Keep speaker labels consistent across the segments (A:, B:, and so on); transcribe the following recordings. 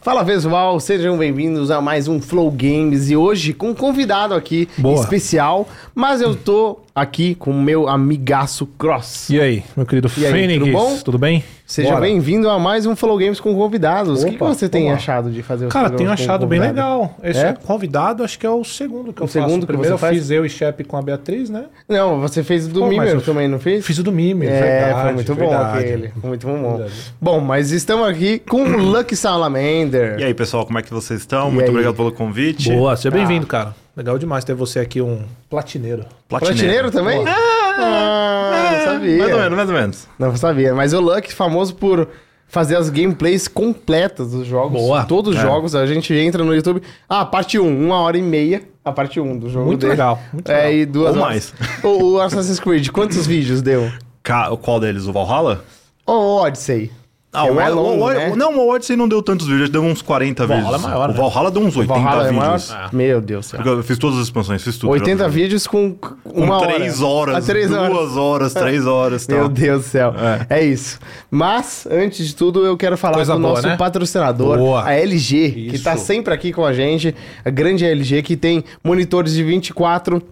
A: Fala pessoal, sejam bem-vindos a mais um Flow Games e hoje com um convidado aqui
B: Boa.
A: especial, mas eu tô aqui com o meu amigaço Cross.
B: E aí, meu querido
A: E aí,
B: Fênix,
A: tudo
B: tudo,
A: bom?
B: bem?
A: Seja
B: Bora.
A: bem-vindo a mais um Flow Games com convidados. o que,
B: Opa,
A: que você tem
B: vamos lá.
A: achado de fazer um os
B: Cara, tenho
A: programas com
B: achado bem
A: convidado?
B: legal. Esse
A: É?
B: convidado, acho que é o segundo que
A: O
B: eu faço.
A: segundo que
B: Primeiro
A: você faz?
B: eu fiz eu e Shep com a Beatriz, né?
A: Não, você fez o do
B: Pô, mas
A: Mimer
B: eu-
A: também, não fez?
B: Fiz o do Mime,
A: É, foi muito bom aquele. Foi muito bom.
B: Verdade.
A: Bom, mas estamos aqui com o Lucky Salamander.
C: E aí, pessoal, como é que vocês estão?
A: E
C: Muito
A: aí?
C: obrigado pelo convite.
B: Boa, seja
A: Tá.
B: bem-vindo, cara. Legal demais ter você aqui, um platineiro.
A: Platineiro também?
B: Boa.
A: Ah, não sabia.
C: É, Mais ou
B: é
C: menos, mais ou menos.
A: Não sabia, mas o Luck famoso por fazer as gameplays completas dos jogos.
B: Boa.
A: Todos os
C: É.
A: jogos, a gente entra no YouTube. Ah, parte 1, uma hora e meia, a parte 1 do jogo
B: Muito
A: dele.
B: legal, muito
A: é,
B: legal.
A: E duas
C: Ou
A: horas. O, o Assassin's Creed, quantos vídeos deu?
C: Ca- o Qual deles? O Valhalla?
A: O Odyssey.
C: Ah,
A: Que
C: o,
A: é
C: o,
A: longo,
C: o,
A: né?
C: Não, o Odyssey não deu tantos vídeos, acho que deu uns 40
B: Valhalla
C: vídeos.
B: é maior,
C: o
B: né?
C: Valhalla deu uns 80
A: Valhalla é maior?
C: vídeos.
A: Meu Deus do céu.
C: Porque Eu fiz todas as expansões, fiz tudo.
A: 80 vídeos com uma
C: Com
A: hora.
C: 3
A: Ah,
C: horas,
A: três
C: 2 horas, três horas.
A: Meu
C: tal.
B: Então.
A: Deus do céu. É. isso. Mas, antes de tudo, eu quero falar
B: Coisa
A: do
B: boa,
A: nosso
B: né?
A: patrocinador,
B: Boa.
A: a LG, que
B: Isso.
A: tá sempre aqui com a gente. A grande LG, que tem monitores de 24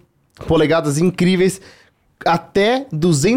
A: polegadas incríveis. Até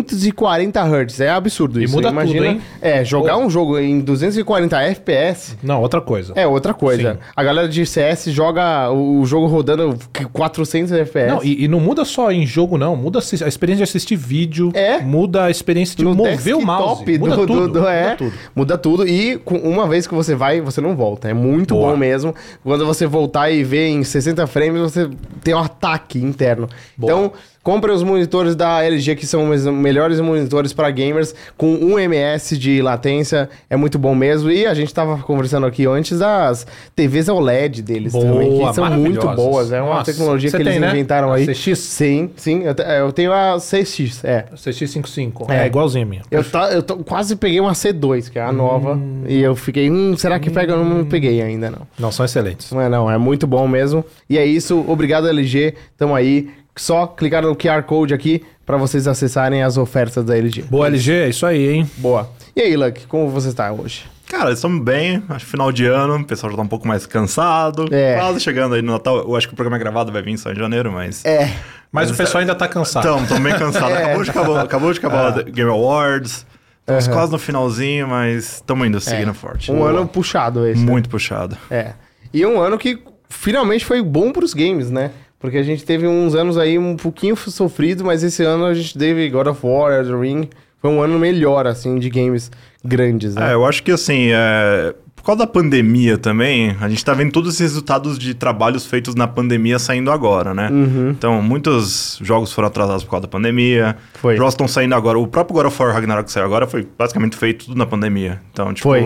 A: 240 Hz. É absurdo
B: E
A: isso.
B: muda tudo,
A: Imagina,
B: hein?
A: É, jogar
B: Pô.
A: um jogo em 240 FPS
B: Não, outra coisa.
A: é outra coisa.
B: Sim.
A: A galera de CS joga o o jogo rodando 400 FPS.
B: Não, e, e não muda só em jogo, não. Muda assi- a experiência de assistir vídeo.
A: É.
B: Muda a experiência de
A: no
B: mover o mouse.
A: desktop
B: muda
A: do,
B: tudo.
A: do, do- é,
B: Muda tudo.
A: muda tudo. E com- uma vez que você vai, você não volta. É muito
B: Boa.
A: bom mesmo. Quando você voltar e ver em 60 frames, você tem um ataque interno.
B: Boa.
A: Então, compre os monitores da LG, que são os melhores monitores para gamers, com 1 ms de latência. É muito bom mesmo. E a gente tava conversando aqui antes das TVs OLED deles
B: Boa,
A: também, que são muito
B: maravilhosas.
A: boas. É uma
B: Nossa.
A: tecnologia
B: Você
A: que eles
B: tem, né?
A: inventaram
B: A
A: aí.
B: CX?
A: Sim, sim. Eu, te- eu tenho a 6X, é.
B: CX55.
A: É.
B: É, igualzinho a minha.
A: Eu, tá, eu tô- quase peguei uma C2, que é a nova. E eu fiquei, hum, será que pega? Eu não peguei ainda, não.
B: Não, são excelentes.
A: Não é não, é muito bom mesmo. E é isso, obrigado LG, tamo aí. Só clicar no QR Code aqui pra vocês acessarem as ofertas da LG.
B: Boa, LG, é isso aí, hein?
A: Boa. E aí, Luck, como você tá hoje?
C: Cara, estamos bem, acho que final de ano, o pessoal já tá um pouco mais cansado.
A: É.
C: Quase chegando aí no Natal. Eu acho que o programa é gravado vai vir só em janeiro, mas.
A: É,
B: Mas o pessoal ainda tá cansado.
C: Estamos, tão bem cansado.
A: É.
C: Acabou de acabar, acabou de acabar a Game Awards. Estamos quase no finalzinho, mas estamos indo, seguindo forte.
A: um ano puxado esse.
C: Muito puxado.
A: É. E um ano que finalmente foi bom pros games, né? Porque a gente teve uns anos aí um pouquinho sofrido, mas esse ano a gente teve God of War, Elden Ring. Foi um ano melhor, assim, de games grandes, né?
C: É, eu acho que assim, é, por causa da pandemia também, a gente tá vendo todos esses resultados de trabalhos feitos na pandemia saindo agora, né?
A: Uhum.
C: Então, muitos jogos foram atrasados por causa da pandemia.
A: Foi.
C: Jogos estão saindo agora. O próprio God of War Ragnarok que saiu agora foi basicamente feito tudo na pandemia. Então, tipo.
A: Foi.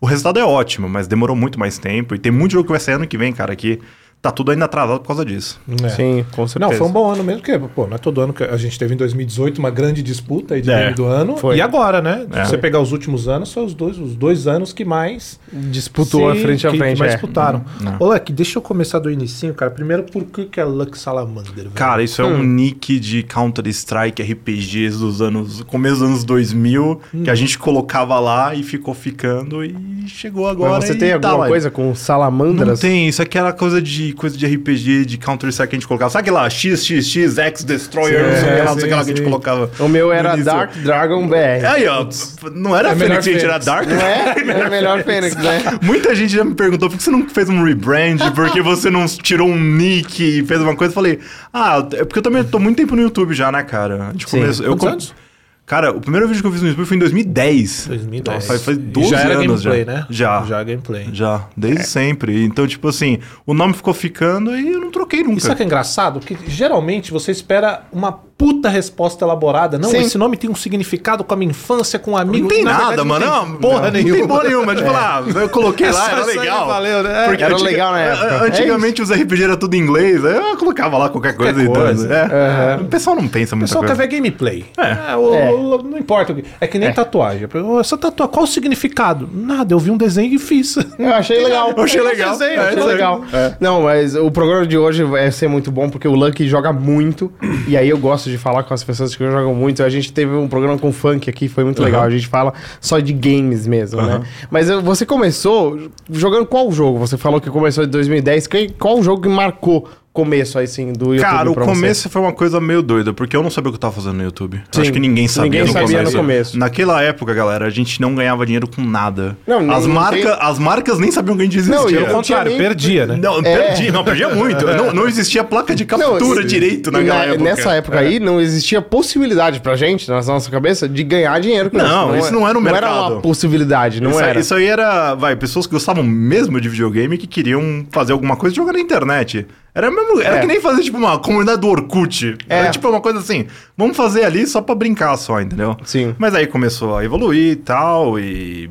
C: O resultado é ótimo, mas demorou muito mais tempo. E tem muito jogo que vai sair ano que vem, cara, que tá tudo ainda atrasado por causa disso.
B: É.
A: Sim, com certeza.
B: Não, foi um bom ano mesmo, porque, pô, não é todo ano que a gente teve em 2018 uma grande disputa aí de
C: É.
B: game do ano.
A: Foi.
B: E agora, né? Se
C: É.
B: você pegar os últimos anos, são os dois, os dois anos que mais.
A: Disputou
B: se-
A: frente a
B: que
A: frente,
B: mais
A: é.
B: disputaram.
C: Uhum.
B: Ô, Luck, deixa eu começar do inicinho, cara. Primeiro, por que, que é Luck Salamander? velho?
C: Cara, isso é
A: Hum.
C: um nick de Counter-Strike RPGs dos anos. começo dos anos 2000, que
A: Hum.
C: a gente colocava lá e ficou ficando e chegou agora.
A: Mas você
C: e
A: tem
C: tá
A: alguma
C: lá.
A: coisa com
C: Não
A: salamandras?
C: tem, isso aqui era coisa de, coisa de RPG, de Counter-Strike que a gente colocava. Sabe lá, XXX, X Destroyer, não sei o que lá, não sei o que lá que a gente
B: sim.
C: colocava.
A: O meu era
C: no início.
A: Dark Dragon BR.
C: Aí, ó, não era
B: É melhor
C: Fênix, gente, era
B: Fênix.
C: Dark.
A: Não é? Não é melhor Fênix, né?
C: Muita gente já me perguntou por que você não fez um rebrand, por que você não tirou um nick e fez uma coisa. Eu falei, ah, é porque eu também tô muito tempo no YouTube já, né, cara? A gente
A: Sim.
C: começou- eu
B: Quantos
C: com-
B: anos?
C: Cara, o primeiro vídeo que eu fiz no YouTube foi em 2010.
B: 2010.
C: Nossa, faz, faz
B: E
C: 12
B: já era
C: anos
B: gameplay,
C: já.
B: né?
C: Já.
B: Já É.
C: Já.
B: era gameplay.
C: desde sempre. Então, tipo assim, o nome ficou ficando e eu não troquei nunca.
B: E sabe o que é engraçado? Que geralmente você espera uma puta resposta elaborada. Não,
A: Sim.
B: esse nome tem um significado com a minha infância, com um amigo.
C: Não tem
B: Na
C: nada,
B: verdade,
C: mano.
B: Não tem
C: Não,
B: porra
C: não,
B: nenhuma.
C: Não tem porra nenhuma. Tipo, ah, eu coloquei lá,
B: Só
C: era
B: isso aí
C: legal.
B: valeu, né?
C: Porque
A: Era
C: antiga-
A: legal na época.
B: É
C: a- Antigamente os RPG era tudo em inglês, aí eu colocava lá qualquer coisa.
B: Qualquer
C: então,
B: coisa.
C: é. O pessoal não pensa
B: O
C: muito.
B: pessoal quer ver gameplay. É, o-
A: É.
B: o- não importa. o que- É que nem tatuagem. Eu- Essa tatuagem, qual o significado? Nada, eu vi um desenho e fiz.
A: Eu achei legal.
C: Eu achei legal.
A: Eu
C: É,
A: achei
C: isso aí.
A: é legal. Não, mas o programa de hoje vai ser muito bom porque o Lucky joga muito. e aí eu gosto de de falar com as pessoas que jogam muito. A gente teve um programa com funk aqui, foi muito legal. A gente fala só de games mesmo, né? Mas eh, você começou jogando qual jogo? Você falou que começou em 2010. Que- Qual o jogo que marcou começo aí, sim, do YouTube
C: Cara, o
A: pra você?
C: começo foi uma coisa meio doida, porque eu não sabia o que eu tava fazendo no YouTube. Eu
A: Sim.
C: Acho que ninguém sabia,
A: Ninguém
C: no,
A: sabia no
C: começo.
A: começo.
C: Naquela época, galera, a gente não ganhava dinheiro com nada.
A: Não, não-
C: as,
A: não
C: marca, as marcas nem sabiam que a gente existia.
A: Não,
B: Pelo
A: tinha
B: contrário,
A: nem-
B: perdia, né?
C: Não,
A: É.
C: perdi, não, perdia muito. Não, não existia placa de é captura
A: e-
C: direito
A: e
C: naquela época.
A: Nessa época
C: É.
A: aí, não existia possibilidade pra gente, na nossa cabeça, de ganhar dinheiro com
C: Não, isso não era um
A: Não era uma
C: mercado.
A: possibilidade, não
C: isso, aí-
A: era.
C: isso aí era, vai, pessoas que gostavam mesmo de videogame que queriam fazer alguma coisa jogando na internet. Era mesmo, era
A: É.
C: que nem fazer tipo uma comunidade do Orkut.
A: É.
C: Era tipo uma coisa assim, vamos fazer ali só pra brincar só, entendeu?
A: Sim.
C: Mas aí começou a evoluir e tal e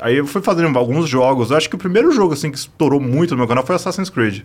C: aí eu fui fazendo alguns jogos. Eu acho que o primeiro jogo assim que estourou muito no meu canal foi Assassin's Creed.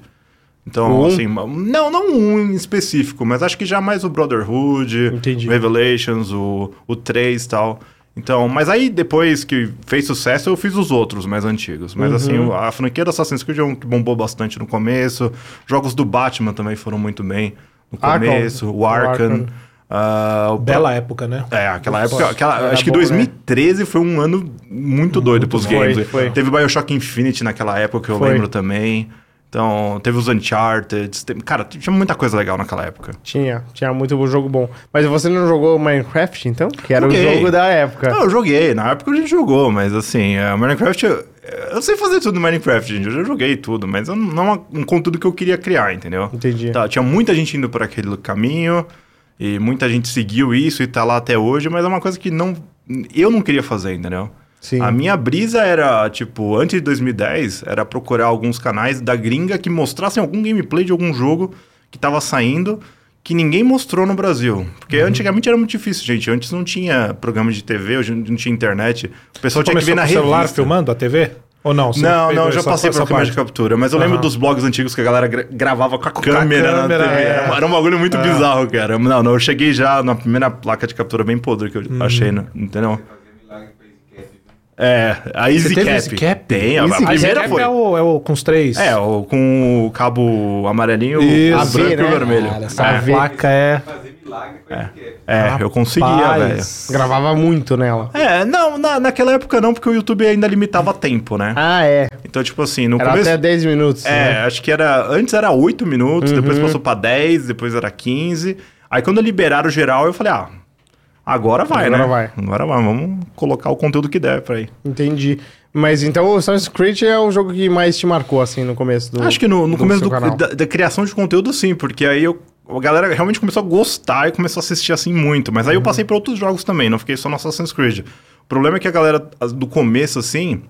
C: Então,
A: Um?
C: assim, não, não um em específico, mas acho que já mais o Brotherhood,
B: Entendi.
C: o Revelations, o, o 3 e tal. Então, mas aí depois que fez sucesso, eu fiz os outros mais antigos.
A: Uhum.
C: Mas assim, a franquia do Assassin's Creed é um que bombou bastante no começo. Jogos do Batman também foram muito bem no
A: Arkham.
C: começo.
A: O
C: O Arkham.
A: Arkham.
C: ah, o
B: Bela época, né?
C: é, aquela
A: Nossa,
C: época, aquela-
A: era
C: acho que
A: bom,
C: 2013 foi um ano muito doido pros
A: Foi,
C: games.
A: foi.
C: Teve Bioshock Infinity naquela época, que eu
A: Foi.
C: lembro também. Então, teve os Uncharted. teve- cara, tinha muita coisa legal naquela época.
A: Tinha, tinha muito jogo bom. Mas você não jogou Minecraft, então? Que era o
C: Joguei.
A: jogo da época.
C: Não, eu joguei, na época a gente jogou, mas assim, é, Minecraft. Eu, eu sei fazer tudo no Minecraft, gente. Eu já joguei tudo, mas eu não é um conteúdo que eu queria criar, entendeu?
A: Entendi.
C: Tá, tinha muita gente indo por aquele caminho e muita gente seguiu isso e tá lá até hoje, mas é uma coisa que não eu não queria fazer, entendeu?
A: Sim.
C: A minha brisa era, tipo, antes de 2010, era procurar alguns canais da gringa que mostrassem algum gameplay de algum jogo que tava saindo que ninguém mostrou no Brasil. Porque
B: Uhum.
C: antigamente era muito difícil, gente. Antes não tinha programa de TV, hoje não tinha internet. O pessoal tinha que ver
B: Começou com
C: na
B: o
C: revista.
B: celular filmando a TV? Ou não? Você
C: Não,
B: pegou
C: não, eu já
B: essa-
C: passei
B: essa
C: por filmagem de
B: parte?
C: captura, mas eu lembro
B: Aham.
C: dos blogs antigos que a galera gra- gravava com a
B: a
C: câmera,
B: câmera,
C: na TV.
B: é.
C: Era, um- era um bagulho muito bizarro, cara. Não, não, eu cheguei já na primeira placa de captura bem podre que eu achei, né? entendeu? É, a Easy
B: teve
C: Cap.
B: Easy Cap?
C: Tem, a, a
A: Easy Cap.
C: primeira
B: Cap
C: foi.
B: É o, é o com os três.
C: É, o, com o cabo amarelinho,
B: Isso.
C: o branco
A: A V,
C: e
A: né?
C: o vermelho.
B: Cara, essa
A: É.
B: placa é.
D: Fazer milagre com a é.
C: É, eu conseguia,
B: Rapaz.
C: velho.
A: Gravava muito nela.
C: É, não, na, naquela época não, porque o YouTube ainda limitava tempo, né?
A: Ah, é.
C: Então, tipo assim, no
A: Era
C: começo...
A: até 10 minutos.
C: É,
A: né? Uhum.
C: acho que era. Antes era 8 minutos, depois passou pra 10, depois era 15. Aí quando liberaram o geral, eu falei, ah, agora vai,
A: Agora
C: né?
A: vai.
C: Agora vai, vamos colocar o conteúdo que der pra aí.
A: Entendi. Mas então o Assassin's Creed é o jogo que mais te marcou, assim, no começo do.
C: Acho que no, no começo
A: seu
C: do-
A: canal.
C: da, da criação de conteúdo, sim, porque aí eu, a galera realmente começou a gostar e começou a assistir assim muito. Mas aí
A: Uhum.
C: eu passei pra outros jogos também, não fiquei só no Assassin's Creed. O problema é que a galera as- do começo, assim,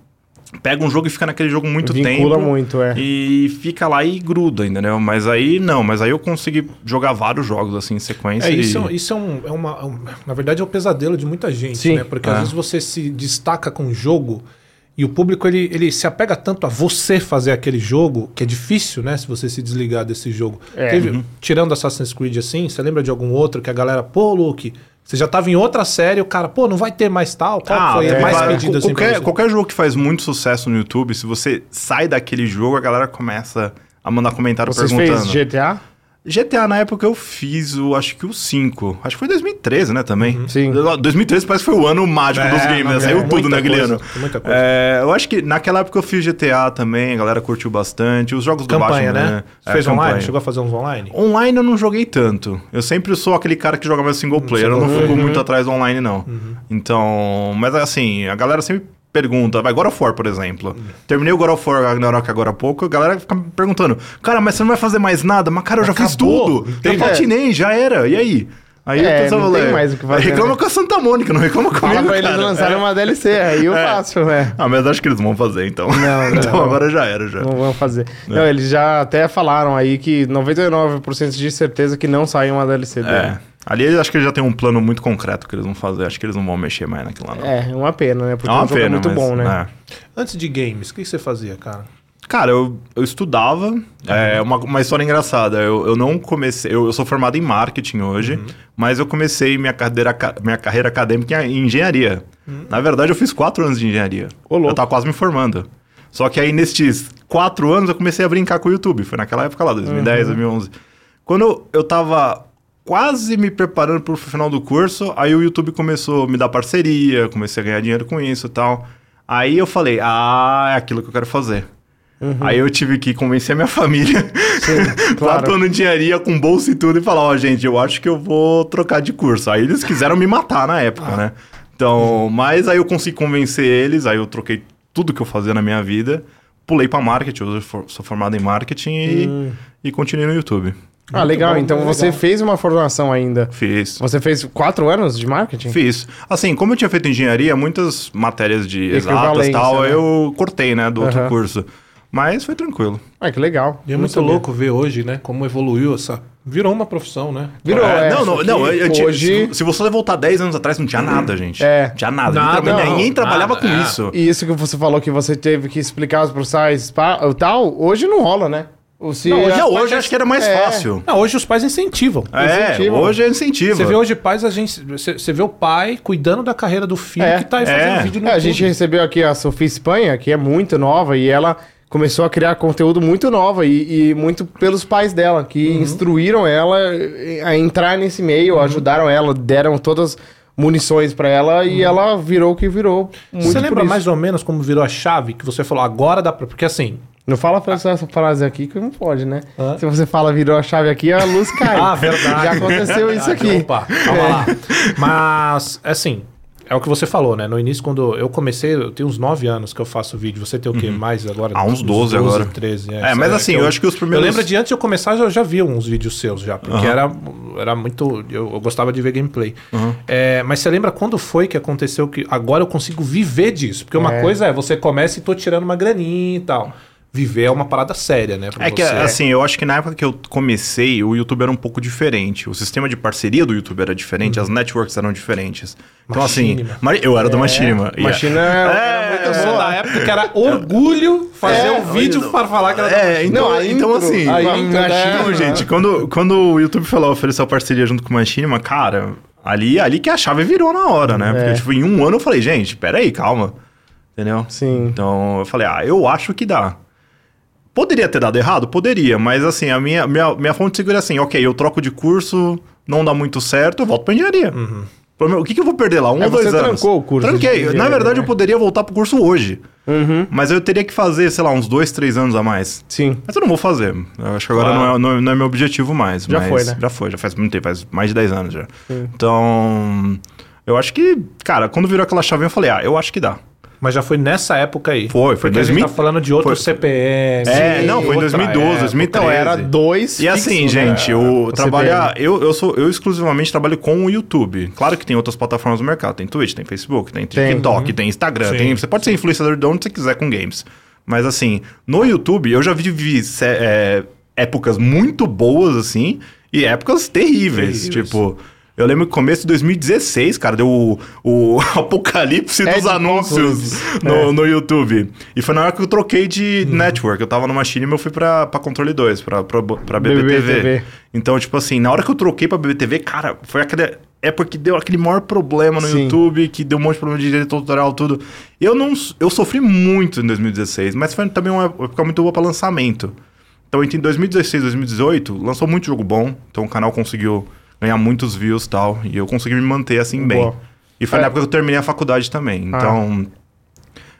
C: pega um jogo e fica naquele jogo muito
A: Vincula
C: tempo.
A: muito, é.
C: E fica lá e gruda, entendeu? Mas aí não, mas aí eu consegui jogar vários jogos assim em sequência.
B: É, isso é,
C: e...
B: um- isso é, um, é uma, um- Na verdade, é um pesadelo de muita gente,
A: Sim.
B: né? Porque
C: É.
B: às vezes você se destaca com um jogo e o público ele, ele se apega tanto a você fazer aquele jogo que é difícil, né? Se você se desligar desse jogo.
A: É.
B: Teve,
C: uhum.
B: Tirando Assassin's Creed assim, você lembra de algum outro que a galera, pô, Luke, você já tava em outra série, o cara, pô, não vai ter mais tal? Qual
C: Ah,
B: foi
C: é,
B: a mais
C: vai-
B: pedida assim pra
C: qualquer,
B: você?
C: qualquer jogo que faz muito sucesso no YouTube, se você sai daquele jogo, a galera começa a mandar comentário
A: Vocês
C: perguntando.
A: fez GTA?
C: GTA na época eu fiz o, acho que o 5. Acho que foi 2013, né, também?
A: Sim.
C: 2013 parece que foi o ano mágico
B: Uhum. É,
C: dos games, né?
B: não,
C: Saiu
B: é,
C: tudo
B: muita
C: naquele
B: coisa,
C: ano.
B: muita coisa.
C: É, eu acho que naquela época eu fiz GTA também, a galera curtiu bastante. Os jogos
B: Campanha,
C: do Batman,
B: né? Você
C: É,
B: fez
C: campanha.
B: online? Chegou a fazer uns online?
C: Online eu não joguei tanto. Eu sempre sou aquele cara que joga mais single player. Eu não
B: single
A: né?
C: fico muito atrás do online, não.
A: Uhum.
C: Então. Mas assim, a galera sempre pergunta. Vai, God of War, por exemplo.
A: Uhum.
C: Terminei o God of War Ragnarok agora há pouco. A galera fica me perguntando: Cara, mas você não vai fazer mais nada? Mas, cara, eu já fiz
B: Acabou.
C: tudo.
B: Entendi.
C: Já patinei, já era. E aí? Aí
A: É,
C: eu pensava,
A: não tem
C: "Lé,
A: mais o que fazer,
C: "É, Reclama
A: né?"
C: com a Santa Mônica, não reclama comigo.
A: Fala pra eles
C: cara.
A: lançarem uma DLC, aí eu
C: É.
A: faço, né?
C: Ah, mas acho que eles vão fazer, então.
A: Não, não.
C: então agora já era, já.
A: Não vão fazer.
C: É.
A: Não, eles já até falaram aí que 99% de certeza que não sai uma DLC dele.
C: É. Ali eles- acho que eles já tem um plano muito concreto que eles vão fazer. Acho que eles não vão mexer mais naquilo lá, não.
A: É, uma pena, né? Porque
C: É uma
A: o jogo
C: pena,
A: é muito
C: mas-
A: bom, né?
C: é.
B: Antes de games, o que que você fazia, cara?
C: Cara, eu, eu estudava. É uma, uma história engraçada. Eu, eu não comecei. Eu, eu sou formado em marketing hoje,
A: Uhum.
C: mas eu comecei minha carreira, aca- minha carreira acadêmica em engenharia. Na verdade, eu fiz quatro anos de engenharia.
A: Uhum. Ô, louco.
C: Eu tava quase me formando. Só que aí, nestes
A: Uhum.
C: quatro anos, eu comecei a brincar com o YouTube. Foi naquela época lá, 2010, 2011. Quando eu tava quase me preparando pro final do curso, aí o YouTube começou a me dar parceria, comecei a ganhar dinheiro com isso e tal. Aí eu falei, ah, é aquilo que eu quero fazer. Aí eu tive que convencer a minha família,
A: Uhum. Sim, claro.
C: platando engenharia com bolsa e tudo, e falar, ó, gente, eu acho que eu vou trocar de curso. Aí eles quiseram me matar na época,
A: Ah.
C: né? Então, mas aí eu consegui convencer eles, aí eu troquei tudo que eu fazia na minha vida, pulei pra marketing, eu sou sou formado em marketing e,
A: Hum.
C: e continuei no YouTube.
A: Ah, legal.
B: bom,
A: então
B: muito
A: você
B: legal.
A: fez uma formação ainda.
C: Fiz.
A: Você fez quatro anos de marketing?
C: Fiz. Assim, como eu tinha feito engenharia, muitas matérias de exatas
A: Equivalência,
C: e tal,
A: né?
C: eu cortei, né, do outro
A: Aham.
C: curso. Mas foi tranquilo.
A: Ah, que legal.
B: E é
A: Não
B: muito
A: sabia.
B: louco ver hoje, né? Como evoluiu essa. Virou uma profissão, né?
A: Virou.
C: É,
A: É,
C: não, não,
A: só
C: não.
A: que
C: Eu, eu tinha-
A: hoje...
C: se, se você voltar 10 anos atrás, não tinha nada, gente.
A: É.
C: Não Tinha nada.
B: Nada,
C: literalmente,
B: não,
C: ninguém trabalhava
B: nada,
C: com
B: é.
C: isso.
A: E isso que você falou que você teve que explicar os processos pa- tal, hoje não rola, né? Ou se
C: Não, hoje,
A: as
C: hoje
A: partes-
C: acho que era mais
A: É.
C: fácil.
B: Ah, hoje os pais incentivam.
C: É,
A: Incentivo.
C: hoje é incentivo.
B: Você vê hoje pais, a gente. Você você vê o pai cuidando da carreira do filho
A: É.
B: que tá aí fazendo
C: É.
B: vídeo no
A: É, a
B: YouTube.
A: gente recebeu aqui a Sofia Espanha, que é muito nova, e ela começou a criar conteúdo muito nova e, e muito pelos pais dela, que
B: Uhum.
A: instruíram ela a entrar nesse meio, ajudaram ela, deram todas munições pra ela e ela virou o que virou. é Muito
B: Uhum. Você
A: por
B: lembra
A: isso.
B: mais ou menos como virou a chave que você falou agora dá pra. Porque assim.
A: Não fala pra essa essa frase aqui que não pode, né?
B: Hã?
A: Se você fala virou a chave aqui, a luz cai.
B: Ah, verdade.
A: Já aconteceu isso
B: Verdade.
A: aqui. É.
B: Opa, calma lá. Mas, assim, é o que você falou, né? No início, quando eu comecei, eu tenho uns 9 anos que eu faço vídeo. Você tem o quê? Mais agora?
C: Ah, uns 12 agora.
B: 13,
C: É, mas assim,
B: que
C: eu acho que os primeiros-
B: Eu lembro de antes de eu começar, eu já vi uns vídeos seus já, porque era, era muito... Eu, eu gostava de ver gameplay. É, mas você lembra quando foi que aconteceu que agora eu consigo viver disso? Porque uma
A: É.
B: coisa é, você começa e tô tirando uma graninha e tal. Viver é uma parada séria, né? pra
C: É que,
B: você.
C: assim, eu acho que na época que eu comecei, o YouTube era um pouco diferente. O sistema de parceria do YouTube era diferente,
A: Uhum.
C: as networks eram diferentes. Então, assim,
B: Machinima.
C: Mari- eu era do Machinima. e-
A: Machina né? É. era
C: É,
B: Eu sou da época que era orgulho fazer
A: É,
B: um vídeo para falar que tá era da
C: É, então,
A: Não, a
C: então
A: intro,
C: assim.
A: a
C: então,
A: intro dela,
C: então,
A: né?
C: gente, quando, quando o YouTube falou ofereceu a parceria junto com o Machinima, cara, ali, ali que a chave virou na hora, né? Porque,
A: É.
C: tipo, em um ano eu falei, gente, peraí, calma. Entendeu?
A: Sim.
C: Então eu falei, ah, eu acho que dá. Poderia ter dado errado? Poderia, mas assim, a minha, minha, minha fonte segura é assim, ok, eu troco de curso, não dá muito certo, eu volto pra engenharia.
A: Uhum.
C: Pelo menos, O que, que eu vou perder lá? Um
A: É,
C: ou dois
A: você
C: anos?
A: trancou o curso de
C: Tranquei. Na
A: engenharia,
C: verdade,
A: né? Uhum.
C: eu poderia voltar pro curso hoje. Mas eu teria que fazer, sei lá, uns dois, três anos a mais.
A: Sim.
C: Mas eu não vou fazer. Eu acho que agora
B: Claro.
C: não, é, não, é- não é meu objetivo mais.
A: Já
C: mas-
A: foi, né?
C: Já foi, já faz muito tempo, faz mais de 10 anos já. Então, eu acho que, cara, quando virou aquela chavinha, eu falei, ah, eu acho que dá.
B: Mas já foi nessa época aí.
C: Foi, foi
B: Porque a gente
C: 2000.
B: tá falando de outro
C: Foi-
B: CPM.
C: É, não, foi em
B: outra
C: 2012,
B: época.
C: 2013.
A: Então era dois.
C: E assim,
A: fixo, né?
C: gente, eu
A: O
C: trabalhar, eu, eu sou eu exclusivamente trabalho com o YouTube. Claro que tem outras plataformas no mercado, tem Twitch, tem Facebook, tem
A: Tem.
C: TikTok, tem Instagram,
B: Sim.
C: tem- você pode ser influenciador de onde você quiser com games. Mas assim, no YouTube eu já vivi sé- é, épocas muito boas assim e épocas terríveis,
B: Terríveis.
C: tipo eu lembro que começo de 2016, cara, deu o, o apocalipse
A: É
C: dos
A: de
C: anúncios no, no YouTube. E foi na hora que eu troquei de
A: Uhum.
C: network. Eu tava numa China e eu fui pra, pra Controle 2, pra, pra, pra BBTV.
A: BBTV.
C: Então, tipo assim, na hora que eu troquei pra BBTV, cara, foi aquela época que deu aquele maior problema no
A: Sim.
C: YouTube, que deu um monte de problema de direito autoral, tudo. Eu não. Eu sofri muito em 2016, mas foi também uma época muito boa pra lançamento. Então, entre 2016 e 2018, lançou muito jogo bom. Então, o canal conseguiu ganhar muitos views e tal. E eu consegui me manter assim bem.
A: Boa.
C: E foi
A: É. Ah.
C: na época que eu terminei a faculdade também. Então.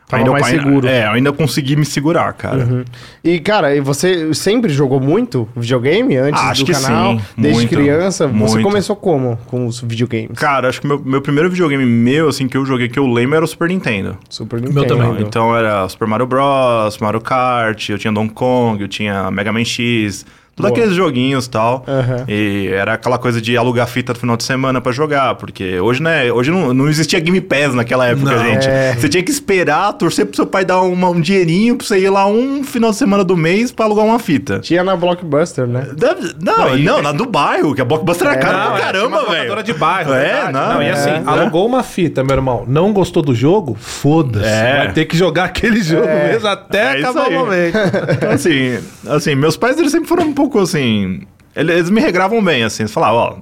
A: Tava mais
C: ainda,
A: seguro. Uhum.
C: É, eu ainda consegui me segurar, cara.
A: E, cara, e você sempre jogou muito videogame antes do
C: Acho que
A: canal?
C: sim,
A: desde
C: muito,
A: criança? Você
C: muito.
A: começou como com os videogames?
C: Cara, acho que meu, meu primeiro videogame meu, assim, que eu joguei, que eu lembro, era o Super Nintendo.
A: Super Nintendo.
B: também. Entendo.
C: Então era Super Mario Bros, Mario Kart, eu tinha Donkey Kong, eu tinha Mega Man X, todos
A: Boa.
C: aqueles joguinhos e tal.
A: Aham.
C: E era aquela coisa de alugar fita no final de semana pra jogar, porque hoje, né, hoje não, não existia Game Pass naquela época,
B: Não.
C: gente.
A: É.
C: Você tinha que esperar, torcer pro seu pai dar uma- um dinheirinho pra você ir lá um final de semana do mês pra alugar uma fita.
A: Tinha na Blockbuster, né?
C: Deve- Não,
B: e-
C: não, na do bairro, que a Blockbuster era cara
B: Não,
C: pra
B: é,
C: caramba,
B: tinha uma locadora
C: velho.
B: de bairro,
C: É,
B: verdade.
C: não,
B: e
C: é,
B: assim,
C: é.
B: alugou uma fita, meu irmão. Não gostou do jogo? Foda-se.
C: É.
B: Vai ter que jogar aquele jogo mesmo até
C: É isso
B: acabar
C: aí.
B: o momento.
C: Então, assim, assim, meus pais eles sempre foram um pouco assim. ele- Eles me regravam bem, assim. Eles falavam, ó,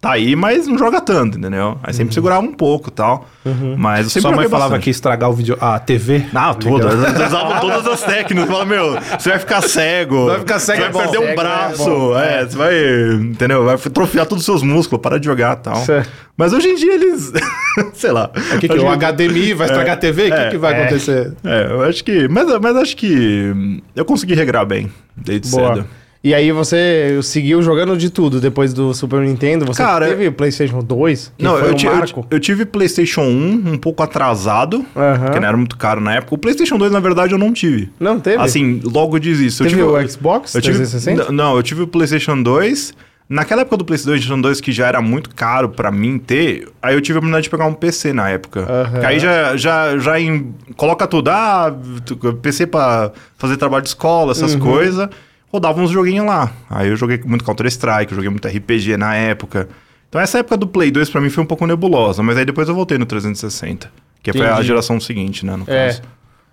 C: tá aí, mas não joga tanto, entendeu? Aí sempre segurava um pouco e tal. Mas eu sempre
B: Uhum.
C: assim.
B: Sua mãe
C: joguei
B: falava
C: bastante.
B: que Ah, ia estragar o vídeo, a TV.
C: Não, todas. Eles usavam todas as técnicas. Fala, meu, você vai ficar cego.
B: Vai ficar cego,
C: Você
B: é
C: vai
B: bom.
C: perder
A: Cego
C: um
A: é
C: braço.
A: bom,
C: É, você vai. Entendeu? Vai atrofiar todos os seus músculos, para de jogar e tal.
A: Certo.
C: Mas hoje em dia eles. sei lá.
B: O que, que é?
C: Hoje
B: O
C: em dia-
B: HDMI vai estragar a TV? O que,
C: é,
B: que vai
A: é.
B: acontecer?
C: É, eu acho que. Mas, mas acho que. hum, Eu consegui regrar bem, desde cedo.
A: E aí você seguiu jogando de tudo depois do Super Nintendo? Você
C: Cara,
A: teve PlayStation 2? Que
C: Não,
A: foi
C: eu,
A: um
C: ti- eu ti-
A: marco?
C: eu tive PlayStation 1 um pouco atrasado,
A: Aham.
C: porque não era muito caro na época. O PlayStation 2, na verdade, eu não tive.
A: Não teve?
C: Assim, logo diz isso.
A: teve
C: eu tive
A: o Xbox
C: Eu tive,
A: 360?
C: N- Não, eu tive o PlayStation 2. Naquela época do PlayStation 2, que já era muito caro pra mim ter, aí eu tive a oportunidade de pegar um PC na época.
A: Aham.
C: Que Aí já, já, já em- coloca tudo, ah, tu- PC pra fazer trabalho de escola, essas
A: Uhum.
C: coisas. Rodava uns joguinhos lá. Aí eu joguei muito Counter-Strike, eu joguei muito RPG na época. Então essa época do Play 2 pra mim foi um pouco nebulosa, mas aí depois eu voltei no 360. Que foi a
A: Entendi.
C: geração seguinte, né, no
A: É.
C: caso.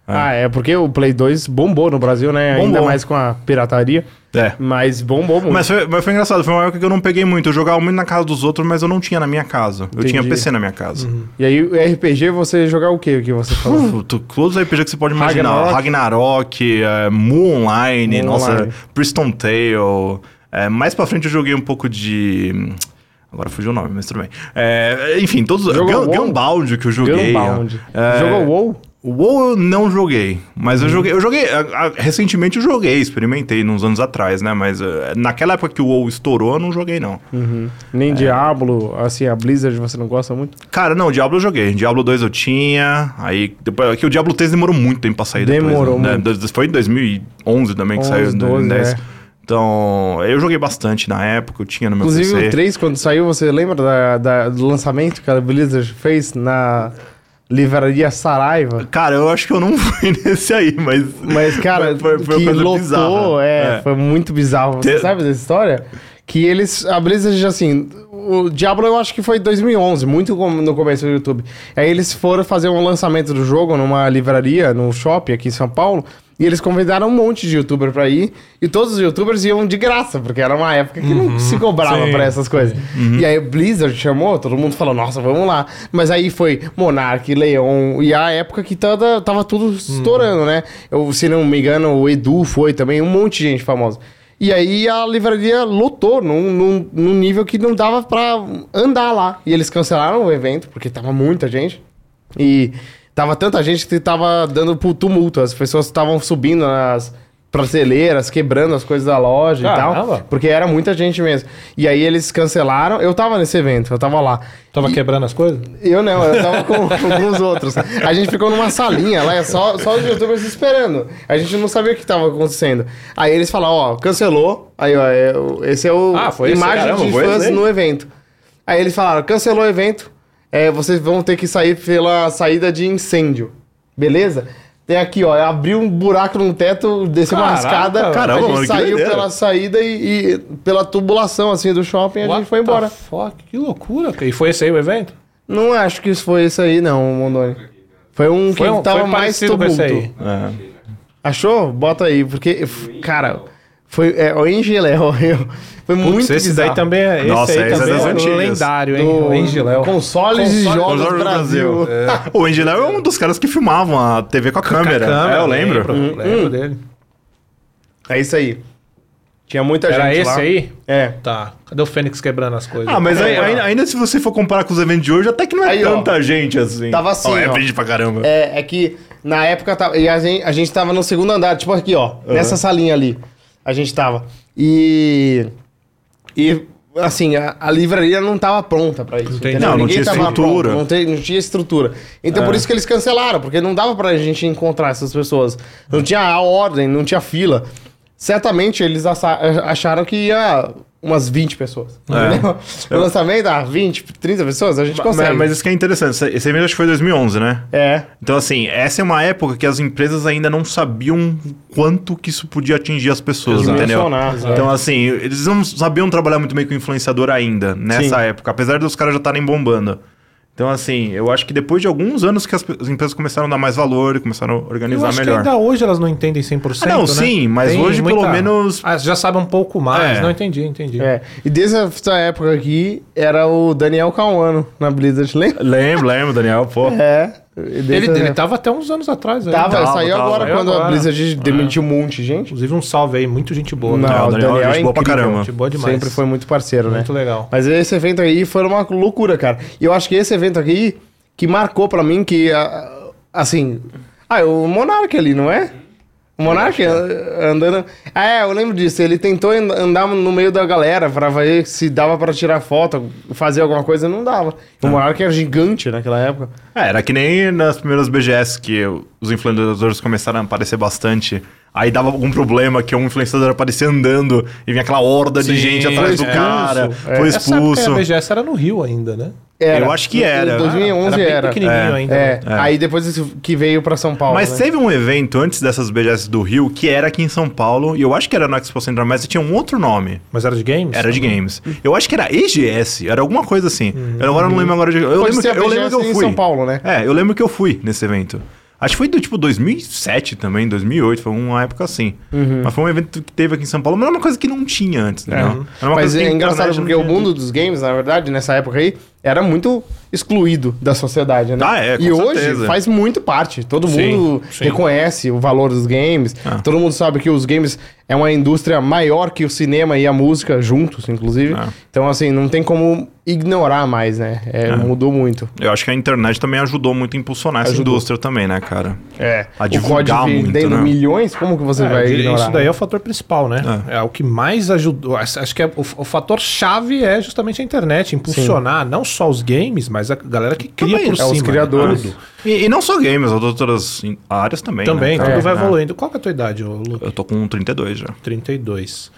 A: Ah, é porque o Play 2 bombou no Brasil, né? Ainda
C: Bombou.
A: mais com a pirataria.
C: É.
A: Mas bombou muito.
C: Mas foi, mas foi engraçado, foi uma época que eu não peguei muito. Eu jogava muito na casa dos outros, mas eu não tinha na minha casa. Eu
A: Entendi. Uhum.
C: tinha PC na minha casa.
A: E aí, o RPG, você jogar o quê? O que você falou?
C: Pô, tu- Todos os RPG que você pode imaginar.
A: Ragnarok.
C: Ragnarok, eh, Mu Online,
A: Mu
C: nossa,
A: Online.
C: Priston Tale. Eh, mais pra frente eu joguei um pouco de... hum, Agora fugiu o nome, mas tudo bem. Eh, enfim, todos...
A: Jogou
C: Gun,
A: WoW?
C: Gunbound que eu joguei.
A: Gunbound.
C: eh,
A: Jogou Uhum. WoW?
C: o WoW eu não joguei, mas eu joguei, eu joguei, é, a- a- recentemente eu joguei, experimentei uns anos atrás, né, mas eh, naquela época que o WoW estourou, eu não joguei não.
A: Nem Diablo, assim, a Blizzard você não gosta muito?
C: Cara, não, Diablo eu joguei. Diablo 2 eu tinha. Aí depois aqui o Diablo 3 demorou muito tempo pra sair
A: Demorou
C: depois, né?
A: muito.
C: Né, dois- Foi em 2011 também que
A: 11,
C: saiu,
A: 12,
C: 2010.
A: né?
C: Então, eu joguei bastante na época, eu tinha no meu
A: Inclusive
C: PC.
A: o 3, quando saiu, você lembra da- da- do lançamento que a Blizzard fez na livraria Saraiva?
C: Cara, eu acho que eu não fui nesse aí, mas
A: Mas, cara,
C: Foi- foi uma
A: que
C: coisa
A: lotou,
C: bizarra.
A: é,
C: É.
A: foi muito bizarro. Você
C: Te-
A: sabe dessa história? Que eles, a Blizzard, assim, o Diablo eu acho que foi 2011, muito com- no começo do YouTube. Aí eles foram fazer um lançamento do jogo numa livraria, num shopping aqui em São Paulo, e eles convidaram um monte de youtuber pra ir, e todos os youtubers iam de graça, porque era uma época que
C: Uhum.
A: não se cobrava
B: sim.
A: pra essas coisas. E aí o Blizzard chamou, todo mundo falou, nossa, vamos lá. Mas aí foi Monark, Leon, e a época que tava, tava tudo estourando, né? Eu, se não me engano, o Edu foi também, um monte de gente famosa. E aí a livraria lotou num, num, num nível que não dava pra andar lá. E eles cancelaram o evento, porque tava muita gente. E tava tanta gente que tava dando pro tumulto. As pessoas estavam subindo nas prateleiras, quebrando as coisas da loja e
B: Caramba.
A: tal. Porque era muita gente mesmo. E aí eles cancelaram. Eu tava nesse evento, eu tava lá.
B: Tava quebrando as coisas?
A: Eu não, eu tava com, com alguns outros. A gente ficou numa salinha lá, é só, só os youtubers esperando. A gente não sabia o que tava acontecendo. Aí eles falaram, ó, cancelou. Aí, ó, é o- esse é o
B: Ah, foi esse,
A: imagem
B: caramba,
A: de
B: foi esse
A: fãs
B: aí?
A: no evento. Aí eles falaram, cancelou o evento, é, vocês vão ter que sair pela saída de incêndio. Beleza? Tem aqui, ó, abriu um buraco no teto, desceu uma
B: Caraca,
A: escada,
C: caramba,
A: a gente
C: mano, que
A: saiu
C: doideira.
A: pela saída e, e pela tubulação, assim, do shopping, a gente foi embora.
B: Fuck, que loucura. cara. E foi esse aí o evento?
A: Não acho que isso foi isso aí, não, Mondoni. Foi um que
B: Foi um-
A: tava
B: foi
A: mais
B: parecido com
A: tumulto.
B: esse aí.
C: É.
A: Achou? Bota aí, porque, f- cara, foi. É, o Angel é horrível. Foi muito
B: esse
A: bizarro.
B: daí também é. Esse
C: Nossa,
B: aí
C: esse é
B: também
C: das
B: é,
C: antigas.
B: lendário, hein? é
A: Do
B: O Engiléu.
A: Consoles e
B: Console-
A: Jogos
C: Console do
A: Brasil.
C: Brasil. O Angelão é um dos caras que filmavam a TV com a câmera. é, eu lembro. hum.
B: Lembro, lembro né? dele.
A: É isso aí. Tinha muita
B: Era
A: gente
B: esse
A: lá.
B: aí?
A: É.
B: Tá. Cadê o Fênix quebrando as coisas?
C: Ah, mas aí-
A: É,
C: ainda, ainda se você for comparar com os eventos de hoje, até que não é
A: Aí, ó.
C: tanta gente assim.
A: Tava assim,
C: Ó, é
A: ó.
C: gente pra caramba.
A: É, é que na época tava, e a, gente, a gente tava no segundo andar, tipo aqui, ó. Nessa salinha ali. A gente tava. E. E, assim, a, a livraria não tava pronta pra isso.
B: Entendi.
A: entendeu?
C: Não, não
A: Ninguém
C: tinha
A: tava
C: estrutura. É.
A: pronto, não, tem- não tinha estrutura. Então por isso que eles cancelaram, porque não dava pra gente encontrar essas pessoas. Não tinha a ordem, não tinha fila. Certamente eles acha- acharam que ia umas 20 pessoas.
C: É.
A: Entendeu? No lançamento, ah, 20, 30 pessoas, a gente consegue.
C: Mas, mas isso que é interessante. Esse- Esse evento acho que foi 2011, né?
A: É.
C: Então, assim, essa é uma época que as empresas ainda não sabiam quanto que isso podia atingir as pessoas, entendeu?
A: Dimensionar, é.
C: Então, assim, eles não sabiam trabalhar muito bem com influenciador ainda, nessa
A: Sim.
C: época, apesar dos caras já estarem bombando. Então, assim, eu acho que depois de alguns anos que as, pe- as empresas começaram a dar mais valor e começaram a
B: Eu
C: organizar
B: acho
C: melhor.
B: que ainda hoje elas não entendem 100%.
C: Ah, não,
B: né?
C: sim, mas hoje, pelo menos-
B: Ah, já sabe um pouco mais.
C: É.
B: Não entendi, entendi.
A: É. E desde essa época aqui, era o Daniel Cauano na Blizzard, lembra?
C: Lembro, lembro, Daniel, pô.
A: É.
B: Ele, ele tava até uns anos atrás. aí.
A: Tava,
C: Tava,
A: saiu
C: tava.
A: agora
B: Saiu
A: quando a
B: agora.
A: Blizzard demitiu um monte de gente.
B: Inclusive, um salve aí. Muito gente boa. né?
C: Não, o Daniel é gente boa pra caramba.
B: Gente boa demais.
A: Sempre foi muito parceiro, né?
B: Muito legal.
A: Mas esse evento aí foi uma loucura, cara. E eu acho que esse evento aqui que marcou pra mim que, ah, assim... Ah, é o Monark ali, não é? O Monark an- andando... Ah, é, eu lembro disso. Ele tentou and- andar no meio da galera pra ver se dava pra tirar foto, fazer alguma coisa, não dava.
C: Ah.
A: O Monark era gigante naquela época.
C: É, era que nem nas primeiras BGS que os influenciadores começaram a aparecer bastante. Aí dava algum problema que um influenciador aparecia andando e vinha aquela horda de
B: Sim,
C: gente atrás do
B: foi É.
C: cara,
A: expulso.
C: foi
B: Essa época
C: expulso.
B: a BGS era no Rio ainda, né?
A: Era.
C: Eu acho que
A: Em- em
C: era.
A: 2011
B: bem
A: era.
B: pequenininho
C: É,
B: ainda.
A: É,
B: né?
C: É.
A: aí depois esse- que veio pra São Paulo.
C: Mas
A: né?
C: teve um evento antes dessas BGS do Rio que era aqui em São Paulo, e eu acho que era no Expo Central, mas tinha um outro nome.
B: Mas era de games?
C: Era de games. Eu acho que era EGS, era alguma coisa assim. Eu agora não lembro agora de. Eu
A: Pode
C: lembro,
A: ser
C: que,
A: a
C: eu lembro que
A: BGS
C: eu
A: em
C: fui.
A: São Paulo, né?
C: É, eu lembro que eu fui nesse evento. Acho que foi do tipo 2007 também, 2008, foi uma época assim.
A: Uhum.
C: Mas foi um evento que teve aqui em São Paulo, mas era uma coisa que não tinha antes, né? Era uma
A: É. Mas
C: coisa que
A: é
C: a
A: engraçado
C: internet não
A: porque o
C: tinha.
A: mundo dos games, na verdade, nessa época aí, era muito excluído da sociedade, né?
C: Ah, é, com
A: e hoje
C: certeza.
A: faz muito parte. Todo
B: Sim,
A: mundo
B: sim.
A: reconhece o valor dos games.
C: Ah.
A: Todo mundo sabe que os games é uma indústria maior que o cinema e a música juntos, inclusive.
C: Ah.
A: Então, assim, não tem como ignorar mais, né? É, Mudou muito.
C: Eu acho que a internet também ajudou muito a impulsionar essa
A: Ajudou.
C: indústria também, né, cara?
A: É.
C: A
A: o
C: divulgar
A: código
C: muito,
A: vendendo
C: né?
A: milhões, como que você
B: É,
A: vai
B: de-
A: ignorar?
B: isso daí é o fator principal, né? É, o que mais ajudou. Acho acho que é- o, o fator chave é justamente a internet, impulsionar não só os games, mas a galera que cria
C: Também,
B: por
A: é,
B: cima.
A: os
B: né?
A: criadores.
B: Tudo.
C: E, e não só games, as outras in- áreas também.
B: Também,
C: né,
B: tudo
C: cara?
B: vai
C: É.
B: evoluindo. Qual que é a tua idade, ô, Lu?
C: Eu tô com 32 já.
B: 32.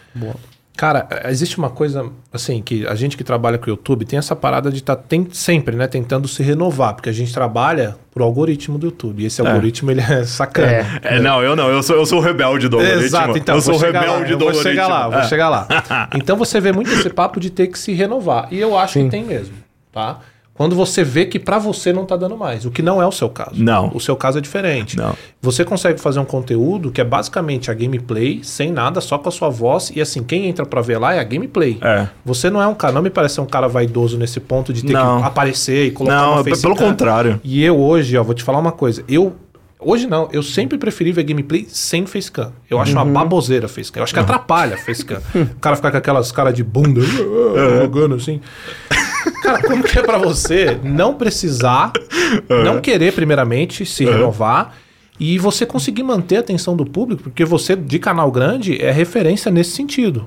B: Cara, existe uma coisa, assim, que a gente que trabalha com o YouTube tem essa parada de estar sempre, né, tentando se renovar, porque a gente trabalha por algoritmo do YouTube. E esse algoritmo, ele é sacana.
A: É.
C: É, não, eu não, eu sou, eu sou o rebelde do algoritmo.
B: Exato, então
C: eu sou é o
B: vou chegar lá,
C: rebelde
B: eu
C: do
B: Vou chegar lá,
C: algoritmo.
B: vou
C: É.
B: chegar lá. Então você vê muito esse papo de ter que se renovar. E eu acho que tem mesmo, tá? Quando você vê que pra você não tá dando mais, o que não é o seu caso.
C: Não.
B: O seu caso é diferente.
C: Não.
B: Você consegue fazer um conteúdo que é basicamente a gameplay, sem nada, só com a sua voz. E assim, quem entra pra ver lá é a gameplay.
C: É.
B: Você não é um cara, não me parece um cara vaidoso nesse ponto de ter
C: Não.
B: que aparecer e colocar né?
C: Não,
B: uma
C: é pe-
B: face
C: pelo
B: cam.
C: contrário.
B: E eu hoje, ó, vou te falar uma coisa. Eu. Hoje não, eu sempre preferi ver gameplay sem facecam. Eu acho uma baboseira facecam. Eu acho que atrapalha facecam. o cara ficar com aquelas caras de bunda jogando assim. Cara, como que é pra você não precisar, não querer primeiramente se renovar e você conseguir manter a atenção do público, porque você de canal grande é referência nesse sentido,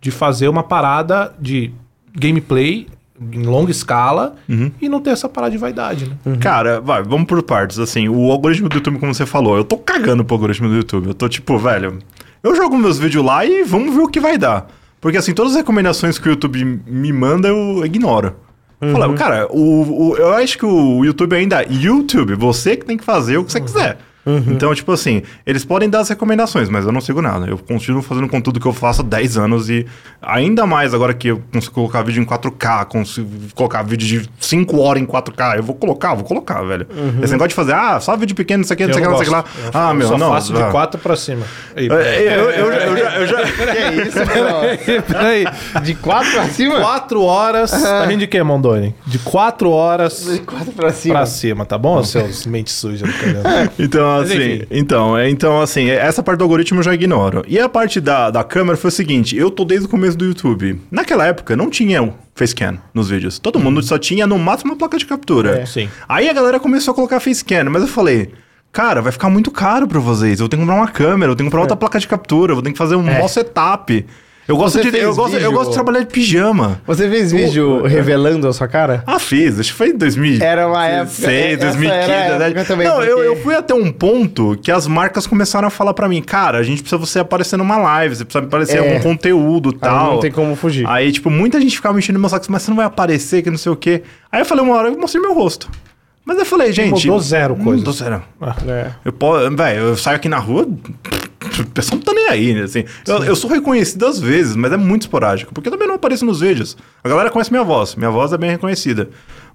B: de fazer uma parada de gameplay em longa escala e não ter essa parada de vaidade, né?
C: Cara, vai, vamos por partes. Assim, o algoritmo do YouTube, como você falou, eu tô cagando pro algoritmo do YouTube. Eu tô tipo, velho, eu jogo meus vídeos lá e vamos ver o que vai dar. Porque assim, todas as recomendações que o YouTube me manda, eu ignoro. Eu
B: Uhum.
C: Falei, cara, o, o- eu acho que o YouTube ainda é YouTube, você que tem que fazer o que você quiser.
B: Uhum.
C: Então, tipo assim, eles podem dar as recomendações, mas eu não sigo nada. Eu continuo fazendo conteúdo que eu faço há 10 anos e ainda mais agora que eu consigo colocar vídeo em 4K, consigo colocar vídeo de 5 horas em 4K. Eu vou colocar, vou colocar, velho. Esse negócio de fazer, ah, só vídeo pequeno, não sei o que, não sei o que, não sei o que lá.
B: Uhum. Eu
C: Ah, meu,
B: só
C: não. É.
B: faço
C: ah.
B: de quatro pra cima. Aí,
C: Eu, eu, eu, já- eu já- eu já-
A: Que isso, mano?
B: Peraí.
A: De quatro pra cima?
B: Quatro horas.
C: É.
B: Tá rindo de quê, Mondoni? De quatro horas
A: De quatro pra cima.
B: pra cima, tá bom, seus mentes sujas do caramba?
C: Então,
B: Mas
C: assim,
B: enfim.
C: então, é, então, assim, é, essa parte do algoritmo eu já ignoro. E a parte da, da câmera foi o seguinte: eu tô desde o começo do YouTube. Naquela época não tinha o facecam nos vídeos. Todo mundo só tinha no máximo uma placa de captura.
B: Uhum. É. Sim.
C: Aí a galera começou a colocar facecam, mas eu falei. Cara, vai ficar muito caro pra vocês. Eu tenho que comprar uma câmera, eu tenho que
B: É.
C: comprar outra placa de captura, eu tenho que fazer um maior setup. Eu gosto,
A: Você
C: de,
A: fez
C: eu, gosto, eu
A: vídeo?
C: gosto de trabalhar de pijama.
A: Você fez vídeo
C: É.
A: revelando a sua cara?
C: Ah, fiz. Acho que foi em 2000.
A: Era uma época- é,
C: 2006,
A: essa
C: 2015.
A: era a
C: né?
A: época também,
C: não, eu,
A: porque-
C: eu fui até um ponto que as marcas começaram a falar pra mim, cara, a gente precisa você aparecer numa live, você precisa aparecer em
A: É.
C: algum conteúdo e
A: Ah,
C: tal.
A: não tem como fugir.
C: Aí, tipo, muita gente ficava mexendo no meu saco, mas você não vai aparecer, que não sei o quê. Aí eu falei uma hora, eu mostrei meu rosto. Mas eu falei, gente...
B: mudou zero coisa.
C: Mudou zero.
A: É.
C: Eu, po- velho, eu saio aqui na rua, o pessoal não tá nem aí, né? Assim, eu, eu sou reconhecido às vezes, mas é muito esporádico, porque eu também não apareço nos vídeos. A galera conhece minha voz, minha voz é bem reconhecida.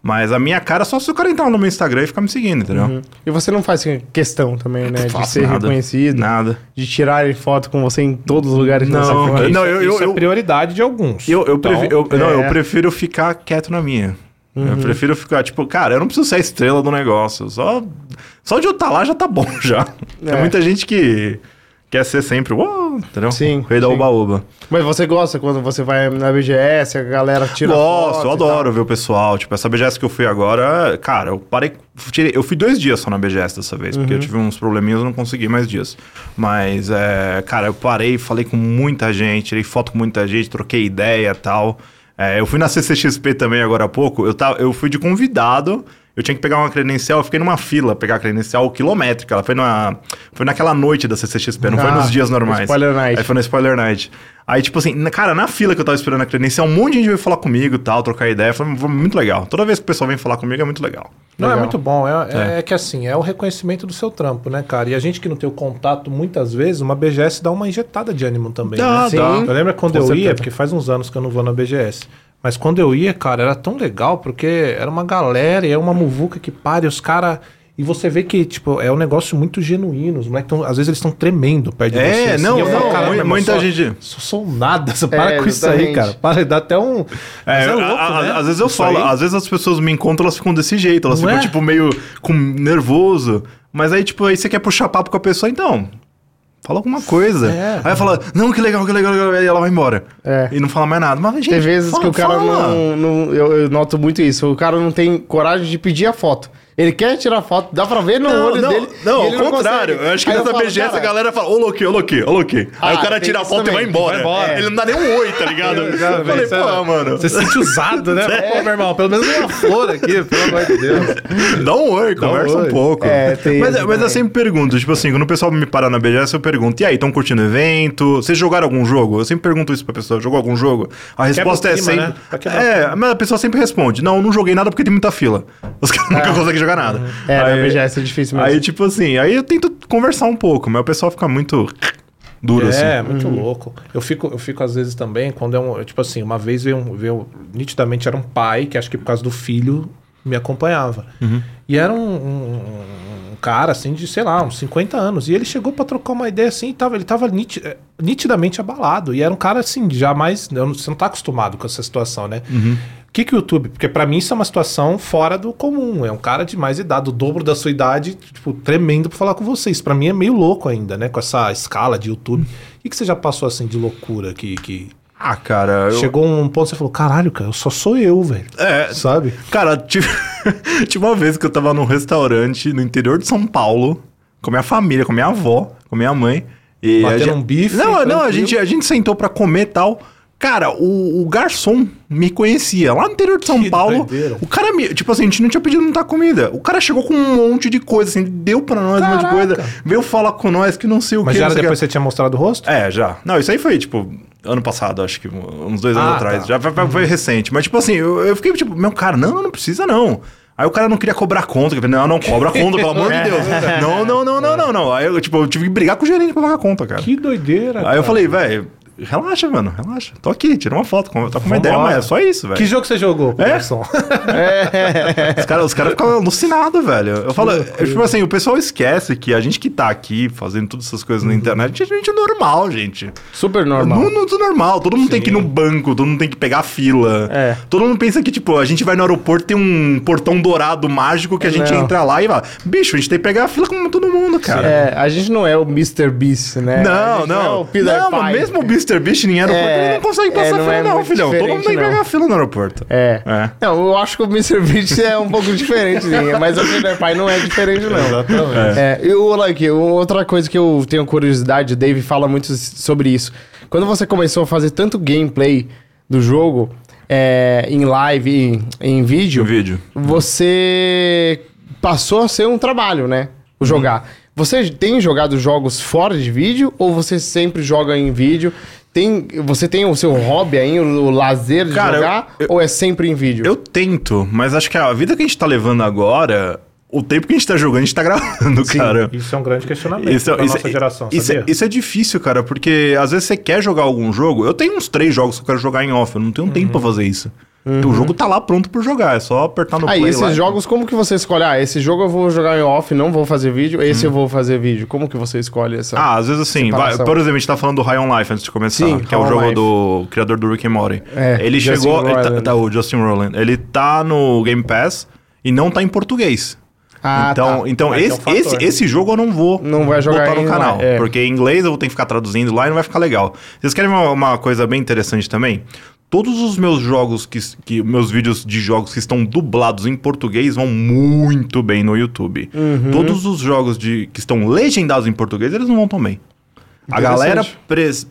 C: Mas a minha cara é só se o cara entrar no meu Instagram e ficar me seguindo, entendeu?
A: E você não faz questão também, né? Uhum. De
C: Faço
A: ser
C: nada,
A: reconhecido.
C: Nada.
A: De tirarem foto com você em todos os lugares
C: Não,
A: dessa porra.
C: não, eu-
B: isso,
C: eu-
B: isso
C: eu-
B: é prioridade de alguns.
C: Eu, eu,
B: Então,
C: prefi- eu- não,
A: é. Uhum.
C: eu prefiro ficar quieto na minha. Eu prefiro ficar, tipo, cara, eu não preciso ser a estrela do negócio. Só, só de eu estar lá já tá bom já.
A: É.
C: Tem muita gente que quer ser sempre, uou, entendeu?
A: Sim,
C: O Rei da
A: sim.
C: Oba-Oba.
A: Mas você gosta quando você vai na BGS, a galera tira
C: Gosto,
A: foto
C: eu
A: e tal?
C: adoro ver o pessoal. Tipo, essa BGS que eu fui agora, cara, eu parei. tirei- eu fui dois dias só na BGS dessa vez,
A: Uhum.
C: porque eu tive uns probleminhas eu não consegui mais dias. Mas, é, cara, eu parei, falei com muita gente, tirei foto com muita gente, troquei ideia e tal. É, eu fui na CCXP também agora há pouco, eu, tava, eu fui de convidado. Eu tinha que pegar uma credencial, eu fiquei numa fila pegar a credencial quilométrica. Ela foi, na, foi naquela noite da CCXP, não foi
A: Ah,
C: nos dias normais.
A: Spoiler Night.
C: Aí foi na Spoiler Night. Aí, tipo assim, na- cara, na fila que eu tava esperando a credencial, um monte de gente veio falar comigo e tal, trocar ideia. Foi, foi muito legal. Toda vez que o pessoal vem falar comigo é muito legal.
B: Não,
A: Legal.
B: é muito bom. É, é- é que assim, é o reconhecimento do seu trampo, né, cara? E a gente que não tem o contato, muitas vezes, uma BGS dá uma injetada de ânimo também.
C: Dá,
B: né?
A: dá.
B: Eu lembro quando
A: Com
B: eu
A: certeza.
B: ia, porque faz uns anos que eu não vou na BGS. Mas quando eu ia, cara, era tão legal, porque era uma galera e é uma muvuca que para e os caras. E você vê que, tipo, é um negócio muito genuíno. Os moleques tão- às vezes eles estão tremendo perto de
C: É,
B: você. assim.
C: não,
B: Eu falo,
A: não,
B: "Caramba,
C: mu-
B: irmão,
C: muita
B: só-
C: gente-
B: Só sou um nada. Você para
A: É,
B: com isso aí,
A: exatamente.
B: cara. Para, dá até um. Mas
C: É, a-
B: louco,
C: a-
B: né?
C: Às vezes eu
B: Isso
C: falo,
B: aí.
C: às vezes as pessoas me encontram, elas ficam desse jeito, elas
B: Não é?
C: ficam, tipo, meio com nervoso. Mas aí, tipo, aí você quer puxar papo com a pessoa, então. Fala alguma coisa.
B: É.
C: Aí fala, não, que legal, que legal, que legal. E ela vai embora.
A: É.
C: E não fala mais nada. Mas, gente,
A: Tem vezes
C: fala,
A: que o cara
C: fala.
A: não. não- eu, eu noto muito isso. O cara não tem coragem de pedir a foto. Ele quer tirar foto, dá pra ver no
C: Não,
A: olho
C: não,
A: dele.
C: não,
A: e
C: ao
A: ele
C: contrário.
A: consegue.
C: eu acho que
A: Aí
C: nessa
A: falo,
C: BGS a
A: cara,
C: galera fala, ô Loki, ô Loki, ô Loki. Aí
A: Ah,
C: o cara
A: tem
C: tira a
A: isso
C: foto
A: também,
C: e vai embora.
A: vai embora.
C: Ele não dá nem um oi, tá ligado? Eu falei, pô, mano,
B: Você se sente usado, né? Pô, meu irmão, pelo menos uma flor aqui, pelo amor de Deus.
C: dá um oi, conversa
B: oi.
C: um pouco.
A: É, tem
C: mas,
A: isso
C: mas
A: também.
C: eu sempre pergunto, tipo assim, quando o pessoal me parar na BGS, eu pergunto, e aí, estão curtindo o evento? Vocês jogaram algum jogo? Eu sempre pergunto isso pra pessoa, jogou algum jogo?
A: Tá
C: A resposta
B: o
C: é
B: clima,
C: sempre...
B: né? Pra quebrar
C: É, mas a pessoa sempre responde, não, não joguei nada porque tem muita fila. Os caras nunca conseguem jogar nada.
A: Ah. É, na
C: Aí-
A: BGS é difícil mesmo.
C: Aí, tipo assim, aí eu tento conversar um pouco, mas o pessoal fica muito duro, assim.
B: É, muito louco. Eu fico, eu fico às vezes também, quando é um. Tipo assim, uma vez veio, um- veio- Nitidamente era um pai, que acho que por causa do filho me acompanhava. E era um, um- um cara, assim, de, sei lá, uns 50 anos. E ele chegou pra trocar uma ideia assim e tava, ele tava niti- eh, nitidamente abalado. E era um cara, assim, jamais. eu não- Você não tá acostumado com essa situação, né?
C: Uhum.
B: O que, que o YouTube? Porque pra mim isso é uma situação fora do comum. É um cara de mais idade, o dobro da sua idade, tipo, tremendo pra falar com vocês. Pra mim é meio louco ainda, né? Com essa escala de YouTube. O que, que você já passou assim de loucura que, que
C: Ah, cara, eu...
B: chegou um ponto que você falou, caralho, cara, eu só sou eu, velho.
C: É,
B: Sabe?
C: Cara, tive... tive uma vez que eu tava num restaurante no interior de São Paulo, com minha família, com minha avó, com minha mãe. E
B: Bateram
C: a gente...
B: um bife,
C: Não, não, a
B: tranquilo.
C: gente, a gente sentou pra comer e tal. Cara, o, o garçom me conhecia lá no interior de São
B: Que
C: Paulo.
B: doideira.
C: O cara me. Tipo assim, a gente não tinha pedido muita comida. O cara chegou com um monte de coisa, assim, deu pra nós um monte de
B: Caraca.
C: coisa. Veio falar com nós que não sei o
B: Mas
C: que.
B: já
C: não
B: era
C: sei o que.
B: depois que você tinha mostrado o rosto?
C: É, já. Não, isso aí foi, tipo, ano passado, acho que uns dois
B: Ah,
C: anos atrás.
B: tá.
C: Já foi, foi- foi recente. Mas, tipo assim, eu, eu fiquei, tipo, meu cara, não, não precisa, não. Aí o cara não queria cobrar conta. que Eu falei, não, não cobra conta, pelo amor de Deus.
B: É.
C: Não, não, não, não, não, não. Aí eu, tipo, eu tive que brigar com o gerente pra pagar a conta, cara.
B: Que doideira.
C: Aí
B: cara.
C: eu falei, velho, relaxa, mano, relaxa. Tô aqui, tira uma foto, com- tá com uma
B: Vambora.
C: ideia, mas é só isso,
B: Que
C: velho.
B: jogo você jogou,
C: É?
B: garçom?
A: É,
C: Os caras os caras ficam alucinados, velho. Eu falo, eu, tipo assim, o pessoal esquece que a gente que tá aqui fazendo todas essas coisas na
B: Uhum.
C: internet, a gente é normal, gente.
A: Super
C: Não,
A: normal.
C: não, isso é normal. Todo mundo tem que ir no banco, todo mundo tem que pegar fila.
A: É.
C: Todo mundo pensa que, tipo, a gente vai no aeroporto, tem um portão dourado mágico que a gente
A: Não.
C: entra lá e vai. Bicho, a gente tem que pegar a fila como todo mundo, cara.
A: É, a gente não é o Mr. Beast, né? A
C: Não,
A: gente é
C: não.
A: o Peter
C: não,
A: Pan.
C: mas mesmo o Mr. Beast em aeroporto,
A: É,
C: ele não consegue
A: é,
C: passar
A: não
C: fila,
A: é
C: não,
A: muito
C: filhão. Todo mundo
A: diferente,
C: tem que
A: não.
C: pegar a fila no aeroporto.
A: É.
C: É.
A: Não, eu acho que o Mr. Beast é um pouco diferente, né? mas o Peter Pan não é diferente, não.
B: Exatamente.
A: É, e o like, outra coisa que eu tenho curiosidade, o Dave fala muito s- sobre isso. Quando você começou a fazer tanto gameplay do jogo, é, em live, em, em vídeo,
C: vídeo.
A: você passou a ser um trabalho, né?
C: Uhum.
A: O jogar. Você tem jogado jogos fora de vídeo ou você sempre joga em vídeo? Tem, você tem o seu hobby aí, o, o lazer de
C: Cara,
A: jogar?
C: eu- eu-
A: ou é sempre em vídeo?
C: Eu tento, mas acho que a vida que a gente tá levando agora. o tempo que a gente tá jogando, a gente tá gravando, cara.
B: Isso é um grande questionamento
C: Isso,
B: da
C: isso- é,
B: nossa geração,
C: isso-
B: sabia?
C: isso é difícil, cara, porque às vezes você quer jogar algum jogo. Eu tenho uns três jogos que eu quero jogar em off, eu não tenho tempo pra
B: Uhum.
C: fazer isso. Então, o jogo tá lá pronto pra eu jogar, é só apertar no
A: Aí, Ah,
C: play
A: esses
C: lá.
A: jogos, como que você escolhe? Ah, esse jogo eu vou jogar em off, não vou fazer vídeo. Esse eu vou fazer vídeo. Como que você escolhe essa?
C: Uhum. Ah, às vezes assim, vai,
A: Separação.
C: por exemplo, a gente tá falando do High on Life antes de começar,
A: Sim,
C: que é
A: High
C: o
A: on
C: jogo
A: Life.
C: do criador do Rick and Morty.
A: É,
C: ele
A: Justin
C: chegou, ele tá,
A: Roiland.
C: tá- o Justin Roland, ele tá no Game Pass e não tá em português.
A: Ah,
C: então,
A: tá.
C: então
B: Mas é um
C: esse,
B: fator.
C: esse, esse jogo eu não vou
A: Não vai jogar
C: botar
A: em-
C: no canal.
A: é.
C: Porque em inglês eu vou ter que ficar traduzindo lá e não vai ficar legal. Vocês querem uma, uma coisa bem interessante também? Todos os meus jogos, que, que meus vídeos de jogos que estão dublados em português vão muito bem no YouTube.
A: Uhum.
C: Todos os jogos de, que estão legendados em português, eles não vão tão bem. A galera, pres-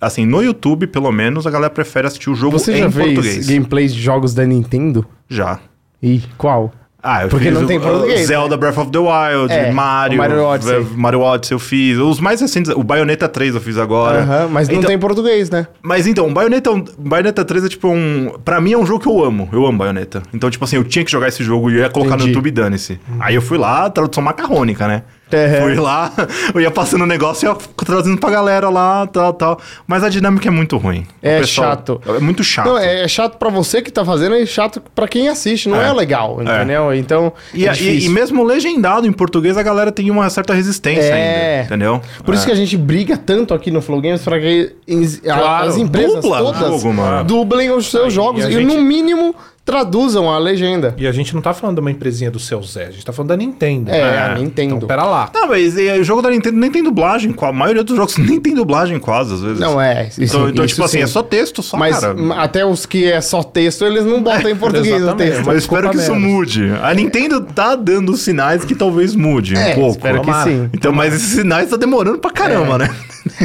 C: assim, no YouTube, pelo menos, a galera prefere assistir o jogo
A: Você
C: em
A: já fez
C: português.
A: gameplays de jogos da Nintendo?
C: Já.
A: E qual?
C: Ah, eu
A: Porque
C: fiz
A: não
C: o-
A: tem português, né?
C: o Zelda Breath of the Wild,
A: É,
C: Mario,
A: o Mario Odyssey.
C: eh, Mario Odyssey eu fiz. Os mais recentes, o Bayonetta 3 eu fiz agora.
A: Aham, mas não
C: Então-
A: tem em português, né?
C: Mas então, o Bayonetta, o Bayonetta 3 é tipo um. Pra mim é um jogo que eu amo. Eu amo Bayonetta. Então, tipo assim, eu tinha que jogar esse jogo e eu ia colocar no
A: Entendi.
C: YouTube e dane-se. Aí eu fui lá, tradução macarrônica, né?
A: É.
C: Fui lá, eu ia passando o negócio e ia traduzindo pra galera lá, tal, tal. Mas a dinâmica é muito ruim. O
A: É chato.
C: É muito chato.
A: Não, é é chato pra você que tá fazendo e chato pra quem assiste. Não é,
C: É.
A: legal, entendeu? Então,
C: E,
A: é
C: e- e
A: difícil.
C: mesmo legendado em português, a galera tem uma certa resistência
A: É.
C: ainda, entendeu?
A: Por isso que a gente briga tanto aqui no Flow Games pra que ins- a-
C: Claro,
A: as empresas
C: dubla o
A: todas
C: jogo, mano.
A: dublem os seus
B: Aí,
A: jogos
B: e a
A: e,
B: gente-
A: no mínimo, traduzam a legenda.
B: E a gente não tá falando de uma empresinha do seu Zé, a gente tá falando da Nintendo.
A: É, a
B: Então,
A: Nintendo.
B: pera lá.
C: Não, mas e, o jogo da Nintendo nem tem dublagem. qua- A maioria dos jogos nem tem dublagem quase, às vezes.
A: Não é. isso-
C: Então, então,
A: isso
C: tipo assim,
A: sim.
C: é só texto, só,
A: Mas
C: cara.
A: m- até os que é só texto, eles não botam em português o
B: exatamente,
A: texto.
C: Mas eu espero
B: Desculpa
C: que isso
B: menos.
C: mude. A Nintendo tá dando sinais que talvez mude um
A: É,
C: pouco.
A: espero que
B: Tomara.
A: sim.
C: Então, mas esses sinais tá demorando pra caramba, né?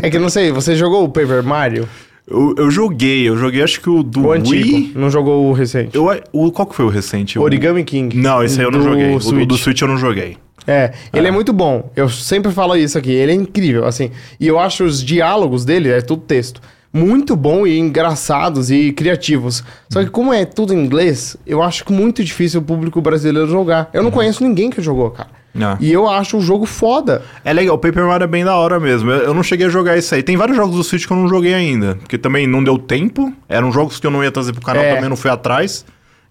A: É que eu não sei, você jogou o Paper Mario?
C: Eu, eu joguei, eu joguei acho que o
A: O
C: do Wii.
A: antigo. Não jogou o recente.
C: Eu, o, qual que foi o recente? O-
A: Origami King.
C: Não, esse aí eu não
A: do
C: joguei. O do- O
A: Switch.
C: do Switch eu não joguei.
A: É, ele é.
C: Ah.
A: muito bom. Eu sempre falo isso aqui. Ele é incrível, assim. E eu acho os diálogos dele, é tudo texto, muito bom e engraçados e criativos. Só que como é tudo em inglês, eu acho que muito difícil o público brasileiro jogar. Eu não conheço ninguém que jogou, cara.
C: Uhum. Ah.
A: E eu acho o jogo foda.
C: É legal, o Paper Mario é bem da hora mesmo. Eu, eu não cheguei a jogar isso aí. Tem vários jogos do Switch que eu não joguei ainda, porque também não deu tempo. Eram jogos que eu não ia trazer pro canal,
A: É.
C: também não fui atrás.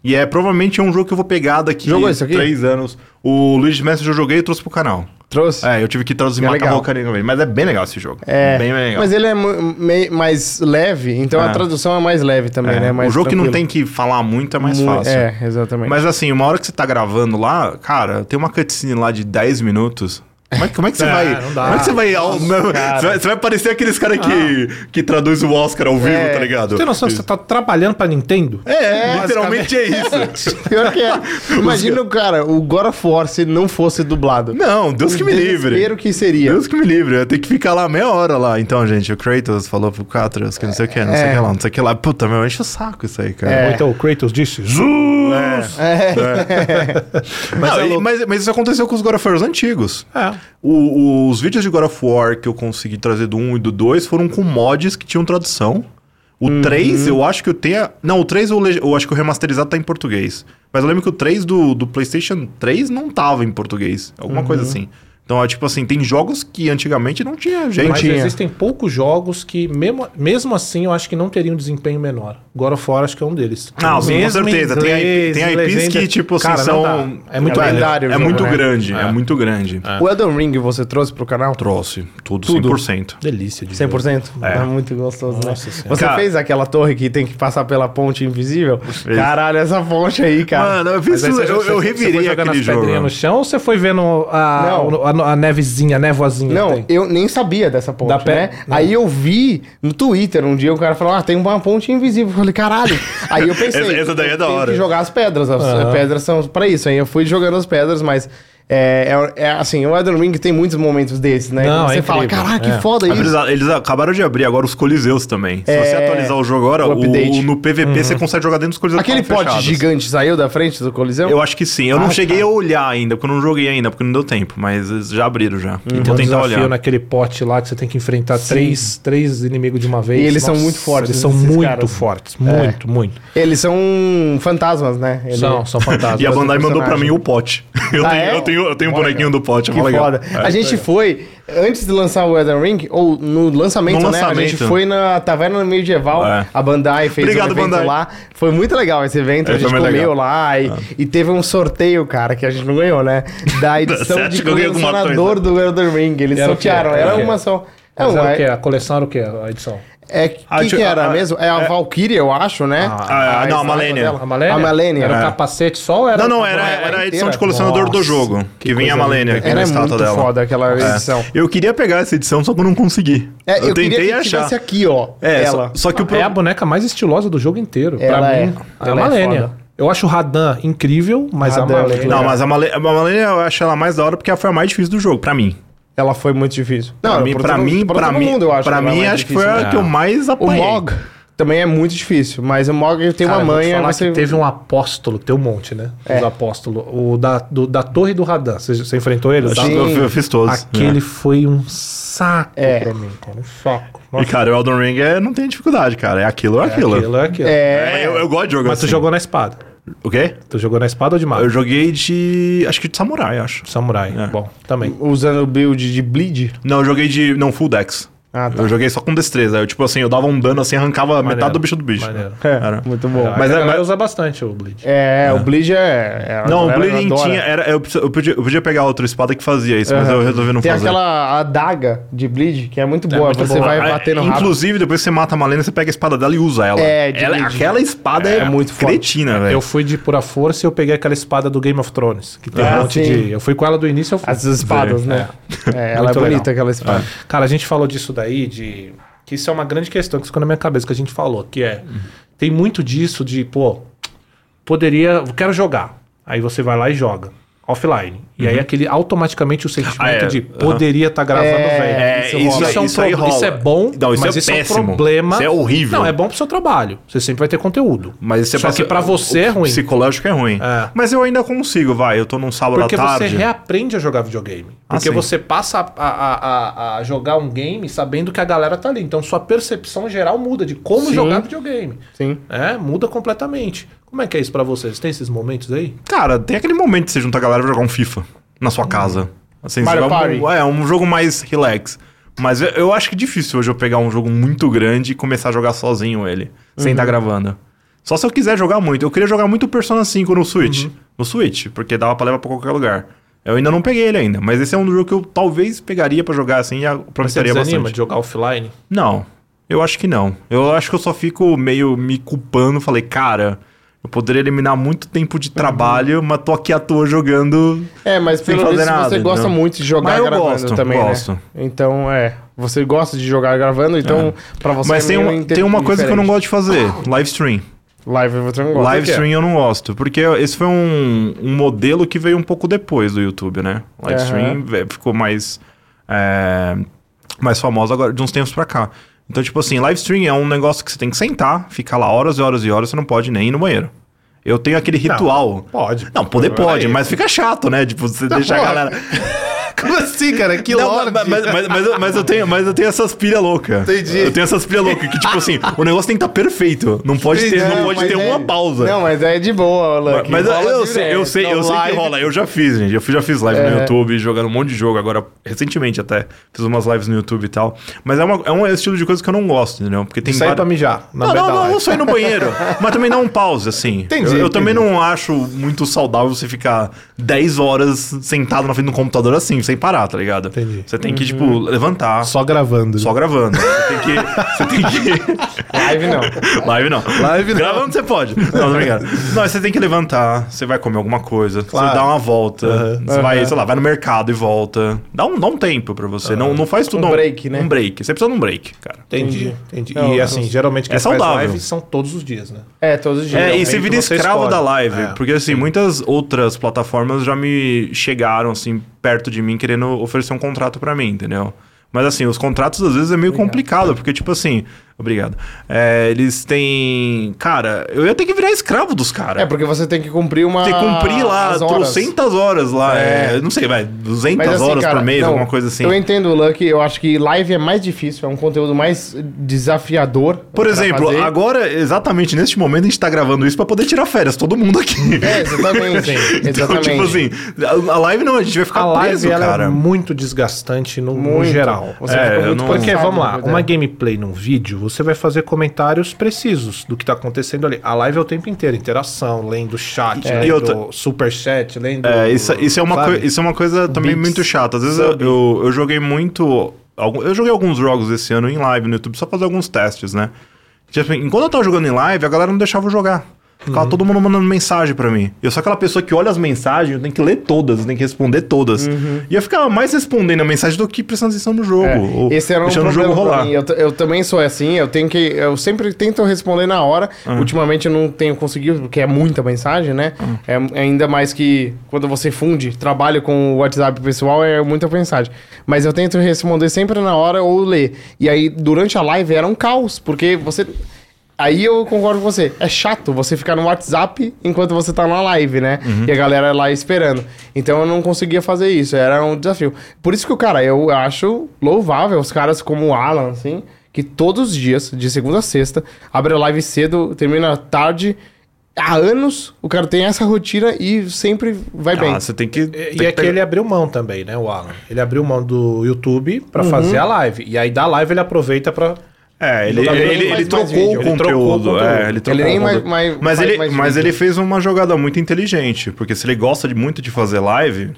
C: E é provavelmente um jogo que eu vou pegar daqui
A: Jogou isso aqui?
C: três anos. O Luigi Messi eu joguei e trouxe pro canal.
A: Trouxe.
C: É, eu tive que traduzir
A: É
C: uma
A: legal.
C: cavalcaria também. Mas é bem legal esse jogo.
A: É,
C: Bem, bem legal.
A: mas ele é mu- mei- mais leve, então a
C: É.
A: tradução é mais leve também,
C: É,
A: né?
C: o
A: Mais
C: jogo que não tem
A: tranquilo.
C: que falar muito é mais
A: Mu-
C: fácil.
A: É, exatamente.
C: Mas assim, uma hora que você tá gravando lá, cara, tem uma cutscene lá de 10 minutos. Como é, que- como é que você
B: É,
C: vai.
B: não dá.
C: Como é que você vai. ao- você, vai você vai parecer aqueles caras que, que traduz o Oscar ao vivo,
A: É.
C: tá ligado?
B: Você tem noção que você tá trabalhando pra Nintendo?
C: É, literalmente é isso.
A: Pior que é. Imagina, cara, o God of War se não fosse dublado.
C: Não, Deus que me livre.
A: desespero que seria.
C: Deus que me livre, eu ia ter que ficar lá meia hora lá. Então, gente, o Kratos falou pro Kratos que não sei o que, não sei o
A: É.
C: que lá, não sei o que lá. Puta, meu, enche o saco isso aí, cara.
A: É.
B: Ou então o Kratos disse, Zu!
C: É.
A: É.
C: Não,
B: é
C: e-
B: louco.
C: mas, mas isso aconteceu com os God of Wars antigos.
B: É.
C: O- os vídeos de God of War que eu consegui trazer do 1 e do 2 foram com mods que tinham tradução. O
B: Uhum.
C: 3, eu acho que eu tenho. Não, o 3 eu, le- eu acho que o remasterizado tá em português. Mas eu lembro que o 3 do, do PlayStation 3 não tava em português. Alguma
B: Uhum.
C: coisa assim. Então é tipo assim, tem jogos que antigamente não tinha jeito.
B: Mas
A: tinha.
B: existem poucos jogos que, mesmo, mesmo assim, eu acho que não teriam desempenho menor. God of War acho que é um deles.
C: Não, sim, Ah, com
B: Mesmo em
C: certeza. Tem, IP,
B: inglês,
C: tem IPs
B: legenda-
C: que, tipo assim,
B: Cara, não
C: são.
B: dá. É muito
C: é,
A: lendário o
C: É
A: jogo,
C: muito
A: né?
C: grande, é.
B: É.
C: muito grande.
A: O Elden Ring você trouxe pro canal?
C: Trouxe. Tudo,
A: Tudo.
C: 100%.
B: Delícia de jogo.
A: 100%?
C: É.
A: É. muito gostoso, né?
B: Nossa Senhora.
A: Você
C: Cara-
A: fez aquela torre que tem que passar pela ponte invisível? Caralho, essa ponte aí, cara. é
C: Mano, eu vi
B: É. Mas
C: isso,
B: aí você-
C: eu,
B: você-
C: eu
B: você foi
C: revirei
B: jogando
C: aquele
B: as pedrinhas
C: jogo.
B: no chão ou você foi vendo a,
A: né? Não.
B: a, a nevezinha, a névoazinha?
A: Não,
B: que tem?
A: eu nem sabia dessa ponte,
B: Da pe-
A: né?
B: Não.
A: Aí eu vi no Twitter um dia o cara falou: Ah, tem uma ponte invisível. Eu falei, caralho. Aí eu pensei,
C: Essa- essa daí é da
A: tem
C: hora.
A: que jogar as pedras. As
B: Aham.
A: pedras são pra isso. Aí eu fui jogando as pedras, mas. É, é- é assim, o Elden Ring tem muitos momentos desses, né?
B: Não,
A: você
B: é
A: fala,
B: incrível.
A: caraca,
B: É.
A: que foda
C: Mas Eles,
A: isso.
C: eles acabaram de abrir agora os coliseus também. Se você
A: É,
C: atualizar o jogo agora,
A: o
C: o
A: update.
C: no PVP
B: Uhum.
C: você consegue jogar dentro dos coliseus. que
A: Aquele
C: estavam
A: pote
C: fechados.
A: gigante saiu da frente do Coliseu?
C: Eu acho que sim. Eu
A: Ah,
C: não
A: tá.
C: cheguei a olhar ainda, porque eu não joguei ainda, porque não deu tempo. Mas eles já abriram já.
B: Tem
C: Então
B: um
C: tentar
B: desafio
C: olhar.
B: naquele pote lá que você tem que enfrentar três, três inimigos de uma vez.
A: E eles são muito fortes, né,
B: Eles são
A: esses
B: muito
A: caras.
B: fortes. Muito, muito.
A: Eles são fantasmas, né? Ele-
B: São, são fantasmas.
C: E a
A: do
C: Bandai mandou pra
A: personagem.
C: mim o pote. Eu,
A: Ah,
C: tenho,
A: é?
C: eu tenho, eu tenho um bonequinho do pote, é
A: Que
C: mó legal.
A: foda.
C: É.
A: a gente foi, antes de lançar o Elden Ring, ou no lançamento,
C: No
A: né? A gente
C: lançamento.
A: foi na Taverna Medieval,
C: É.
A: a Bandai fez
C: Obrigado,
A: um evento
C: Bandai.
A: lá. Foi muito legal esse evento,
C: É,
A: a gente
C: foi
A: comeu
C: muito legal. Ah.
A: lá e, e teve um sorteio, cara, que a gente não ganhou, né? Da edição
C: acha
A: de
C: que eu ganhei alguma
A: colecionador do Elden Ring, eles
B: Era o quê?
A: sortearam,
B: Era o
A: era
B: quê?
A: uma só... É,
B: Mas era
A: ué,
B: o quê? A coleção era o quê? A edição?
A: é, que
C: Ah, tio-
A: que era
C: ah,
A: mesmo? É a Valkyrie, eu acho, né?
C: Ah, não, a
A: estátua
C: Malenia.
A: dela.
B: A Malenia?
A: A Malenia.
B: Era
A: É.
B: o capacete só ou era...
C: Não, não,
A: tá
B: a
C: era,
B: boneca
C: era a edição
B: inteira?
C: de colecionador do
B: Nossa,
C: jogo, que, vinha a
B: coisa
C: Malenia,
B: linda.
C: que vinha
A: Era
C: a estátua
A: muito
C: dela. É.
A: foda aquela edição.
C: Eu queria pegar essa edição, só que eu não consegui.
A: É,
C: eu,
A: queria
C: tentei
A: que
C: achar.
A: tivesse aqui, ó,
C: É,
A: ela.
C: Só, só que o
B: É
C: pro-
B: a boneca mais estilosa do jogo inteiro.
A: Ela
B: pra
A: é.
B: mim, é a
A: Ela é
B: Malenia.
A: foda.
B: eu acho o Radan incrível, mas
A: Radan é
B: a
A: muito
B: Malenia...
C: Não, mas a Malenia, a Malenia eu acho ela mais da hora porque ela foi a mais difícil do jogo, pra mim.
A: Ela foi muito difícil.
C: Pra mim, pra mim, pra mim, pra
A: ela é
C: mim,
A: mais
C: acho que foi
A: difícil,
C: a
A: né?
C: que eu mais
A: O
C: apanhei.
A: Mog também é muito difícil, mas o Mog tem uma
B: Cara, eu vou te
A: manha.
B: falar
A: Você... É.
B: que teve um apóstolo, tem um monte, né? Os apóstolos. O da, do- da Torre do Radan. Você, você enfrentou ele?
C: Acho
B: Tá?
C: que eu, É. eu fiz todos.
B: Aquele foi um saco
A: É.
B: pra mim, cara. Um saco.
C: É. E, cara, o Elden Ring é, não tem dificuldade, cara. É aquilo ou é aquilo.
B: aquilo é aquilo.
A: É,
C: É, eu, eu gosto de jogo
B: Mas
C: assim.
B: tu jogou na espada.
C: O quê?
B: Tu jogou na espada ou de mago?
C: Eu joguei de... acho que de samurai, acho.
B: Samurai.
C: É.
B: Bom, também.
A: usando o build de Bleed.
C: Não, eu joguei de... não, full dex.
A: Ah, tá.
C: Eu joguei só com destreza. Eu, tipo assim, eu dava um dano assim, arrancava metade
B: Maneiro.
C: do bicho do bicho.
B: Maneiro.
A: É,
C: Era.
A: muito bom.
B: Mas
C: é-
B: a galera
C: mas-
B: usa bastante o Bleach.
A: É, o Bleed é... é
C: Não, o
A: a galera
C: Bleeding
A: adora.
C: tinha... Era, eu, preciso- eu podia, eu podia pegar outra espada que fazia isso, mas
A: Aham.
C: eu resolvi não
A: Tem
C: fazer.
A: aquela adaga de Bleed, que é muito boa.
B: muito
A: você
B: boa.
A: vai
C: Ah,
A: batendo
C: é,
A: rápido.
C: Inclusive, depois que você mata a Malena, você pega a espada dela e usa ela.
A: É, de
C: Ela-
A: Bleeding.
C: aquela espada é,
A: É muito foda.
C: cretina, velho.
B: Eu fui de pura força e eu peguei aquela espada do Game of Thrones. Que tem
A: Ah,
B: um monte
A: sim.
B: de. Eu fui com ela do início, eu fui.
A: As espadas, né? É, ela é
B: Muito legal.
A: bonita, aquela espada.
C: É.
B: Cara, a gente falou disso daí, de. Que isso é uma grande questão que ficou na minha cabeça, que a gente falou, que é. Tem muito disso de, pô, poderia. eu Quero jogar. Aí você vai lá e joga. Offline. E aí aquele automaticamente o sentimento
C: Uhum. Ah, é.
B: de
C: Aham.
B: poderia estar gravando,
A: É,
B: velho.
C: É, isso,
A: rola.
C: é,
B: um
C: isso aí
B: pro-
C: rola.
B: isso é bom,
C: Não, isso
B: mas
C: é
B: isso
C: péssimo.
B: é um problema.
C: Isso é horrível.
B: Não, é bom pro seu trabalho. Você sempre vai ter conteúdo.
C: Mas isso é
B: Só que pra você é
C: o
B: ruim.
C: psicológico é ruim.
B: É.
C: Mas eu ainda consigo, vai. Eu tô num sábado
B: Porque
C: à tarde.
B: você reaprende a jogar videogame.
C: Ah,
B: Porque
C: sim.
B: você passa a, a- a- a jogar um game sabendo que a galera tá ali. Então sua percepção geral muda de como
A: Sim.
B: jogar videogame.
A: Sim.
B: É, muda completamente. Como é que é isso pra vocês? Tem esses momentos aí?
C: Cara, tem aquele momento que você junta a galera pra jogar um FIFA na sua casa. Assim,
A: Mario
C: você vai-
A: Party.
C: é, um jogo mais relax. Mas eu, eu acho que é difícil hoje eu pegar um jogo muito grande e começar a jogar sozinho ele,
A: Uhum.
C: sem estar gravando. Só se eu quiser jogar muito. Eu queria jogar muito Persona 5 no
A: Uhum.
C: Switch. No Switch, porque dava pra levar pra qualquer lugar. Eu ainda não peguei ele ainda, mas esse é um jogo que eu talvez pegaria pra jogar assim e
B: Você
C: aproveitaria
B: desanima
C: bastante.
B: de jogar offline?
C: Não, eu acho que não. Eu acho que eu só fico meio me culpando. Falei, cara, eu poderia eliminar muito tempo de trabalho,
A: Uhum.
C: mas tô aqui à toa jogando.
A: É, mas
C: Sem
A: pelo
C: fazer
A: menos
C: nada, então.
A: você
C: entendeu?
A: gosta muito de jogar
C: Mas eu
A: gravando
C: gosto,
A: também,
C: gosto.
A: né? Então, é, você gosta de jogar gravando, então pra você
C: mas
A: é
C: tem,
A: meio
C: um-
A: inte-
C: tem uma coisa que eu não
A: diferente.
C: gosto de fazer: live stream.
A: Live você não gosta.
C: Live
A: Por quê?
C: stream eu não gosto, porque esse foi um, um modelo que veio um pouco depois do YouTube, né? Live
A: Aham.
C: stream ve- ficou mais, é, mais famoso agora, de uns tempos pra cá. Então, tipo assim, live stream é um negócio que você tem que sentar, ficar lá horas e horas e horas, você não pode nem ir no banheiro. Eu tenho aquele
A: Então,
C: ritual.
B: Pode.
C: Não, poder
B: Pera
A: é
C: pode,
B: aí.
C: mas fica chato, né? Tipo, você deixa a
A: porra.
C: galera.
A: Como assim, cara? Que
C: Não,
A: lorde.
C: mas, mas, mas- mas eu- mas eu tenho, mas eu tenho essas pilhas loucas.
A: Entendi.
C: Eu tenho essas pilhas loucas que, tipo assim, o negócio tem que estar perfeito. Não pode ter, não pode
A: mas
C: ter
A: é-
C: uma pausa.
A: Não, mas é de boa, Lucky.
C: Mas eu,
A: Rola
C: eu sei, eu
A: direto.
C: sei, eu
A: Então,
C: sei que
A: live-
C: rola. Eu já fiz, gente. Eu fi- já fiz live
A: É.
C: no YouTube, jogando um monte de jogo agora, recentemente até. Fiz umas lives no YouTube e tal. Mas é, uma- é um estilo de coisa que eu não gosto, entendeu? Porque tem
B: Sai
C: vários-
B: é pra mijar. Na
C: Não,
B: beira
C: não,
B: da
C: não,
B: live.
C: não sair no banheiro. mas também dá um pause, assim.
A: Entendi,
C: Eu, eu
A: entendi.
C: também não acho muito saudável você ficar 10 horas sentado na frente do computador assim, sem parar, tá ligado?
B: Entendi.
C: Você tem que, tipo,
A: Uhum.
C: levantar. Só,
B: Só gravando.
C: gravando. Você tem que. Você tem que.
A: Live não.
C: Live não.
B: Live não.
C: Gravando você pode. Não, não obrigado. Não, você tem que levantar, você vai comer alguma coisa, você dá uma volta, você vai, sei lá, vai no mercado e volta. Dá um, dá um tempo pra você. Não, não faz tudo.
A: Um break, né?
C: Um break. Você precisa de um break, cara.
B: Entendi, entendi.
A: Não,
B: e
A: não.
B: assim, geralmente quem
C: É saudável.
B: live são todos os dias, né?
A: É, todos os dias.
C: É, e
B: Geralmente
C: você vira
B: você
C: escravo
B: escolhe.
C: da live.
B: É.
C: Porque, assim, muitas outras plataformas já me chegaram, assim, perto de mim, querendo oferecer um contrato pra mim, entendeu? Mas, assim, os contratos às vezes é meio complicado, porque, tipo assim, Obrigado. É, eles têm. Cara, eu ia ter que virar escravo dos caras.
A: É, porque você tem que cumprir uma.
C: Tem que cumprir lá,
A: as horas.
C: 300 horas lá. É. não sei, vai, 200
A: Mas assim,
C: horas
A: cara,
C: por mês,
A: não,
C: alguma coisa assim.
A: Eu entendo, Lucky. Eu acho que live é mais difícil, é um conteúdo mais desafiador.
C: Por
A: pra
C: exemplo,
A: fazer.
C: agora, exatamente neste momento, a gente tá gravando isso pra poder tirar férias, todo mundo aqui.
A: É, exatamente.
C: Então,
A: exatamente.
C: tipo assim, a a live não, a gente vai ficar
B: A live
C: preso,
B: ela
C: cara.
B: é muito desgastante no, no
A: Muito.
B: geral.
A: Você
C: É,
A: fica
C: eu
A: muito
C: não-
B: Porque,
A: cansado,
B: vamos lá,
A: né?
B: uma
C: é.
B: gameplay num vídeo, você vai fazer comentários precisos do que tá acontecendo ali. A live é o tempo inteiro, interação, lendo chat,
C: É. E
B: lendo
C: outra-
B: superchat, lendo...
C: É, isso, isso é uma
B: sabe?
C: coi- isso é uma coisa também
B: Beats,
C: muito chata. Às vezes eu, eu, eu joguei muito. algum- Eu joguei alguns jogos esse ano em live no YouTube, só fazer alguns testes, né? Tipo, enquanto eu tava jogando em live, a galera não deixava eu jogar. Ficava todo mundo mandando mensagem pra mim. Eu sou aquela pessoa que olha as mensagens, eu tenho que ler todas, eu tenho que responder todas. E eu ficava mais respondendo a mensagem do que prestando atenção no jogo.
A: É,
C: ou
A: Esse era um
C: assim, deixando
A: problema
C: o jogo
A: pra
C: rolar.
A: mim. Eu, t- eu também sou assim, eu tenho que. Eu sempre tento responder na hora.
C: Ah.
A: Ultimamente eu não tenho conseguido, porque é muita mensagem, né?
C: Ah.
A: É, ainda mais que quando você funde, trabalho com o WhatsApp pessoal, é muita mensagem. Mas eu tento responder sempre na hora ou ler. E aí, durante a live era um caos, porque você. Aí eu concordo com você. É chato você ficar no WhatsApp enquanto você tá na live, né? E a galera lá esperando. Então eu não conseguia fazer isso, era um desafio. Por isso que, cara, eu acho louvável os caras como o Alan, assim, que todos os dias, de segunda a sexta, abre a live cedo, termina tarde. Há anos o cara tem essa rotina e sempre vai bem.
C: Ah, você tem que. tem
B: E é que
C: pegar-
B: ele abriu mão também, né, o Alan? Ele abriu mão do YouTube
C: Uhum.
B: pra fazer a live. E aí da live ele aproveita pra.
C: É, ele,
A: Não,
C: ele,
A: ele
C: ele,
A: faz mais
C: trocou
A: vídeo.
C: o
B: Ele trocou o
C: conteúdo.
B: conteúdo.
C: é, ele trocou
A: nem
C: o
A: mais-
C: conteúdo.
A: mais-
C: mas
A: faz
C: ele,
A: mais
C: mas
A: vídeo.
C: ele fez uma jogada muito inteligente, porque se ele gosta de, muito de fazer live,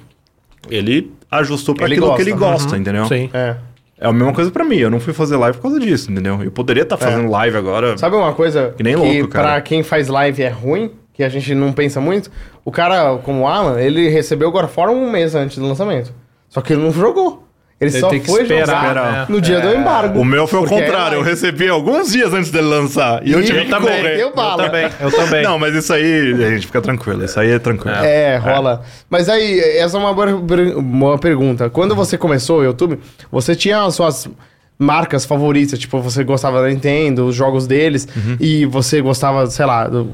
C: ele ajustou pra
A: Ele
C: aquilo
A: gosta,
C: que ele gosta, entendeu?
B: Sim.
A: É.
C: É a mesma coisa pra mim, eu não fui fazer live por causa disso, entendeu? Eu poderia estar fazendo live agora.
A: É. Sabe uma coisa
C: Que nem louco, cara.
A: pra quem faz live é ruim, que a gente não pensa muito? O cara, como o Alan, ele recebeu o God of War um mês antes do lançanamento. Só que ele não jogou. Ele,
B: Ele
A: só
B: tem que
A: foi
B: esperar,
A: jogar
B: né?
A: no dia do embargo.
C: O meu foi o
A: Porque é
C: contrário, eu
A: live.
C: recebi alguns dias antes dele lançar. E eu
A: Ih,
C: tive que
A: eu também,
C: correr.
A: eu bala.
B: Eu também.
C: Não, mas isso aí, gente, fica tranquilo. Isso aí é tranquilo.
A: É, rola. Mas aí, essa é uma boa per- uma pergunta. Quando você começou o YouTube, você tinha as suas marcas favoritas? Tipo, você gostava da Nintendo, os jogos deles,
B: Uhum.
A: e você gostava, sei lá, do-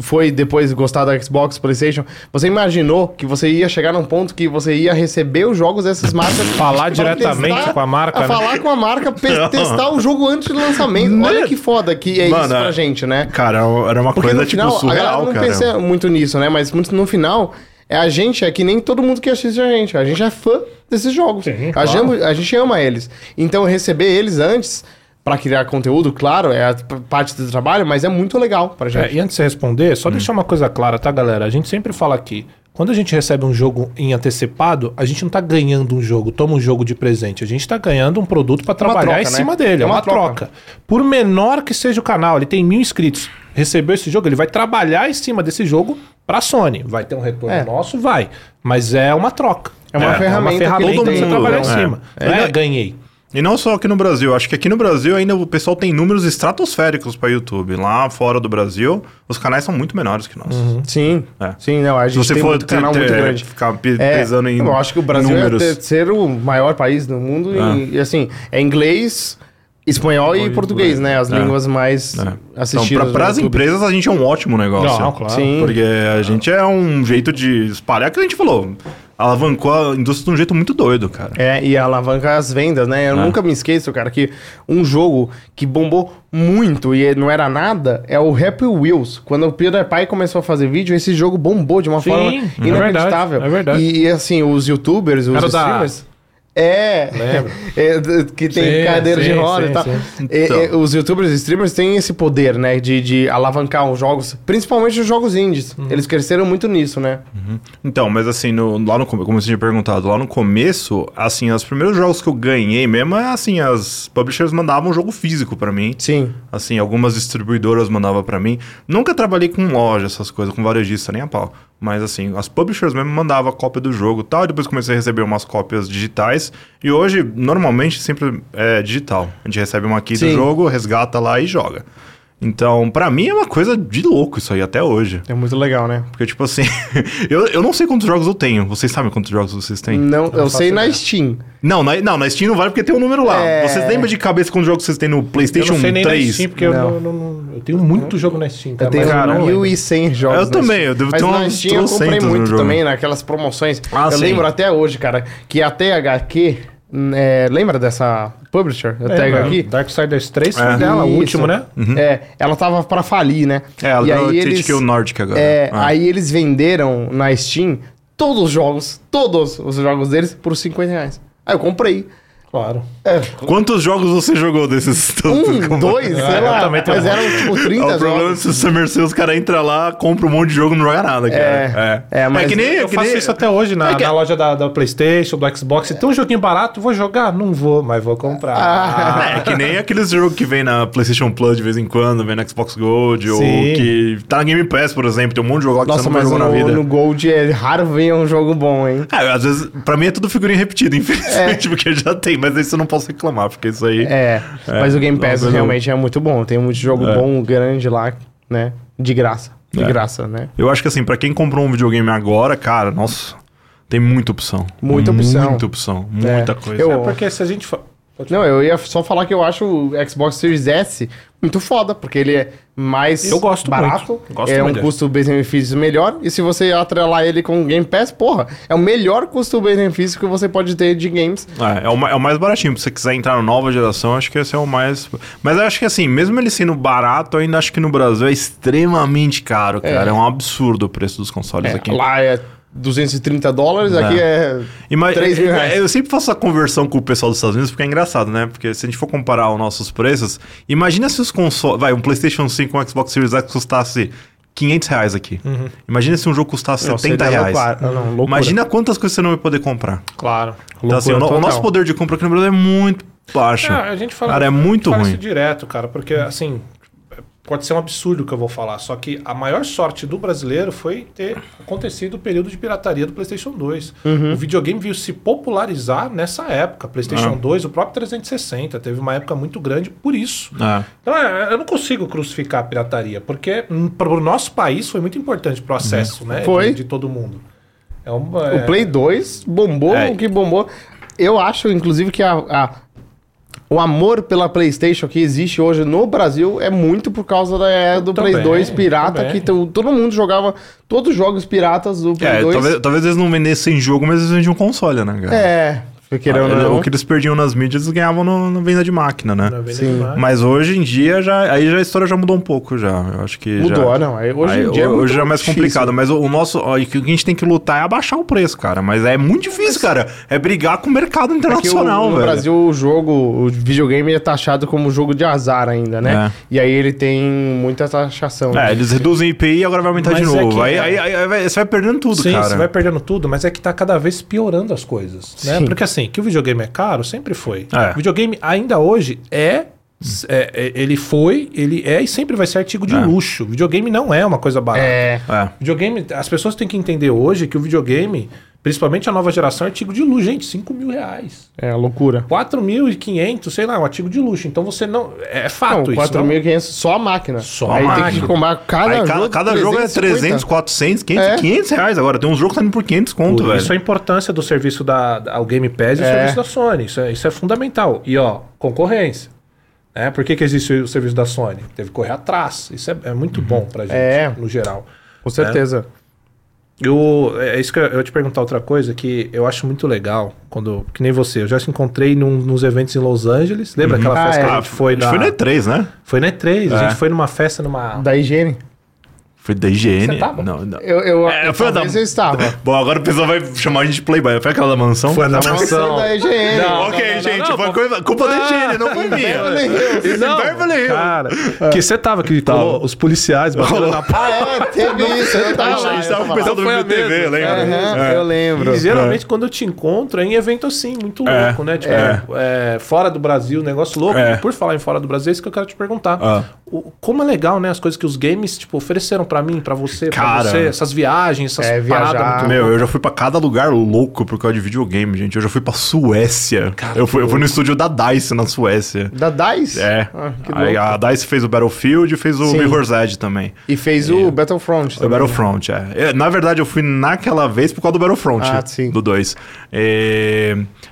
A: foi depois gostar da Xbox, PlayStation. Você imaginou que você ia chegar num ponto que você ia receber os jogos dessas marcas?
B: Falar
A: pra
B: diretamente com a marca,
A: a
B: né?
A: Falar com a marca, pe-
C: Não.
A: testar o jogo antes do lançamento. Olha
C: Né?
A: que foda que é isso
C: Mano,
A: pra gente, né?
C: Cara, era uma
A: Porque
C: coisa
A: no final,
C: tipo
A: a galera
C: surreal,
A: não
C: cara.
A: pensa muito nisso, né? Mas muito no final, é a gente é que nem todo mundo que assiste a gente. A gente é fã desses jogos. a,
B: claro.
A: gente, a gente ama eles. Então, receber eles antes pra criar conteúdo, claro, é a p- parte do trabalho, mas é muito legal pra gente.
B: É, e antes de você responder,
A: Hum.
B: só deixar uma coisa clara, tá, galera? A gente sempre fala aqui. Quando a gente recebe um jogo em antecipado, a gente não tá ganhando um jogo, toma um jogo de presente. A gente tá ganhando um produto pra trabalhar
A: troca,
B: em
A: né?
B: cima dele. É uma, troca. Por menor que seja o canal, ele tem mil inscritos. Recebeu esse jogo, ele vai trabalhar em cima desse jogo pra Sony. Vai ter um retorno
A: É.
B: nosso? Vai. Mas é uma troca.
A: É uma ferramenta que
B: ferramenta
A: todo
B: pra você
A: mundo-
B: trabalhar em
C: é.
B: cima. Não é ganhei.
C: E não só aqui no Brasil, acho que aqui no Brasil ainda o pessoal tem números estratosféricos para YouTube. Lá fora do Brasil, os canais são muito menores que nós.
A: Sim,
C: É.
A: sim, não, a
C: Se
A: gente
C: você
A: tem
C: for
A: muito canal
C: ter-
A: muito
C: ter-
A: grande.
C: ficar pe-
A: É,
C: pesando em
A: eu acho que o Brasil
C: números.
A: é o terceiro maior país do mundo e, e, assim, é inglês, espanhol e português, né? As
C: É.
A: línguas mais
C: É.
A: assistidas
C: então, para
A: no
C: as
A: YouTube.
C: empresas, a gente é um ótimo negócio.
B: Não, claro.
A: Sim.
C: Porque a gente é um jeito de espalhar, que a gente falou, alavancou a indústria de um jeito muito doido, cara.
A: É, e alavanca as vendas, né? Eu
B: É.
A: nunca me esqueço, cara, que um jogo que bombou muito e não era nada é o Happy Wheels. Quando o PewDiePie começou a fazer vídeo, esse jogo bombou de uma
B: Sim,
A: forma
B: é verdade,
A: inacreditável.
B: é verdade.
A: E, assim, os youtubers, os
B: Era o da-
A: streamers... É,
B: Lembro.
A: é, d- que tem
B: Sim,
A: cadeira de
B: sim,
A: roda
B: sim,
A: e tal.
B: sim.
A: É,
C: Então.
A: é, os youtubers e streamers têm esse poder, né, de, de alavancar os jogos, principalmente os jogos indies.
B: Uhum.
A: Eles cresceram muito nisso, né?
C: Então, mas assim, no- lá no come- como você tinha perguntado, lá no começo, assim, os primeiros jogos que eu ganhei mesmo, é assim, as publishers mandavam um jogo físico para mim.
A: Sim.
C: Assim, algumas distribuidoras mandavam pra mim. Nunca trabalhei com loja, essas coisas, com varejista, nem a pau. Mas assim, as publishers mesmo mandavam a cópia do jogo e tal. E depois comecei a receber umas cópias digitais. E hoje, normalmente, sempre é digital. A gente recebe uma aqui
A: Sim.
C: do jogo, resgata lá e joga. Então, pra mim é uma coisa de louco isso aí até hoje.
A: É muito legal, né?
C: Porque, tipo assim, eu, eu não sei quantos jogos eu tenho. Vocês sabem quantos jogos vocês têm?
A: Não, eu
B: faço
A: sei na
B: Então, ideia.
A: Steam.
C: Não, na, não, na Steam não vale porque tem um número lá.
A: É.
C: Vocês lembram de cabeça quantos jogos vocês têm no PlayStation
B: eu não sei nem
C: 3?
B: na Steam, porque eu,
A: Não.
B: não- não- não- eu tenho muito jogo na Steam.
A: Eu
B: cara,
A: tenho
B: mas eu não lembro.
A: 1.100 jogos.
C: Eu
A: na
C: também,
A: Steam.
C: eu devo
A: Mas
C: ter
A: na
C: uns
A: Steam eu comprei
C: 300 no
A: muito
C: jogo.
A: também, naquelas promoções.
C: Ah,
A: eu
C: sim.
A: lembro até hoje, cara, que a THQ... né, lembra dessa publisher? A
B: Lembra?
A: THQ?
B: Darksiders 3 foi
C: É.
B: dela, o
A: Isso.
B: último, né?
A: É, ela tava pra falir, né?
C: É, ela
A: e
C: deu
A: aí
C: a
A: eles,
C: THQ Nordic agora.
A: É,
C: Ah.
A: aí eles venderam na Steam todos os jogos, todos os jogos deles por 50 reais. Aí eu comprei.
B: Claro.
A: É,
C: Quantos jogos você jogou desses todos?
A: um,
C: Como- é?
A: dois, sei
B: eu
A: lá,
B: também
A: mas
B: tenho um.
A: eram tipo
C: Ah,
A: 30
C: o problema é
A: jogos.
C: se o Summer Sale, os caras entram lá, compram um monte de jogo e não joga nada, cara.
A: É, é, mas
C: que nem,
B: Eu
C: que
B: faço
C: nem-
B: isso até hoje na,
A: É que-
B: na loja da, da PlayStation, do Xbox. Se tem um joguinho barato, vou jogar? Não vou, mas vou comprar.
A: Ah.
C: É, que nem aqueles jogos que vem na PlayStation Plus de vez em quando, vem na Xbox Gold, ou
B: Sim.
C: que tá na Game Pass, por exemplo, tem um monte de jogo lá que
A: Nossa,
C: você não
A: mas
C: jogou na
A: no,
C: vida.
A: no Gold é raro ver um jogo bom, hein?
C: É, às vezes, pra mim é tudo figurinha repetida, infelizmente, porque já tem, mas isso eu não posso reclamar, porque isso aí.
A: É, mas o Game Pass
C: não, não.
A: realmente é muito bom. Tem muito jogo bom, grande lá, né? De graça. De
C: É.
A: graça, né?
C: Eu acho que assim, pra quem comprou um videogame agora, cara, nossa, tem muita opção.
A: Muita opção.
C: Muita opção, muita
A: É.
C: coisa.
A: Eu-
B: É porque se a gente for... Pode
A: Não, eu ia só falar que eu acho o Xbox Series S muito foda, porque ele é mais
B: Eu gosto
A: barato,
B: muito. Gosto
A: é um
B: muito dele.
A: custo-benefício melhor, e se você atrelar ele com o Game Pass, porra, é o melhor custo-benefício que você pode ter de games.
C: É, é o, ma- é o mais baratinho. Se você quiser entrar na nova geração, acho que esse é o mais. Mas eu acho que assim, mesmo ele sendo barato, eu ainda acho que no Brasil é extremamente caro, cara. É, um absurdo o preço dos consoles
A: É,
C: aqui.
A: lá é 230 dólares, aqui é
C: E mas-
A: 3 mil reais.
C: Eu sempre faço a conversão com o pessoal dos Estados Unidos porque é engraçado, né? Porque se a gente for comparar os nossos preços, imagina se os consoles. Vai, um PlayStation 5 um Xbox Series X custasse 500 reais aqui. Imagina se um jogo custasse
A: Uhum. Não,
C: 70
A: seria
C: reais.
A: loucura. Ah, não, loucura.
C: imagina quantas coisas você não vai poder comprar.
B: Claro.
C: Então, assim, o, no- o
A: total.
C: nosso poder de compra aqui no Brasil é muito baixo.
B: Ah, a gente fala,
C: Cara, é
B: a gente
C: muito
B: fala
C: ruim.
B: isso direto, cara, porque assim, pode ser um absurdo o que eu vou falar, só que a maior sorte do brasileiro foi ter acontecido o período de pirataria do PlayStation 2.
A: Uhum.
B: O videogame veio se popularizar nessa época,
C: Ah.
B: PlayStation 2, o próprio 360 teve uma época muito grande por isso.
C: É.
B: Então, é, eu não consigo crucificar a pirataria, porque para o nosso país foi muito importante pro acesso, né,
A: Foi.
B: de, de todo mundo. É uma,
A: O Play 2 bombou
C: É.
A: o que bombou. Eu acho, inclusive, que a, a- o amor pela PlayStation que existe hoje no Brasil é muito por causa da, do
B: Também,
A: Play 2 pirata,
B: também.
A: que to- todo mundo jogava todos os jogos piratas do Play
C: É,
A: 2.
C: talvez, talvez eles não vendessem jogo, mas eles vendiam console, né, cara?
A: É, querendo ou
C: Ah, Ele-
A: não.
C: O que eles perdiam nas mídias, eles ganhavam no- na venda de máquina, né?
B: na é venda
A: Sim.
B: de marketing.
C: Mas hoje em dia já aí já a história já mudou um pouco já. Eu acho que
A: Mudou, ah,
C: já,
A: não. Aí Hoje
C: Aí,
A: em dia é muito
C: hoje já é mais
A: difícil.
C: complicado, mas o, o nosso ó, o que a gente tem que lutar é abaixar o preço, cara. Mas é muito difícil, cara. É brigar com o mercado
A: Porque o-
C: internacional,
A: no
C: velho.
A: Brasil, o jogo, o videogame é taxado como jogo de azar ainda, né? E aí ele tem muita taxação.
C: É, eles reduzem o IPI e agora vai aumentar
B: Mas
C: de
B: é
C: novo.
B: que-
C: aí, aí- aí- aí vai- você vai perdendo tudo,
B: Sim,
C: cara.
B: você vai perdendo tudo, mas é que tá cada vez piorando as coisas, né?
A: Sim.
B: Porque assim, que o videogame é caro, sempre foi.
C: É.
B: O videogame ainda hoje é, é- é- ele foi, ele é e sempre vai ser artigo de
C: É.
B: luxo. O videogame não é uma coisa barata.
A: É,
C: É.
B: Videogame, as pessoas têm que entender hoje que o videogame, principalmente a nova geração, é artigo de luxo, gente, 5 mil reais.
A: é loucura.
B: 4.500, sei lá, um artigo de luxo. Então você não. É fato
A: Não,
B: isso. não-
A: 4.500 só a máquina.
B: Só a
A: Aí tem
B: máquina.
A: que comprar cada
C: Aí cada,
A: jogo.
C: cada jogo é 300, 400, 500,
A: É.
C: 500 reais agora. Tem uns jogos que tá indo por 500 conto,
B: Por
C: velho.
B: Isso é a importância do serviço da, da o Game Pass e o
A: É.
B: serviço da Sony. Isso é, isso é fundamental. E ó, concorrência. Né? Por que, que existe o serviço da Sony? Teve que correr atrás. Isso é, é muito bom pra gente,
A: É.
B: no geral.
A: Com certeza.
B: Eu, é isso que eu, eu ia te perguntar outra coisa que eu acho muito legal. quando Que nem você, eu já se encontrei num- nos eventos em Los Angeles. Lembra
A: Ah,
B: aquela festa
A: é.
B: que a gente foi
C: Acho que
B: na.
C: foi no E3, né?
B: Foi na E3, a
C: É.
B: gente foi numa festa numa.
A: Da higiene.
C: Foi da IGN.
B: Você tava?
C: Não, não.
A: Eu, eu,
C: É, foi a
A: talvez
C: da-
A: eu estava.
C: Bom, agora o pessoal vai chamar a gente de playboy. Foi aquela da mansão?
B: Foi na
A: Mansão da higiene.
B: Não,
C: ok,
B: não, não,
C: gente,
B: não,
C: foi
B: não.
C: coisa- culpa da higiene, não foi
A: Ah, Beverly
C: minha.
A: Hills.
C: Isso é Beverly Hills.
B: Cara, que você tava que colou os policiais batendo na
A: Ah, é, teve isso. Eu
C: A
A: tava
C: gente-
A: lá,
C: a gente
A: eu
C: tava com o
A: tava
C: pessoal do
B: Então foi a
C: BBTV,
B: mesma.
C: lembra?
A: Aham,
C: É.
A: Eu lembro.
B: E geralmente quando eu te encontro é em evento assim, muito
C: É,
B: louco, né? Tipo,
C: é.
B: é, fora do Brasil, negócio louco.
C: É.
B: E por falar em fora do Brasil, é isso que eu quero te perguntar.
C: Ah.
B: o- como é legal, né? As coisas que os games tipo, ofereceram pra mim, pra você,
C: Cara.
B: pra você, essas viagens, essas
A: É, viajar.
B: paradas.
C: Meu, eu já fui pra cada lugar louco por causa de videogame, gente. Eu já fui pra Suécia. eu, fui, eu fui no estúdio da DICE na Suécia.
A: Da DICE?
C: É.
A: Ah, que
C: Aí
A: louco.
C: a DICE fez o Battlefield e fez o
A: Sim.
C: Mirror's Edge também.
A: E fez o Battlefront.
C: É. O
A: também. né?
C: Battlefront, é. Eu, na verdade, eu fui naquela vez por causa do Battlefront.
A: Ah, sim.
C: Do 2.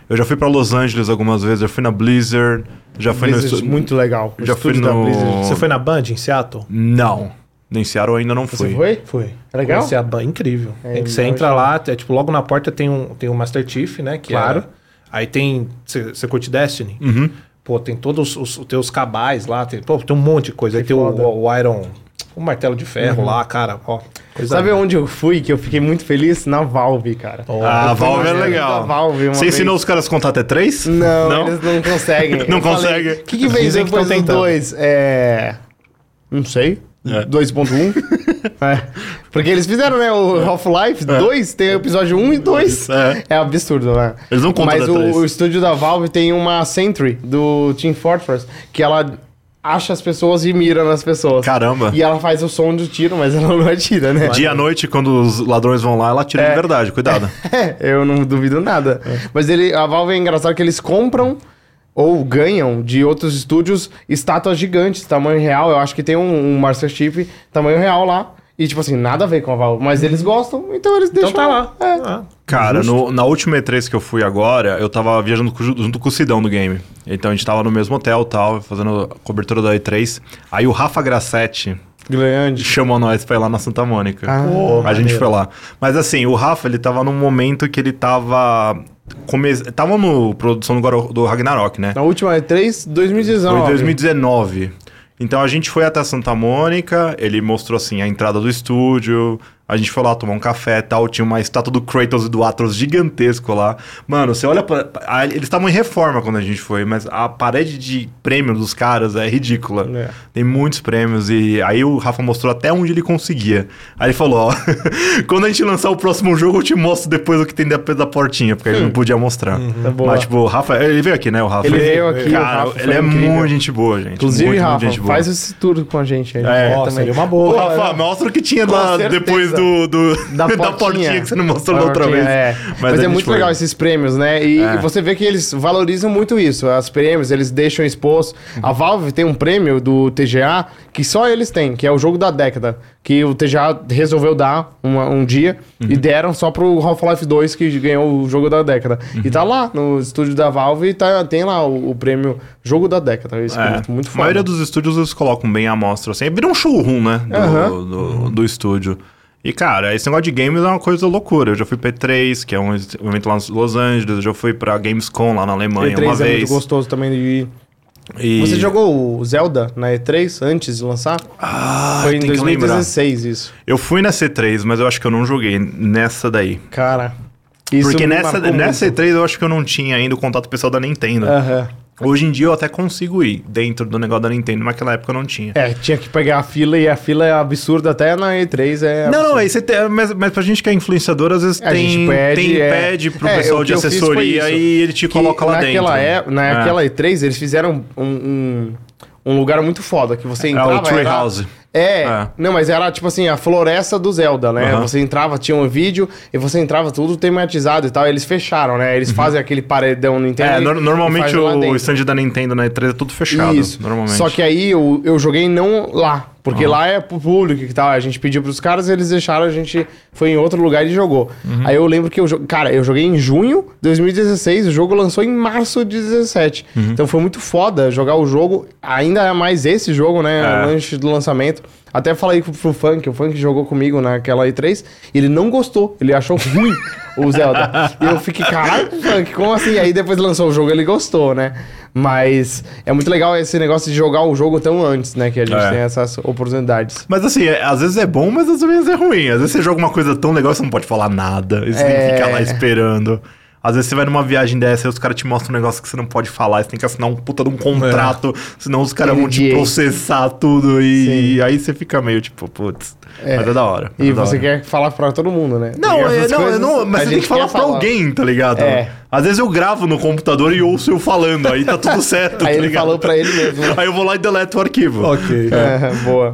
C: eu já fui pra Los Angeles algumas vezes, já fui na Blizzard, já fui
A: Blizzard,
C: no... estu-
A: muito legal. O
C: já fui
A: estúdio
C: no-
B: Você foi na Band em Seattle?
C: Não. Nem Seattle eu ainda não
A: Você
C: fui.
A: foi?
B: Foi.
A: É Legal?
B: Conheci a Ban, incrível.
A: É,
B: você
A: não,
B: entra
A: já-
B: lá, é, tipo, logo na porta tem um, tem um Master Chief, né? que
A: Claro. Uhum.
B: é- aí tem. você- Você curte Destiny? Pô, tem todos os, os teus cabais lá, tem, pô, tem um monte de coisa. aí tem o,
A: foda. Uhum.
B: o Iron. O martelo de ferro lá, cara. Ó, coisa
A: Sabe onde eu fui que eu fiquei muito feliz? Na Valve, cara.
B: Ó,
C: Ah, a Valve é
A: Imagina, da
C: legal.
A: Valve uma
C: Você ensinou
A: vez.
C: os caras a contar até três?
A: Não,
C: Não?
A: eles não conseguem.
C: Não
A: Eu falei,
C: consegue.
A: O que, que vem
B: Dizem que
A: depois
B: tão
A: dos
B: tentando.
A: dois? É. Não sei.
C: É.
A: 2.1. é. Porque eles fizeram, né? O Half-Life 2, tem o episódio 1 e 2.
C: É.
A: É. absurdo, né?
C: Eles não contam
A: Mas
C: da três.
A: o, o estúdio da Valve tem uma Sentry do Team Fortress, que ela acha as pessoas e mira nas pessoas.
C: Caramba.
A: E ela faz o som do tiro, mas ela não atira, né?
C: É Dia e noite, quando os ladrões vão lá, ela tira de verdade, cuidado.
A: É, eu não duvido nada. Mas ele, a Valve é engraçado que eles compram ou ganham de outros estúdios estátuas gigantes, tamanho real. Eu acho que tem um, um Master Chief tamanho real lá. E, tipo assim, nada a ver com a Valve. Mas eles gostam, então eles deixam.
B: Então tá lá.
A: É.
B: Ah,
C: Cara, no- na última E3 que eu fui agora, eu tava viajando com- junto com o Sidão do game. Então a gente tava no mesmo hotel tal, fazendo a cobertura da E3. Aí o Rafa Grassetti
A: Grande.
C: chamou nós pra ir lá na Santa Mônica.
A: Ah,
B: pô,
C: a gente
B: maneiro.
C: foi lá. Mas assim, o Rafa, ele tava num momento que ele tava. Come... Tava no produção do, Goro- do Ragnarok, né?
A: Na última é E3, 2019.
C: Foi em 2019. Então a gente foi até Santa Mônica, ele mostrou assim a entrada do estúdio, a gente foi lá tomar um café e tal, tinha uma estátua do Kratos e do Atlas gigantesco lá. Mano, você olha pra. a- eles estavam em reforma quando a gente foi, mas a parede de prêmio dos caras é ridícula.
A: É.
C: Tem muitos prêmios e aí o Rafa mostrou até onde ele conseguia. Aí ele falou, ó, quando a gente lançar o próximo jogo eu te mostro depois o que tem depois da portinha, porque ele não podia mostrar.
A: Hum. Tá boa.
C: Mas tipo, o Rafa, ele veio aqui, né, o Rafa?
A: Ele veio aqui,
C: Cara,
A: o Rafa
C: ele
A: foi
C: é
A: incrível.
C: muito gente boa, gente.
A: Inclusive,
C: muito, muito
A: Rafa,
C: gente boa.
A: faz esse tour com a gente. aí.
C: É.
B: Ó,
A: também.
B: seria uma
C: Ô,
B: boa. É.
C: Rafa, mostra o que tinha lá
A: certeza.
C: depois do, do-
A: da portinha,
C: que você não mostrou da outra
A: portinha,
C: vez.
A: É. Mas,
C: a
A: é
C: gente
A: muito
C: foi.
A: legal esses prêmios, né? E,
C: É.
A: e você vê que eles valorizam muito isso. As prêmios, eles deixam exposto.
C: Uhum.
A: A Valve tem um prêmio do TGA que só eles têm, que é o jogo da década. Que o TGA resolveu dar uma- um dia e
C: Uhum.
A: deram só pro Half-Life 2 que ganhou o jogo da década. E
C: Uhum.
A: tá lá no estúdio da Valve e tá, tem lá o, o prêmio Jogo da Década. É.
C: É.
A: Muito
C: a
A: foda.
C: maioria dos estúdios eles colocam bem a amostra, assim. Vira um showroom, né? Do,
A: Aham.
C: do, do estúdio. E, cara, esse negócio de games é uma coisa loucura. Eu já fui pra E3, que é um evento lá nos Los Angeles. Eu já fui pra Gamescom lá na Alemanha
A: E3
C: uma
A: é
C: vez.
A: muito gostoso também de ir.
C: E-
A: Você jogou o Zelda na E3 antes de lançar?
C: Ah,
A: Foi em
C: tem que lembrar.
A: 2016 isso.
C: Eu fui na C3, mas eu acho que eu não joguei nessa daí.
A: Cara. Isso
C: Porque
A: me
C: nessa,
A: marcou
C: nessa
A: muito.
C: E3 eu acho que eu não tinha ainda o contato pessoal da Nintendo.
A: Aham.
C: Hoje em dia eu até consigo ir dentro do negócio da Nintendo, mas naquela época eu não tinha.
A: É, tinha que pegar a fila e a fila é absurda até na E3. É
C: Não, não, aí você tem, mas, mas pra gente que é influenciador, às vezes
A: A
C: tem,
A: gente pede,
C: tem
A: é.
C: pede pro
A: É,
C: pessoal
A: o
C: de
A: que eu fiz foi
C: assessoria
A: isso.
C: e ele te
A: que
C: coloca lá
A: naquela É,
C: dentro.
A: naquela E3 eles fizeram um, um, um lugar muito foda que você entrava.
C: o Treehouse.
A: É,
C: É.
A: não, mas era tipo assim, a floresta do Zelda, né?
C: Aham.
A: Você entrava, tinha um vídeo, e você entrava tudo tematizado e tal. e eles fecharam, né? Eles fazem aquele paredão no
C: Uhum. É,
A: internet.
C: nor- normalmente o, stand da Nintendo na E3 é tudo fechado.
A: Isso.
C: Normalmente.
A: Só que aí eu, eu joguei não lá. Porque lá é pro público que tal. A gente pediu pros caras, eles deixaram, a gente foi em outro lugar e jogou.
C: Uhum.
A: Aí eu lembro que eu joguei. Cara, eu joguei em junho de 2016, o jogo lançou em março de 17.
C: Uhum.
A: Então foi muito foda jogar o jogo, ainda é mais esse jogo, né?
C: É.
A: Antes do lançamento. Até falei pro, pro Funk, o Funk jogou comigo naquela E3, e ele não gostou, ele achou ruim o Zelda. E eu fiquei, caralho, Funk, como assim? Aí depois lançou o jogo ele gostou, né? Mas é muito legal esse negócio de jogar o jogo tão antes, né? Que a gente
C: É.
A: tem essas oportunidades.
C: Mas assim, é- às vezes é bom, mas às vezes é ruim. Às vezes você joga uma coisa tão legal que você não pode falar nada. E você tem que
A: É.
C: ficar lá esperando. Às vezes você vai numa viagem dessa e os caras te mostram um negócio que você não pode falar, você tem que assinar um puta de um contrato,
A: É.
C: senão os caras vão te
A: NDA.
C: processar tudo e, aí você fica meio tipo, putz, mas é da hora. é
A: E
C: da
A: você
C: hora.
A: quer falar pra todo mundo, né?
C: Não,
A: Essas
C: é, não,
A: coisas
C: eu não,
A: a
C: mas você tem
A: gente
C: que falar
A: quer
C: pra alguém, tá ligado?
A: É.
C: Às vezes eu gravo no computador e ouço eu falando, aí tá tudo certo, tá
A: Aí ele
C: ligado?
A: falou pra ele mesmo.
C: Aí eu vou lá e deleto o arquivo.
B: Ok.
A: É, boa.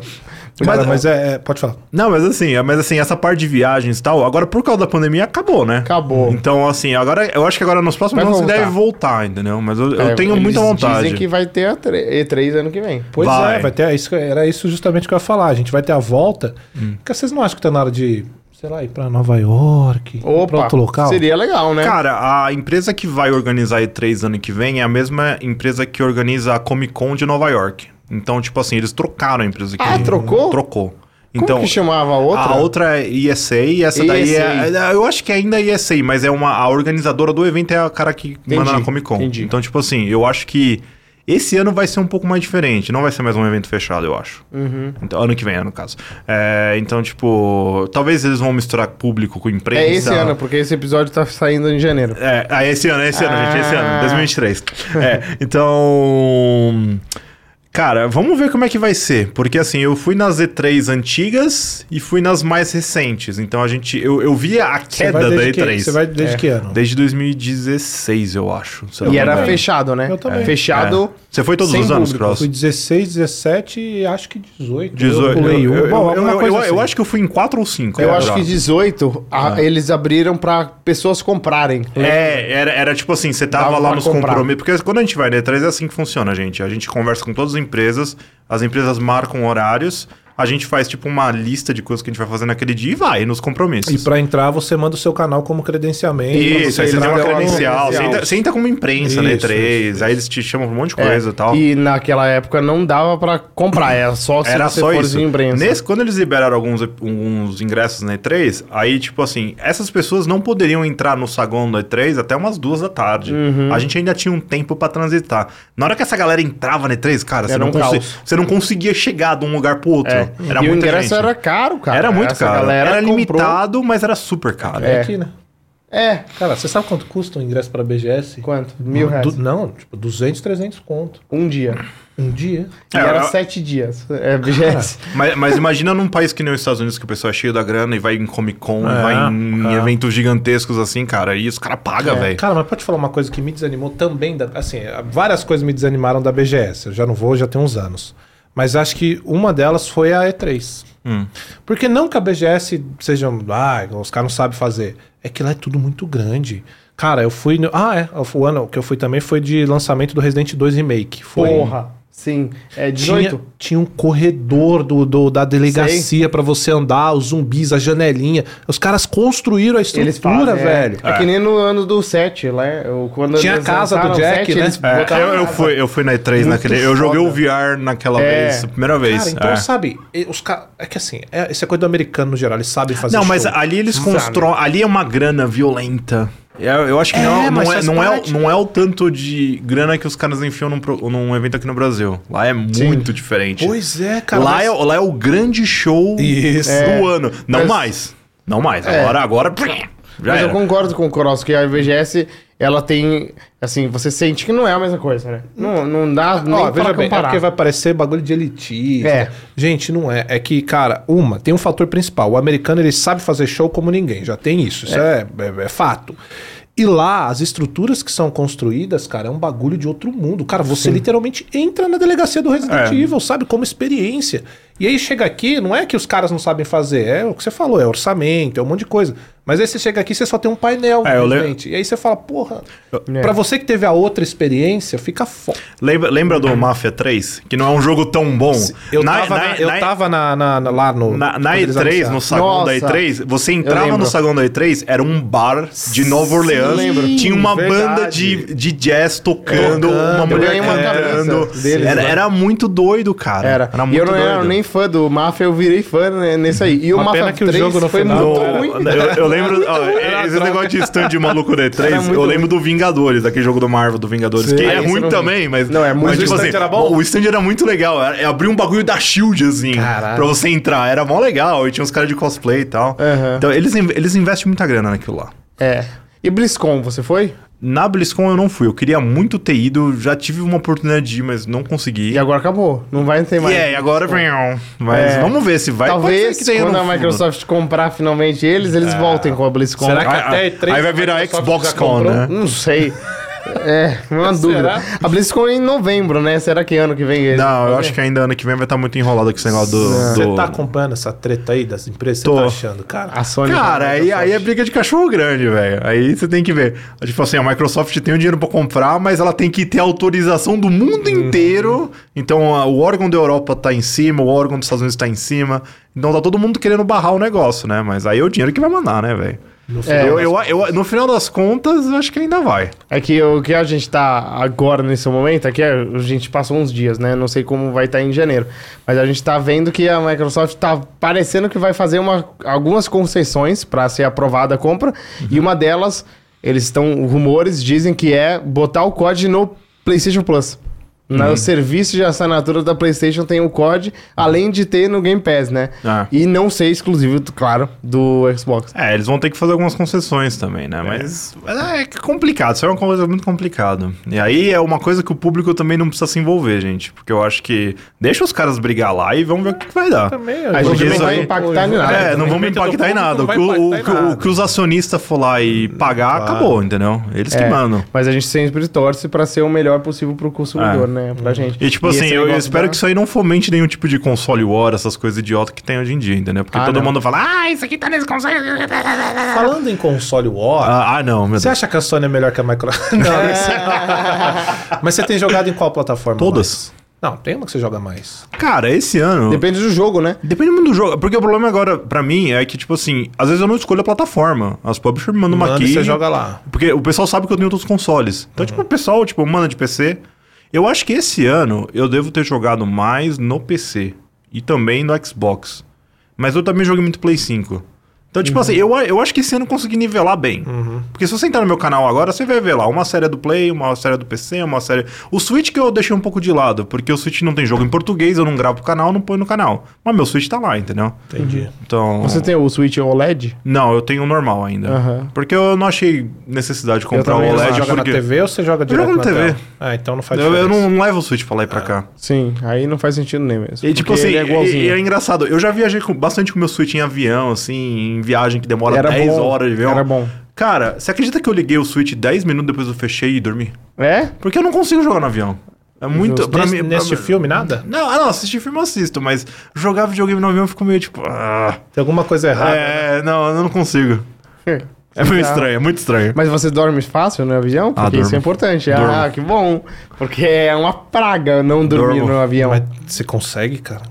B: Cara,
A: Cara,
B: mas é, é- Pode falar.
C: Não, mas assim, é- mas assim, essa parte de viagens e tal, agora por causa da pandemia acabou, né?
A: Acabou.
C: Então, assim, agora eu acho que agora nos próximos
A: Vai
C: anos
A: voltar.
C: deve voltar, entendeu? Mas eu, eu
A: É,
C: tenho
A: eles
C: muita vontade.
A: Dizem que vai ter a tre- E3 ano que vem.
B: Pois
C: Vai.
B: é, vai ter, isso, que- era isso justamente que eu ia falar. A gente vai ter a volta.
A: Hum.
B: Porque vocês não acham que tá na hora de, sei lá, ir pra Nova York,
A: Opa,
B: pra outro local?
A: seria legal, né?
C: Cara, a empresa que vai organizar a E3 ano que vem é a mesma empresa que organiza a Comic Con de Nova York. Então, tipo assim, eles trocaram a empresa que
A: Ah, trocou?
C: Trocou.
A: Como
C: Então,
A: que chamava a outra?
C: A outra é ESA e essa daí
A: ESA.
C: é. Eu acho que ainda é ESA, mas é uma. A organizadora do evento é a cara que manda na Comic Con.
A: entendi.
C: Então, tipo assim, eu acho que esse ano vai ser um pouco mais diferente. Não vai ser mais um evento fechado, eu acho.
A: Uhum.
C: Então, ano que vem, é, no caso. É, então, tipo, talvez eles vão misturar público com imprensa.
A: É esse ano, porque esse episódio tá saindo em janeiro.
C: É, ah, esse ano, esse ano,
A: Ah.
C: gente, esse ano, 2023. É, então. Cara, vamos ver como é que vai ser. Porque assim, eu fui nas E3 antigas e fui nas mais recentes. Então a gente. Eu, eu via a
B: Você vai
C: queda É, da
B: desde que-
C: E3.
B: Você vai desde
A: É.
B: que ano?
C: Desde 2016, eu acho. se eu
A: E
C: não
A: era
C: me engano.
A: fechado, né?
B: Eu também.
A: É.
C: É.
A: Fechado.
C: Você foi todos
A: sem
C: os anos,
A: público.
C: Cross?
B: Fui 16, 17 e acho que 18.
C: 18.
B: Eu pulei
C: eu,
B: um.
C: eu,
B: Bom,
C: eu-
B: alguma
C: eu-
B: coisa
C: eu- eu
B: assim.
C: acho que eu fui em 4 ou 5.
A: Eu acho que 18 a- eles abriram pra pessoas comprarem.
C: Ah. É, era, era tipo assim, você tava
A: Dava
C: lá
A: pra
C: nos
A: comprar.
C: compromissos. Porque quando a gente vai na E3 é assim que funciona, gente. A gente conversa com todas as empresas, as empresas marcam horários, a gente faz tipo uma lista de coisas que a gente vai fazer naquele dia e vai nos
B: E
C: compromissos.
B: pra entrar, você manda o seu canal como credenciamento.
C: Isso, aí você tem
B: entra
C: uma
B: lá no-
C: credencial, você
A: credencial.
C: entra, você entra como imprensa na
B: Isso,
C: E3,
B: isso,
C: aí eles te chamam pra um monte de
A: É,
C: coisa e tal.
A: E naquela época não dava pra comprar, era só se Tipo
C: Era
A: assim, você
C: só
A: for
C: isso.
A: de imprensa.
C: Nesse, quando eles liberaram alguns, alguns ingressos na E3, aí, tipo assim, essas pessoas não poderiam entrar no saguão da E3 até umas duas da tarde.
A: Uhum.
C: A gente ainda tinha um tempo pra transitar. Na hora que essa galera entrava na E3, cara, você
A: Era
C: não,
A: um
C: consi-
A: caos.
C: você não conseguia chegar de um lugar pro outro.
A: É. e
C: Era
A: o
C: muita
A: ingresso
C: gente.
A: era caro, cara.
C: Era muito
A: Essa
C: caro.
A: galera
C: Era
A: comprou-
C: limitado, mas era super caro.
B: É aqui, né?
A: É,
B: Cara, você sabe quanto custa um ingresso pra BGS?
A: quanto? Mil
B: Du-
A: reais.
B: Não, tipo, 200, 300 conto.
A: Um dia.
B: Um dia.
A: E
C: É,
A: era
C: eu-
A: sete dias. É, BGS.
C: Mas, mas imagina num país que nem os Estados Unidos, que o pessoal é cheio da grana e vai em Comic Con,
B: É,
C: vai em
B: é.
C: eventos gigantescos assim, cara. E os caras
A: É.
C: pagam, velho.
B: Cara, mas pode falar uma coisa que me desanimou também da, assim, várias coisas me desanimaram da BGS. Eu já não vou, já tem uns anos. Mas acho que uma delas foi a E3.
C: Hum.
B: Porque não que a BGS seja, ah, os caras não sabem fazer. É que lá é tudo muito grande. Cara, eu fui, no- ah, é, o ano que eu fui também foi de lançamento do Resident 2 Remake. Foi.
A: Porra. Sim. É
B: Tinha,
A: 18?
B: tinha um corredor do, do- da delegacia pra você andar, os zumbis, a janelinha. Os caras construíram a
A: Eles
B: estrutura,
A: fazem, é.
B: velho.
A: É. que nem no ano do 7, lá. eu- Quando
B: Tinha
A: eles
B: a casa do
A: lançaram o
B: Jack, né?
A: eles
C: É,
A: botaram
C: eu, eu
A: a casa.
C: fui, eu fui na E3 naquele. Eu
A: foda.
C: joguei o VR naquela
A: É.
C: vez, a primeira
B: Cara,
C: vez.
B: então
C: é.
B: sabe, e- os caras. É que assim, é, isso é coisa do americano no geral, eles sabem fazer
C: Não, mas
B: show.
C: ali eles
A: Sabe.
C: constroem. Ali é uma grana violenta. É, Eu, acho que
B: É,
C: não,
B: mas
C: não, é,
B: faz
C: não, é,
B: parte.
C: não é o tanto de grana que os caras enfiam num, pro- num evento aqui no Brasil. Lá é muito diferente.
B: Pois é, cara.
C: lá,
B: mas-
C: é, lá é o grande show
B: Isso.
C: do
B: É.
C: ano. Não
A: Mas-
C: mais. Não mais.
A: É.
C: Agora, agora. Já
A: Mas
C: era.
A: eu concordo com o Cross, que a VGS, ela tem. Assim, você sente que não é a mesma coisa, né? Não, não dá nem pra
B: Ó, veja bem, é
A: comparar.
B: porque vai parecer bagulho de elitista.
A: É.
B: Gente, não é. É que, cara, uma, tem um fator principal. O americano, ele sabe fazer show como ninguém. Já tem isso. Isso é, é- é fato. E lá, as estruturas que são construídas, cara, é um bagulho de outro mundo. Cara, você literalmente entra na delegacia do Resident
C: É.
B: Evil, sabe? Como experiência. E aí chega aqui, não é que os caras não sabem fazer, é o que você falou, é orçamento, é um monte de coisa. Mas aí você chega aqui, você só tem um painel,
C: É, eu le-
B: infelizmente. E aí você fala, porra,
A: É.
B: pra você que teve a outra experiência, fica foda.
C: Lembra, lembra do Mafia 3? Que não é um jogo tão bom.
B: Hum. Eu
C: Na-
B: tava,
C: na-
B: na, eu
C: na-
B: tava na, na- na- lá no.
C: Na, na
B: quando eles
C: E3,
B: anunciaram.
C: no saguão da
A: Nossa,
C: E3, você
A: eu
C: entrava
A: lembro.
C: no saguão da E3, era um bar de Nova Orleans.
A: lembro.
C: Tinha uma
A: Verdade.
C: banda de, de jazz tocando, uma
A: Eu
C: mulher
A: ganhei uma
C: cantando.
A: camisa deles,
C: era,
A: né?
C: era muito doido, cara.
A: Era.
C: muito
A: E eu não
C: doido.
A: era nem fã do Mafia, eu virei fã né, nesse aí. E o
B: Uma
A: Mafia
B: pena que o
A: 3
B: jogo no
A: foi
B: final
A: muito
B: era-
A: ruim.
C: Eu, eu lembro. ó,
B: Era
C: esse
B: droga.
C: negócio de stand de maluco da
A: Era
C: E3,
A: muito
C: eu lembro do Vingadores, aquele jogo do Marvel do Vingadores,
A: Sim.
C: que
A: Ah,
C: é
A: esse eu
C: ruim
A: não vi.
C: também, mas.
A: Não, é muito-
C: mas,
A: Mas
B: o
C: tipo
B: stand
C: assim,
B: era bom?
C: O stand era muito legal. Era, é abrir um bagulho da Shield, assim,
B: Caralho.
C: pra você entrar. Era mó legal. E tinha uns caras de cosplay e tal.
A: Aham.
C: Então, eles, in- eles investem muita grana naquilo lá.
A: É. E BlizzCon, você foi?
C: Na BlizzCon eu não fui, eu queria muito ter ido, já tive uma oportunidade de ir, mas não consegui.
A: E agora acabou. Não vai ter
C: E
A: mais.
C: aí, agora vem. um, Mas
A: É.
C: vamos ver se vai. pode
A: Talvez
C: ser que tenha
A: quando
C: no
A: a
C: fundo.
A: Microsoft comprar finalmente eles,
B: É.
A: eles voltem com a BlizzCon.
B: Será que
C: Aí-
B: até
C: aí-
B: E3
C: aí vai
B: a
C: virar
B: Microsoft
C: Xbox
B: já
C: Con,
B: comprou?
C: né?
A: Não sei. É, uma dúvida. A BlizzCon é em novembro, né? Será que ano que vem eles
C: Não, eu
A: vão
C: acho
A: ver?
C: que ainda ano que vem vai estar muito enrolado com esse negócio do.
B: Você
C: do...
B: tá acompanhando essa treta aí das empresas? Você
C: Tô.
B: tá achando, cara?
A: a Sony.
C: Cara, aí, aí é briga de cachorro grande, velho. Aí você tem que ver. Tipo assim, a Microsoft tem o dinheiro pra comprar, mas ela tem que ter autorização do mundo
B: Uhum.
C: inteiro. Então a- o órgão da Europa tá em cima, o órgão dos Estados Unidos tá em cima. Então tá todo mundo querendo barrar o negócio, né? Mas aí é o dinheiro que vai mandar, né, velho?
B: No final,
C: É, eu, eu, eu- no final das contas, eu acho que ainda vai.
A: É que o que a gente tá agora nesse momento, aqui é, a gente passou uns dias, né? Não sei como vai estar em janeiro. Mas a gente tá vendo que a Microsoft tá parecendo que vai fazer uma, algumas concessões para ser aprovada a compra. E uma delas, eles estão. Rumores dizem que é botar o COD no PlayStation Plus. No serviço de assinatura da PlayStation tem o COD, além de ter no Game Pass, né?
C: Ah.
A: E não ser exclusivo, claro, do Xbox.
C: É, eles vão ter que fazer algumas concessões também, né? Mas é, é complicado, isso é uma coisa muito complicada. E aí é uma coisa que o público também não precisa se envolver, gente. Porque eu acho que deixa os caras brigar lá e vamos ver o que, que vai dar.
B: também,
A: A gente
C: isso
A: não vai
C: aí-
A: impactar em nada.
B: Ah,
C: É,
B: o
C: não vamos
B: movimento do
C: impactar em
B: público
C: nada.
B: não
C: O
B: vai
C: que, o,
B: impactar em
C: o que o-
B: nada. Hum,
C: o que os acionistas for lá e pagar,
B: Claro.
C: acabou, entendeu? Eles que
A: É,
C: mandam.
A: Mas a gente sempre torce pra ser o melhor possível pro consumidor,
C: É.
A: né? Pra gente.
C: E tipo assim,
A: esse
C: eu, eu
A: negócio
C: espero
A: da-
C: que isso aí não fomente nenhum tipo de console war, essas coisas idiotas que tem hoje em dia, entendeu? Porque
A: Ah,
C: todo
A: não.
C: mundo fala, ah, isso aqui tá nesse console.
B: Falando em console War,
C: Ah, ah, não, meu
B: você
C: Deus.
B: acha que a Sony é melhor que a Microsoft? Não, é Mas você tem jogado em qual plataforma?
C: Todas.
B: mais? Não, tem uma que você joga mais.
C: Cara, esse ano.
A: Depende do jogo, né?
C: Depende muito do jogo. Porque o problema agora, pra mim, é que, tipo assim, às vezes eu não escolho a plataforma. As publishers me mandam uma
B: Manda
C: aqui.
B: e você joga lá.
C: Porque o pessoal sabe que eu tenho outros consoles. Então, tipo, o pessoal, tipo, manda de PC. Eu acho que esse ano eu devo ter jogado mais no PC. E também no Xbox. Mas eu também joguei muito Play 5. Então, tipo assim, eu, a- eu acho que esse ano eu consegui nivelar bem. Porque se você entrar no meu canal agora, você vai ver lá uma série é do Play, uma série é do PC, uma série. O Switch que eu deixei um pouco de lado, porque o Switch não tem jogo em português, eu não gravo pro canal, não ponho no canal. Mas meu Switch tá lá, entendeu?
B: Entendi.
C: Então.
A: Você tem o Switch OLED?
C: Não, eu tenho o normal ainda.
A: Aham.
C: Porque eu não achei necessidade de comprar o
A: também não.
B: Você
C: OLED.
B: joga na
C: porque-
B: TV ou você joga direto
C: jogo
B: na
C: na TV.
B: tela? Ah, então não faz
C: Eu, eu
B: diferença.
C: não levo o Switch pra lá e pra cá.
A: Sim, aí não faz sentido nem mesmo.
C: E tipo
A: porque
C: assim,
A: ele é igualzinho.
C: e- e é engraçado. Eu já viajei com- bastante com meu Switch em avião, assim, em viagem que demora
A: Era
C: 10
A: bom,
C: horas de avião.
A: era bom.
C: Cara, você acredita que eu liguei o Switch 10 minutos depois eu fechei e dormi?
A: É?
C: Porque eu não consigo jogar no avião. É muito.
A: Justo.
C: Pra
B: Nesse,
C: mim,
B: nesse
C: pra... mim-
B: filme, nada?
C: Não, ah, não, assistir filme eu assisto, mas jogar videogame no avião eu fico meio tipo. Ah,
B: Tem alguma coisa errada?
C: é, não, eu não consigo. É meio estranho, é muito estranho.
A: Ah. Mas você dorme fácil no avião?
C: Ah,
A: Porque isso é
C: durmo.
A: importante. Ah,
C: Durmo.
A: que bom. Porque é uma praga não dormir
C: Durmo.
A: no avião.
B: Mas você consegue, cara?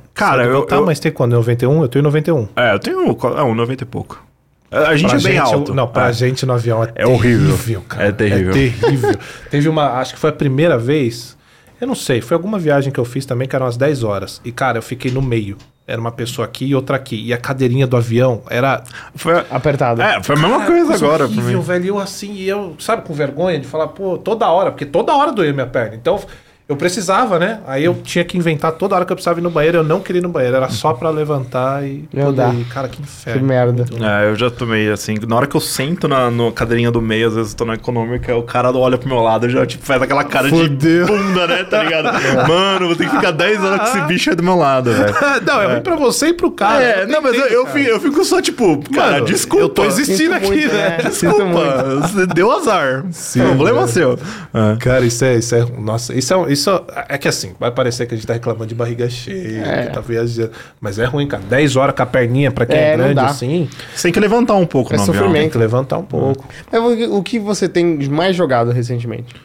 B: Sabe
C: Cara,
B: do
C: eu-
B: meu- Tá,
C: eu-
B: mas tem quando? 91? Eu tô em 91.
C: É, eu tenho. qual- É, um 90 e pouco. A a gente
B: Pra
C: é bem alto.
B: Não, pra
C: é.
B: gente no avião é,
C: É horrível.
B: cara.
C: É terrível.
B: É terrível. Teve uma, acho que foi a primeira vez, eu não sei, foi alguma viagem que eu fiz também, que eram umas 10 horas. E, cara, eu fiquei no meio. Era uma pessoa aqui e outra aqui. E a cadeirinha do avião era.
C: Foi a-
A: Apertado.
C: É, foi a mesma
A: Ah,
C: coisa agora pra
B: Ah, horrível,
C: mim.
B: velho. Eu assim, e eu, sabe, com vergonha de falar, pô, toda hora, porque toda hora doía minha perna. Então. Eu precisava, né? Aí eu tinha que inventar toda hora que eu precisava ir no banheiro. Eu não queria ir no banheiro. Era só pra levantar e
A: E andar.
B: poder ir. Cara, que inferno.
A: merda.
B: Muito
C: É, eu já tomei assim. Na hora que eu sento na no cadeirinha do meio, às vezes eu tô na econômica, o cara olha pro meu lado e já tipo, faz aquela cara
A: Fudeu.
C: de bunda, né? Tá ligado? Mano, vou ter que ficar 10 horas com esse bicho aí do meu lado, velho.
B: não, é ruim pra você e pro cara.
C: é, não, mas eu, eu fi- eu fico só tipo, cara,
B: Mano,
C: desculpa.
B: eu tô
A: Sinto
B: existindo aqui,
A: muito,
B: né?
A: né? Sinto
C: Desculpa, você deu azar. Problema seu. É.
B: Cara, isso é, isso é. Nossa, isso é, isso é- é que assim, vai parecer que a gente tá reclamando de barriga cheia, que tá viajando. Mas é ruim, cara. 10 horas com a perninha pra quem é,
A: É, não
B: grande
A: dá.
B: assim,
C: Você tem que levantar um pouco
A: É
C: no avião.
A: sofrimento.
B: tem que levantar um pouco.
A: Mas o que- o que você tem mais jogado recentemente?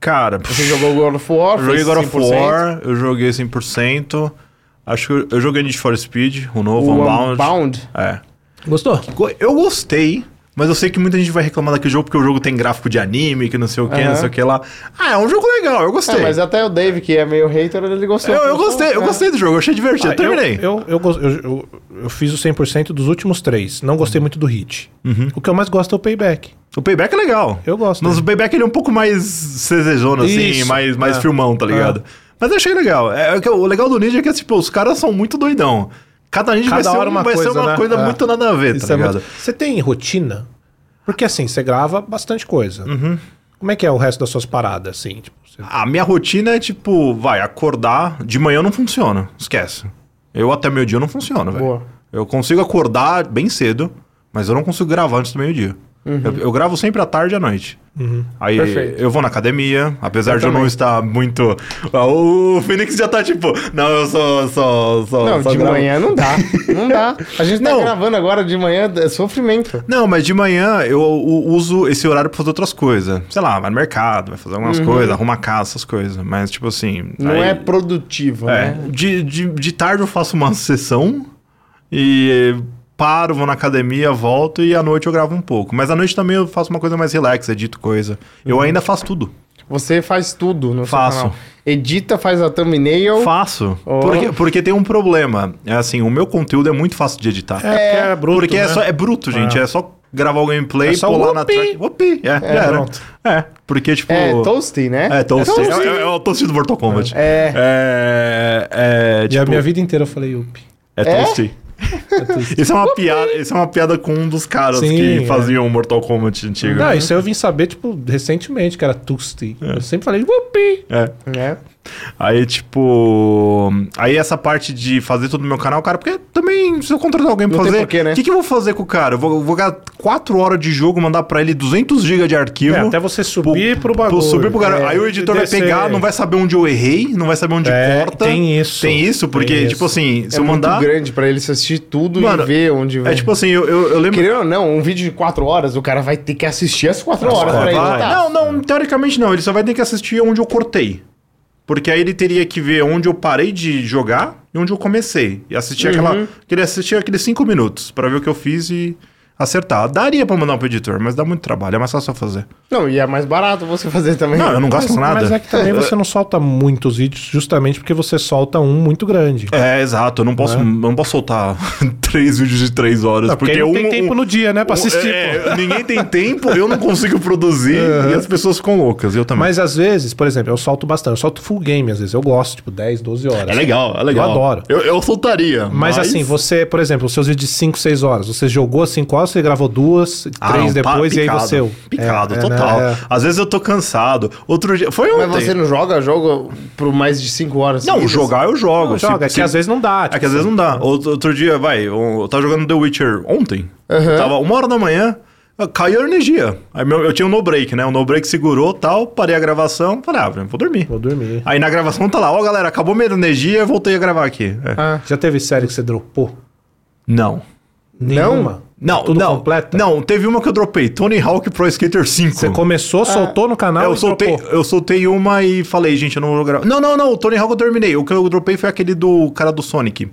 C: Cara,
A: Você jogou God of War?
C: Eu joguei
A: fez
C: God of
A: 100%?
C: War, eu joguei 100%. Acho que eu, eu joguei Need for Speed, o novo,
A: O
C: Unbound.
A: Unbound?
C: É.
B: Gostou?
C: Go- Eu gostei, mas eu sei que muita gente vai reclamar daquele jogo porque o jogo tem gráfico de anime, que não sei o que,
A: Aham.
C: não sei o que lá. Ah, é um jogo legal, eu gostei.
A: É, mas até o Dave, que é meio hater, ele gostou.
C: eu,
B: um
C: eu gostei, eu
A: É.
C: gostei do jogo, eu achei divertido, eu terminei.
B: né? Ah, Eu, eu, gos- eu, eu, eu fiz o 100% dos últimos três. Não
C: Uhum.
B: gostei muito do hit. O que eu mais gosto é o payback.
C: O Payback é legal.
B: Eu gosto.
C: Mas o Payback ele é um pouco mais CZzona, assim,
B: Isso.
C: mais, mais
B: É.
C: filmão, tá ligado? Mas eu achei legal. É, é que o legal do Ninja é que, tipo, os caras são muito doidão. Cada ninja
B: Cada
C: vai ser,
B: hora
C: um-
B: uma
C: vai ser
B: coisa,
C: uma
B: né?
C: coisa
B: É.
C: muito nada a ver,
B: Isso
C: tá
B: é
C: ligado?
B: muito- Você tem rotina? Porque assim, você grava bastante coisa.
C: Uhum.
B: Como é que é o resto das suas paradas, assim? Tipo, você-
C: A minha rotina é tipo, vai, acordar. De manhã não funciona, esquece. Eu até meio-dia não funciona, velho.
A: Boa.
C: Eu consigo acordar bem cedo, mas eu não consigo gravar antes do meio-dia. Eu, eu gravo sempre à tarde e à noite. Aí
A: Uhum. Perfeito.
C: eu vou na academia, apesar
A: Eu
C: de eu não
A: também.
C: estar muito. ah, O Fênix já tá tipo, não, eu só. só, só
A: Não,
C: só
A: de
C: gravo."
A: manhã não dá. Não dá. A gente tá
C: Não.
A: gravando agora de manhã, é sofrimento.
C: Não, mas de manhã eu u- uso esse horário pra fazer outras coisas. Sei lá, vai no mercado, vai fazer algumas coisas, arruma a casa, essas coisas. Mas, tipo assim.
A: Uhum. Não
C: aí-
A: é produtivo,
C: É,
A: né?
C: de, de, de tarde eu faço uma sessão e paro, vou na academia, volto e à noite eu gravo um pouco. Mas à noite também eu faço uma coisa mais relax, edito coisa.
B: Uhum.
C: Eu ainda faço tudo.
A: Você faz tudo no
C: Faço.
A: seu canal. Edita, faz a thumbnail.
C: Faço.
A: Oh.
C: Porque, porque tem um problema. É assim, o meu conteúdo é muito fácil de editar.
B: porque é bruto,
C: porque é,
B: né?
C: só, é bruto, gente. É, só gravar o gameplay,
B: É só
C: pular
B: o
C: na
B: upi.
C: track. Opi! É, já era.
B: pronto. então,
C: É, porque tipo...
A: é, toasty, né?
C: É, toast. É,
A: toasty.
C: é- é o toast do Mortal Kombat.
A: É.
C: É, é,
B: E a
C: tipo-
B: minha vida inteira eu falei, up. tá
C: É toasty. Isso é uma piada, isso é uma piada com um dos caras
B: Sim,
C: que
B: é.
C: faziam o Mortal Kombat antigo.
B: Não, isso aí eu vim saber, tipo, recentemente, que era Tusti. Eu sempre falei, up.
C: É.
A: É.
C: Aí, tipo. Aí essa parte de fazer tudo no meu canal, cara, porque também se eu contratar alguém pra
A: Não tem
C: fazer.
A: porquê, né?
C: O que, que eu vou fazer com o cara? Eu vou, eu vou ganhar 4 horas de jogo, mandar pra ele 200 GB de arquivo.
B: É, até você subir pro
C: Pô,
B: bagulho.
C: subir pro cara.
B: É,
C: aí o editor vai
B: descer.
C: pegar, não vai saber onde eu errei, não vai saber onde
B: É,
C: corta.
B: tem isso.
C: Tem isso, porque,
B: Tem isso.
C: tipo assim, se
A: é
C: eu
A: muito
C: mandar.
A: grande né? pra ele assistir tudo
C: Mano,
A: e ver onde vai.
C: É tipo assim, eu, eu, eu lembro.
A: Querendo ou não, um vídeo de 4 horas, o cara vai ter que assistir as 4 horas
C: Vai,
A: pra
C: vai.
A: editar.
C: Não, não, teoricamente não. Ele só vai ter que assistir onde eu cortei. Porque aí ele teria que ver onde eu parei de jogar e onde eu comecei. E
B: Uhum.
C: assistir aquela. Queria assistir aqueles cinco minutos pra ver o que eu fiz e acertar. Daria pra mandar pro editor, mas dá muito trabalho. É mais fácil só fazer.
A: Não, e é mais barato você fazer também.
C: Não, eu não gasto
B: Mas,
C: nada.
B: mas é que também você não solta muitos vídeos, justamente porque você solta um muito grande.
C: É, exato. Eu não posso, eu não posso soltar três vídeos de três horas.
B: Não, porque
C: porque
B: não
C: um,
B: tem tempo
C: um-
B: no dia, né, pra
C: um-
B: assistir. pô.
C: é, ninguém tem tempo, eu não consigo produzir e as pessoas ficam loucas. Eu também.
B: Mas às vezes, por exemplo, eu solto bastante. Eu solto full game, às vezes. Eu gosto, tipo, 10, 12 horas.
C: é legal, é legal.
B: Eu adoro.
C: Eu, eu soltaria.
B: Mas, assim, você, por exemplo, os seus vídeos de 5, 6 horas. Você jogou as 5 horas, você gravou duas,
C: Ah,
B: três
C: não, pa-
B: depois, e aí
C: picado,
B: você.
C: Picado,
B: É, é,
C: total.
B: né, é.
C: Às vezes eu tô cansado. Outro dia. Foi
A: Mas
C: ontem.
A: você não joga jogo por mais de 5 horas?
C: Não,
A: seguidas?
C: jogar eu jogo.
B: Não,
C: Se-
B: joga, é
C: se-
B: que às vezes não dá.
C: É
B: tipo,
C: que às vezes não dá. Outro, outro dia, vai, um, eu, eu tava jogando The Witcher ontem. Tava uma hora da manhã, caiu a energia. Aí meu- eu tinha um no-break, né? O no-break segurou tal, parei a gravação, falei, ah, vou dormir.
B: Vou dormir.
C: Aí na gravação tá lá, ó galera, acabou minha energia, voltei a gravar aqui. É.
A: Ah,
B: Já teve série que você dropou?
C: Não.
B: Nenhuma?
C: Não,
B: Tudo
C: não.
B: completa?
C: Não, teve uma que eu dropei, Tony Hawk Pro Skater 5.
B: Você começou, soltou no canal
C: É, eu,
B: e
C: soltei,
B: dropou.
C: eu soltei uma e falei, gente, eu não vou gravar. Não, não, não, o Tony Hawk eu terminei. O que eu dropei foi aquele do cara do Sonic.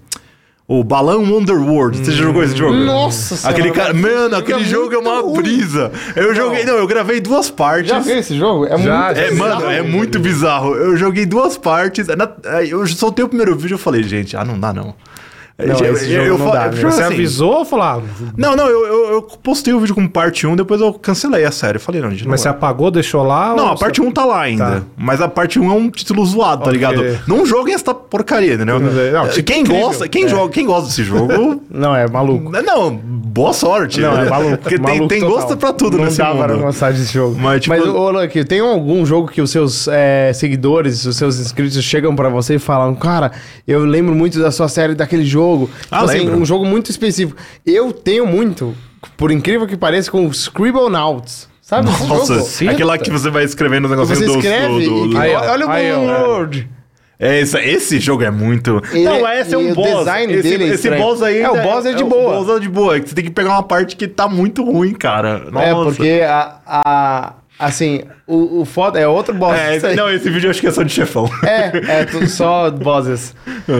C: O Balão Underworld. Você já jogou esse jogo?
A: Nossa Senhora,
C: Aquele cara.
A: mas esse
C: Mano,
A: jogo
C: aquele
A: é
C: jogo é
A: muito
C: uma
A: ruim.
C: brisa. Eu joguei. Não, eu gravei duas partes.
A: Já viu esse jogo? É
B: Já,
A: muito
B: já.
C: É,
A: bizarro.
C: mano, é muito bizarro. Eu joguei duas partes. na- Eu soltei o primeiro vídeo e falei, gente, ah, não dá não.
A: Não, esse jogo não
C: fa-
A: dá,
C: tipo
A: meu.
B: Você
C: assim,
B: avisou ou falou? ah,
C: Não, não, eu, eu- eu postei o vídeo como parte 1, depois eu cancelei a série. Eu Falei, não, gente, não
B: mas você
C: é.
B: apagou, deixou lá?
C: Não,
B: ou
C: a
B: você-
C: parte 1 tá lá ainda.
B: Tá.
C: Mas a parte 1 é um título zoado, tá
B: Ok.
C: ligado? Não joguem essa porcaria, entendeu?
B: bem. Não,
C: Eh,
B: tipo,
C: quem
B: incrível.
C: gosta, quem joga, quem gosta desse jogo.
A: Não, é maluco.
C: Não, boa sorte.
A: Não,
C: né?
A: é maluco.
C: Porque tem-
A: maluco
C: tem,
A: total.
C: gosto pra tudo
A: não
C: nesse
A: dá pra
C: mundo.
A: gostar desse jogo.
C: Mas,
A: Mas,
C: tipo-
A: ô, Lucky, tem algum jogo que os seus é, seguidores, os seus inscritos chegam pra você e falam, cara, eu lembro muito da sua série daquele jogo.
C: Ah, lembro.
A: um jogo muito específico. Eu tenho muito, por incrível que pareça, com o Scribblenauts. Sabe esse
C: Nossa, é
A: jogo?
B: Cita.
C: aquele lá que você vai escrevendo os negocinhos
A: tá. Você
C: do- do-
A: escreve
C: do-
A: e
C: do-
B: Aí, ó.
A: olha o
B: Aí, ó.
A: World.
C: É, esse, esse jogo é muito.
A: Ele-
C: não, esse é
A: e
C: um
A: o
C: boss.
A: design
C: esse,
A: dele é
C: esse
A: estranho.
C: boss aí.
A: É, o boss é de boa.
C: O boss é de boa. é que Você tem que pegar uma parte que tá muito ruim, cara. Nossa.
A: É, porque a... a- assim, o, o foda é outro boss.
C: É, esse- não, esse vídeo eu acho que é só de chefão.
A: É, é tudo só bosses.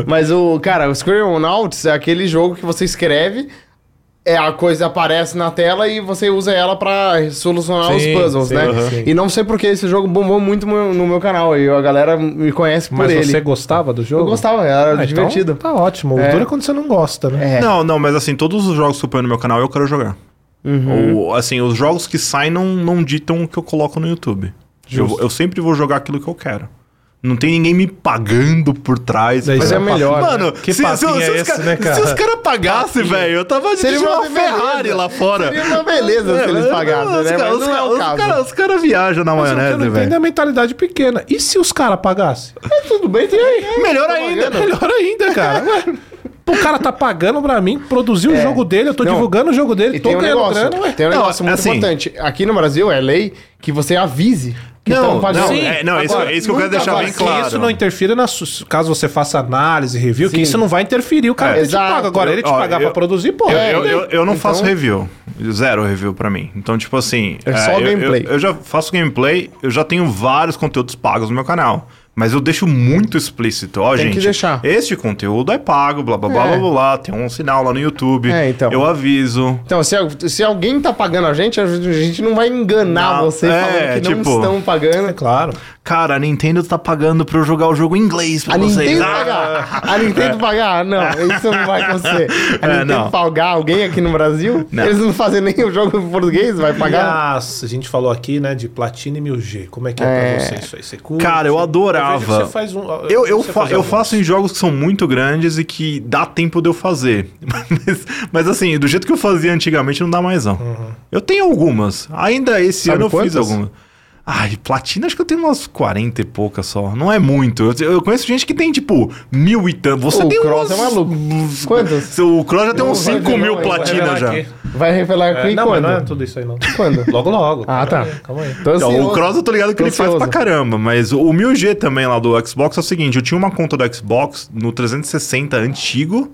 A: Mas o, cara, o Scribblenauts é aquele jogo que você escreve, é a coisa aparece na tela e você usa ela pra solucionar
B: Sim,
A: os puzzles,
B: sim,
A: né?
B: aham. Sim.
A: E não sei porque esse jogo bombou muito no no meu canal e a galera me conhece
C: um
A: por
B: Mas
A: ele.
B: você gostava do jogo?
A: Eu gostava,
C: É
A: era
B: Ah, então
A: divertido.
B: tá ótimo. O
A: É.
B: duro é quando você não gosta, né?
A: É.
C: Não, não, mas assim, todos os jogos que eu ponho no meu canal eu quero jogar.
A: Uhum.
C: Ou, assim, os jogos que saem não, não ditam o que eu coloco no YouTube. Eu, eu sempre vou jogar aquilo que eu quero. Não tem ninguém me pagando por trás.
B: Daí
A: Mas
C: Mas
B: Isso
A: é
B: é pa-
A: melhor. né?
C: Mano,
B: Que
C: se, se,
B: papinho
C: se
B: é
C: os
B: esse,
C: ca-
B: né, cara?
C: se os caras pagassem, velho, eu tava
A: Seria
C: dirigindo uma,
A: uma
C: Ferrari
A: beleza.
C: lá fora. É,
A: Seria uma beleza se eles pagassem,
C: os
A: né? Mas
C: caras- os
A: não é
C: caras-
A: o
C: os
A: caso.
C: caras- Os caras viajam na
B: Mas o que eu não
C: maionese,
B: entendo é
C: velho.
B: a mentalidade pequena. E se os caras pagassem?
A: É, tudo bem, tem aí.
C: Melhor
A: Tá
C: ainda.
A: pagando.
B: é Melhor ainda, cara. o cara tá pagando pra mim, produzir
C: É.
B: o jogo dele, eu tô
A: Não.
B: divulgando o jogo dele,
A: E
B: tô
A: tem um
B: ganhando
A: negócio,
B: grana, ué.
A: tem um
C: Não,
A: negócio muito
C: assim-
A: importante. Aqui no Brasil é lei que você avise que
C: Não,
A: estão pagando.
C: não,
B: Sim,
C: é, não, é isso,
A: agora,
C: é isso que eu quero
A: nunca
C: deixar
A: vai.
C: bem
A: Que
C: claro.
B: Que isso não interfira na su- caso você faça análise, review, que
A: Sim.
B: isso não vai interferir. O cara
A: É,
B: ele te
A: exato.
B: paga. Agora, ele te
C: Ó,
B: pagar
C: eu-
B: pra produzir, pô.
C: Eu,
B: é,
C: eu, eu- eu não
A: Então-
C: faço review. Zero review pra mim. Então, tipo assim.
A: É só
C: eu- eu-
A: gameplay.
C: Eu, já faço gameplay, eu já tenho vários conteúdos pagos no meu canal. Mas eu deixo muito explícito, ó,
A: Tem que
C: gente.
A: deixar.
C: Este conteúdo é pago, blá blá blá
A: É.
C: blá blá, blá. Tem um sinal lá no YouTube.
A: É, então.
C: Eu aviso.
A: Então, se, al- se alguém tá pagando a gente, a gente não vai enganar
C: Não,
A: você
C: é,
A: falando que
C: tipo-
A: não estão
B: é
A: pagando.
B: claro.
C: Cara, a Nintendo tá pagando pra eu jogar o jogo em inglês pra
A: A
C: vocês.
A: Nintendo
C: Ah!
A: pagar. A Nintendo pagar. Não, isso não vai acontecer. A
C: É,
A: Nintendo
C: não.
A: pagar alguém aqui no Brasil,
C: Não.
A: eles não fazem nem o jogo em português, vai pagar.
B: Aliás, a gente falou aqui, né, de platina e 1000G. Como é que é,
A: É.
B: pra você isso aí? Você curte?
C: Cara, eu
B: Você-
C: adorava.
B: vejo que Você faz um,
C: Eu, eu,
B: você
C: fa-
B: faz
C: eu
B: alguns.
C: faço em jogos que são muito grandes e que dá tempo de eu fazer. Mas, mas, assim, do jeito que eu fazia antigamente, não dá mais não. Eu tenho algumas. Ainda esse
A: Uhum. Sabe
C: ano
A: quantas?
C: eu fiz algumas. Ai, platina acho que eu tenho umas 40 e poucas só. Não é muito. Eu, eu conheço gente que tem, tipo, mil e tanto. Você
A: O
C: tem
A: Cross
C: umas-
A: é maluco.
C: uns-
A: Quantas?
C: O Cross já tem
A: Eu
C: uns
A: vou
C: 5
A: revelar, eu
C: mil
A: vou
C: platina
B: Revelar
C: já.
B: aqui.
A: Vai revelar aqui
B: É, não, mas
A: quando?
B: não é tudo isso aí, não.
A: Quando?
B: Logo, logo.
A: Ah,
B: calma
A: tá.
B: aí, Calma aí.
A: Tô
C: Então, o
A: ansioso.
C: Cross eu tô ligado que
A: Tô
C: ele faz pra
A: ansioso.
C: caramba, mas o 1000G também lá do Xbox é o seguinte, eu tinha uma conta do Xbox no 360 antigo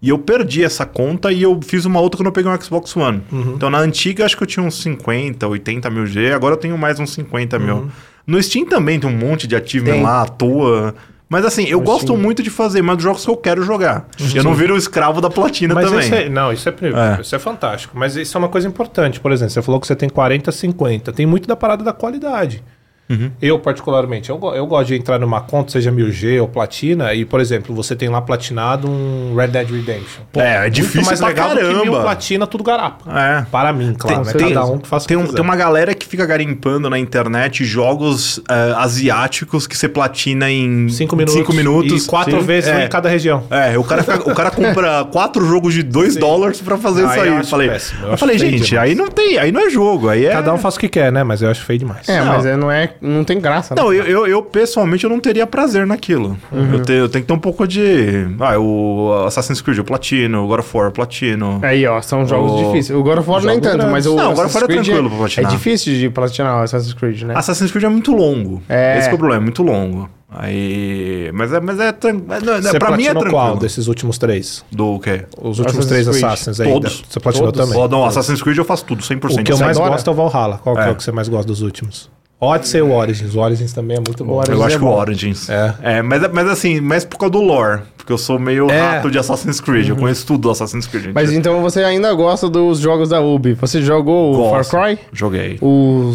C: e eu perdi essa conta e eu fiz uma outra quando eu peguei um Xbox One.
B: Uhum.
C: Então na antiga acho que eu tinha uns 50, 80 mil G, agora eu tenho mais uns 50
B: Uhum.
C: mil. No Steam também tem um monte de achievement
A: Tem.
C: lá à toa... Mas assim, eu gosto
B: Steam. Uhum.
C: muito de fazer, mas dos jogos que eu quero jogar. Eu não viro o escravo da platina
B: Mas
C: também.
B: isso é, não, isso é, pri-
C: É.
B: isso é fantástico. Mas isso é uma coisa importante. Por exemplo, você falou que você tem 40, 50. Tem muito da parada da qualidade.
C: Uhum.
B: Eu, particularmente, eu, go- eu gosto de entrar numa conta, seja 1000G ou platina, e, por exemplo, você tem lá platinado um Red Dead Redemption. Pô,
C: É, é
B: muito
C: difícil
B: mais
C: pra
B: legal do que mil
C: caramba.
B: platina, tudo garapa.
C: É.
B: Para mim, claro.
A: Tem-
B: né?
A: tem-
B: Cada um que faz o que
C: Tem, um-
B: quiser.
C: tem uma galera que fica garimpando na internet jogos eh, asiáticos que você platina em
B: Cinco minutos.
C: cinco minutos.
B: E quatro
C: Sim.
B: vezes um
C: É.
B: em cada região.
C: É, o cara, fica- o cara compra quatro jogos de dois dólares pra fazer
B: Ah,
C: isso
B: eu
C: aí. Eu
B: acho
C: falei,
B: péssimo, eu
C: eu
B: acho
C: falei
B: feio
C: gente,
B: demais.
C: aí não tem, aí não é jogo, aí é.
B: Cada um faz o que quer, né? Mas eu acho feio demais.
A: É,
C: Não.
A: mas é, não é. Não tem graça. né?
B: um.
C: Não, eu, eu, eu, pessoalmente eu não teria prazer naquilo.
B: Uhum.
C: Eu, te- eu tenho que ter um pouco de. Ah, o Assassin's Creed eu platino, o God of War eu platino.
A: Aí, ó, são jogos
C: O-
A: difíceis. O God of War nem
B: jogo
A: tanto,
B: grande.
A: mas o.
C: Não, o God of War é
A: Assassin's Creed
C: tranquilo pra platinar.
A: É difícil de platinar o Assassin's Creed, né?
C: Assassin's Creed é muito longo.
A: É.
C: Esse que é o problema, é muito longo. Aí. Mas é. Mas é tran- mas não-
B: Você
C: pra mim é
B: platinou
C: tranquilo.
B: qual desses últimos três?
C: Do quê?
B: Os últimos
A: Assassin's
B: três
A: Creed.
B: Assassins ainda.
C: Todos.
B: Você platinou
A: Todos.
B: também?
C: Ó, não, Assassin's Creed eu faço tudo, 100%.
B: O que eu
A: Você
B: mais
A: adora?
B: gosto é o Valhalla. Qual que é.
C: É.
B: o que você mais gosta dos últimos? Odyssey ou Origins? O Origins também é muito bom.
A: Origins
C: Eu acho
A: é
C: que o
A: bom.
C: Origins.
B: É.
C: mas, mas assim, mais por causa do lore. Porque eu sou meio
B: É. Uhum.
C: rato de Assassin's Creed. Eu conheço tudo do Assassin's Creed.
A: Mas
C: gente.
A: então você ainda gosta dos jogos da Ubi. Você jogou o
C: Gosto.
A: Far Cry?
C: Joguei.
A: O,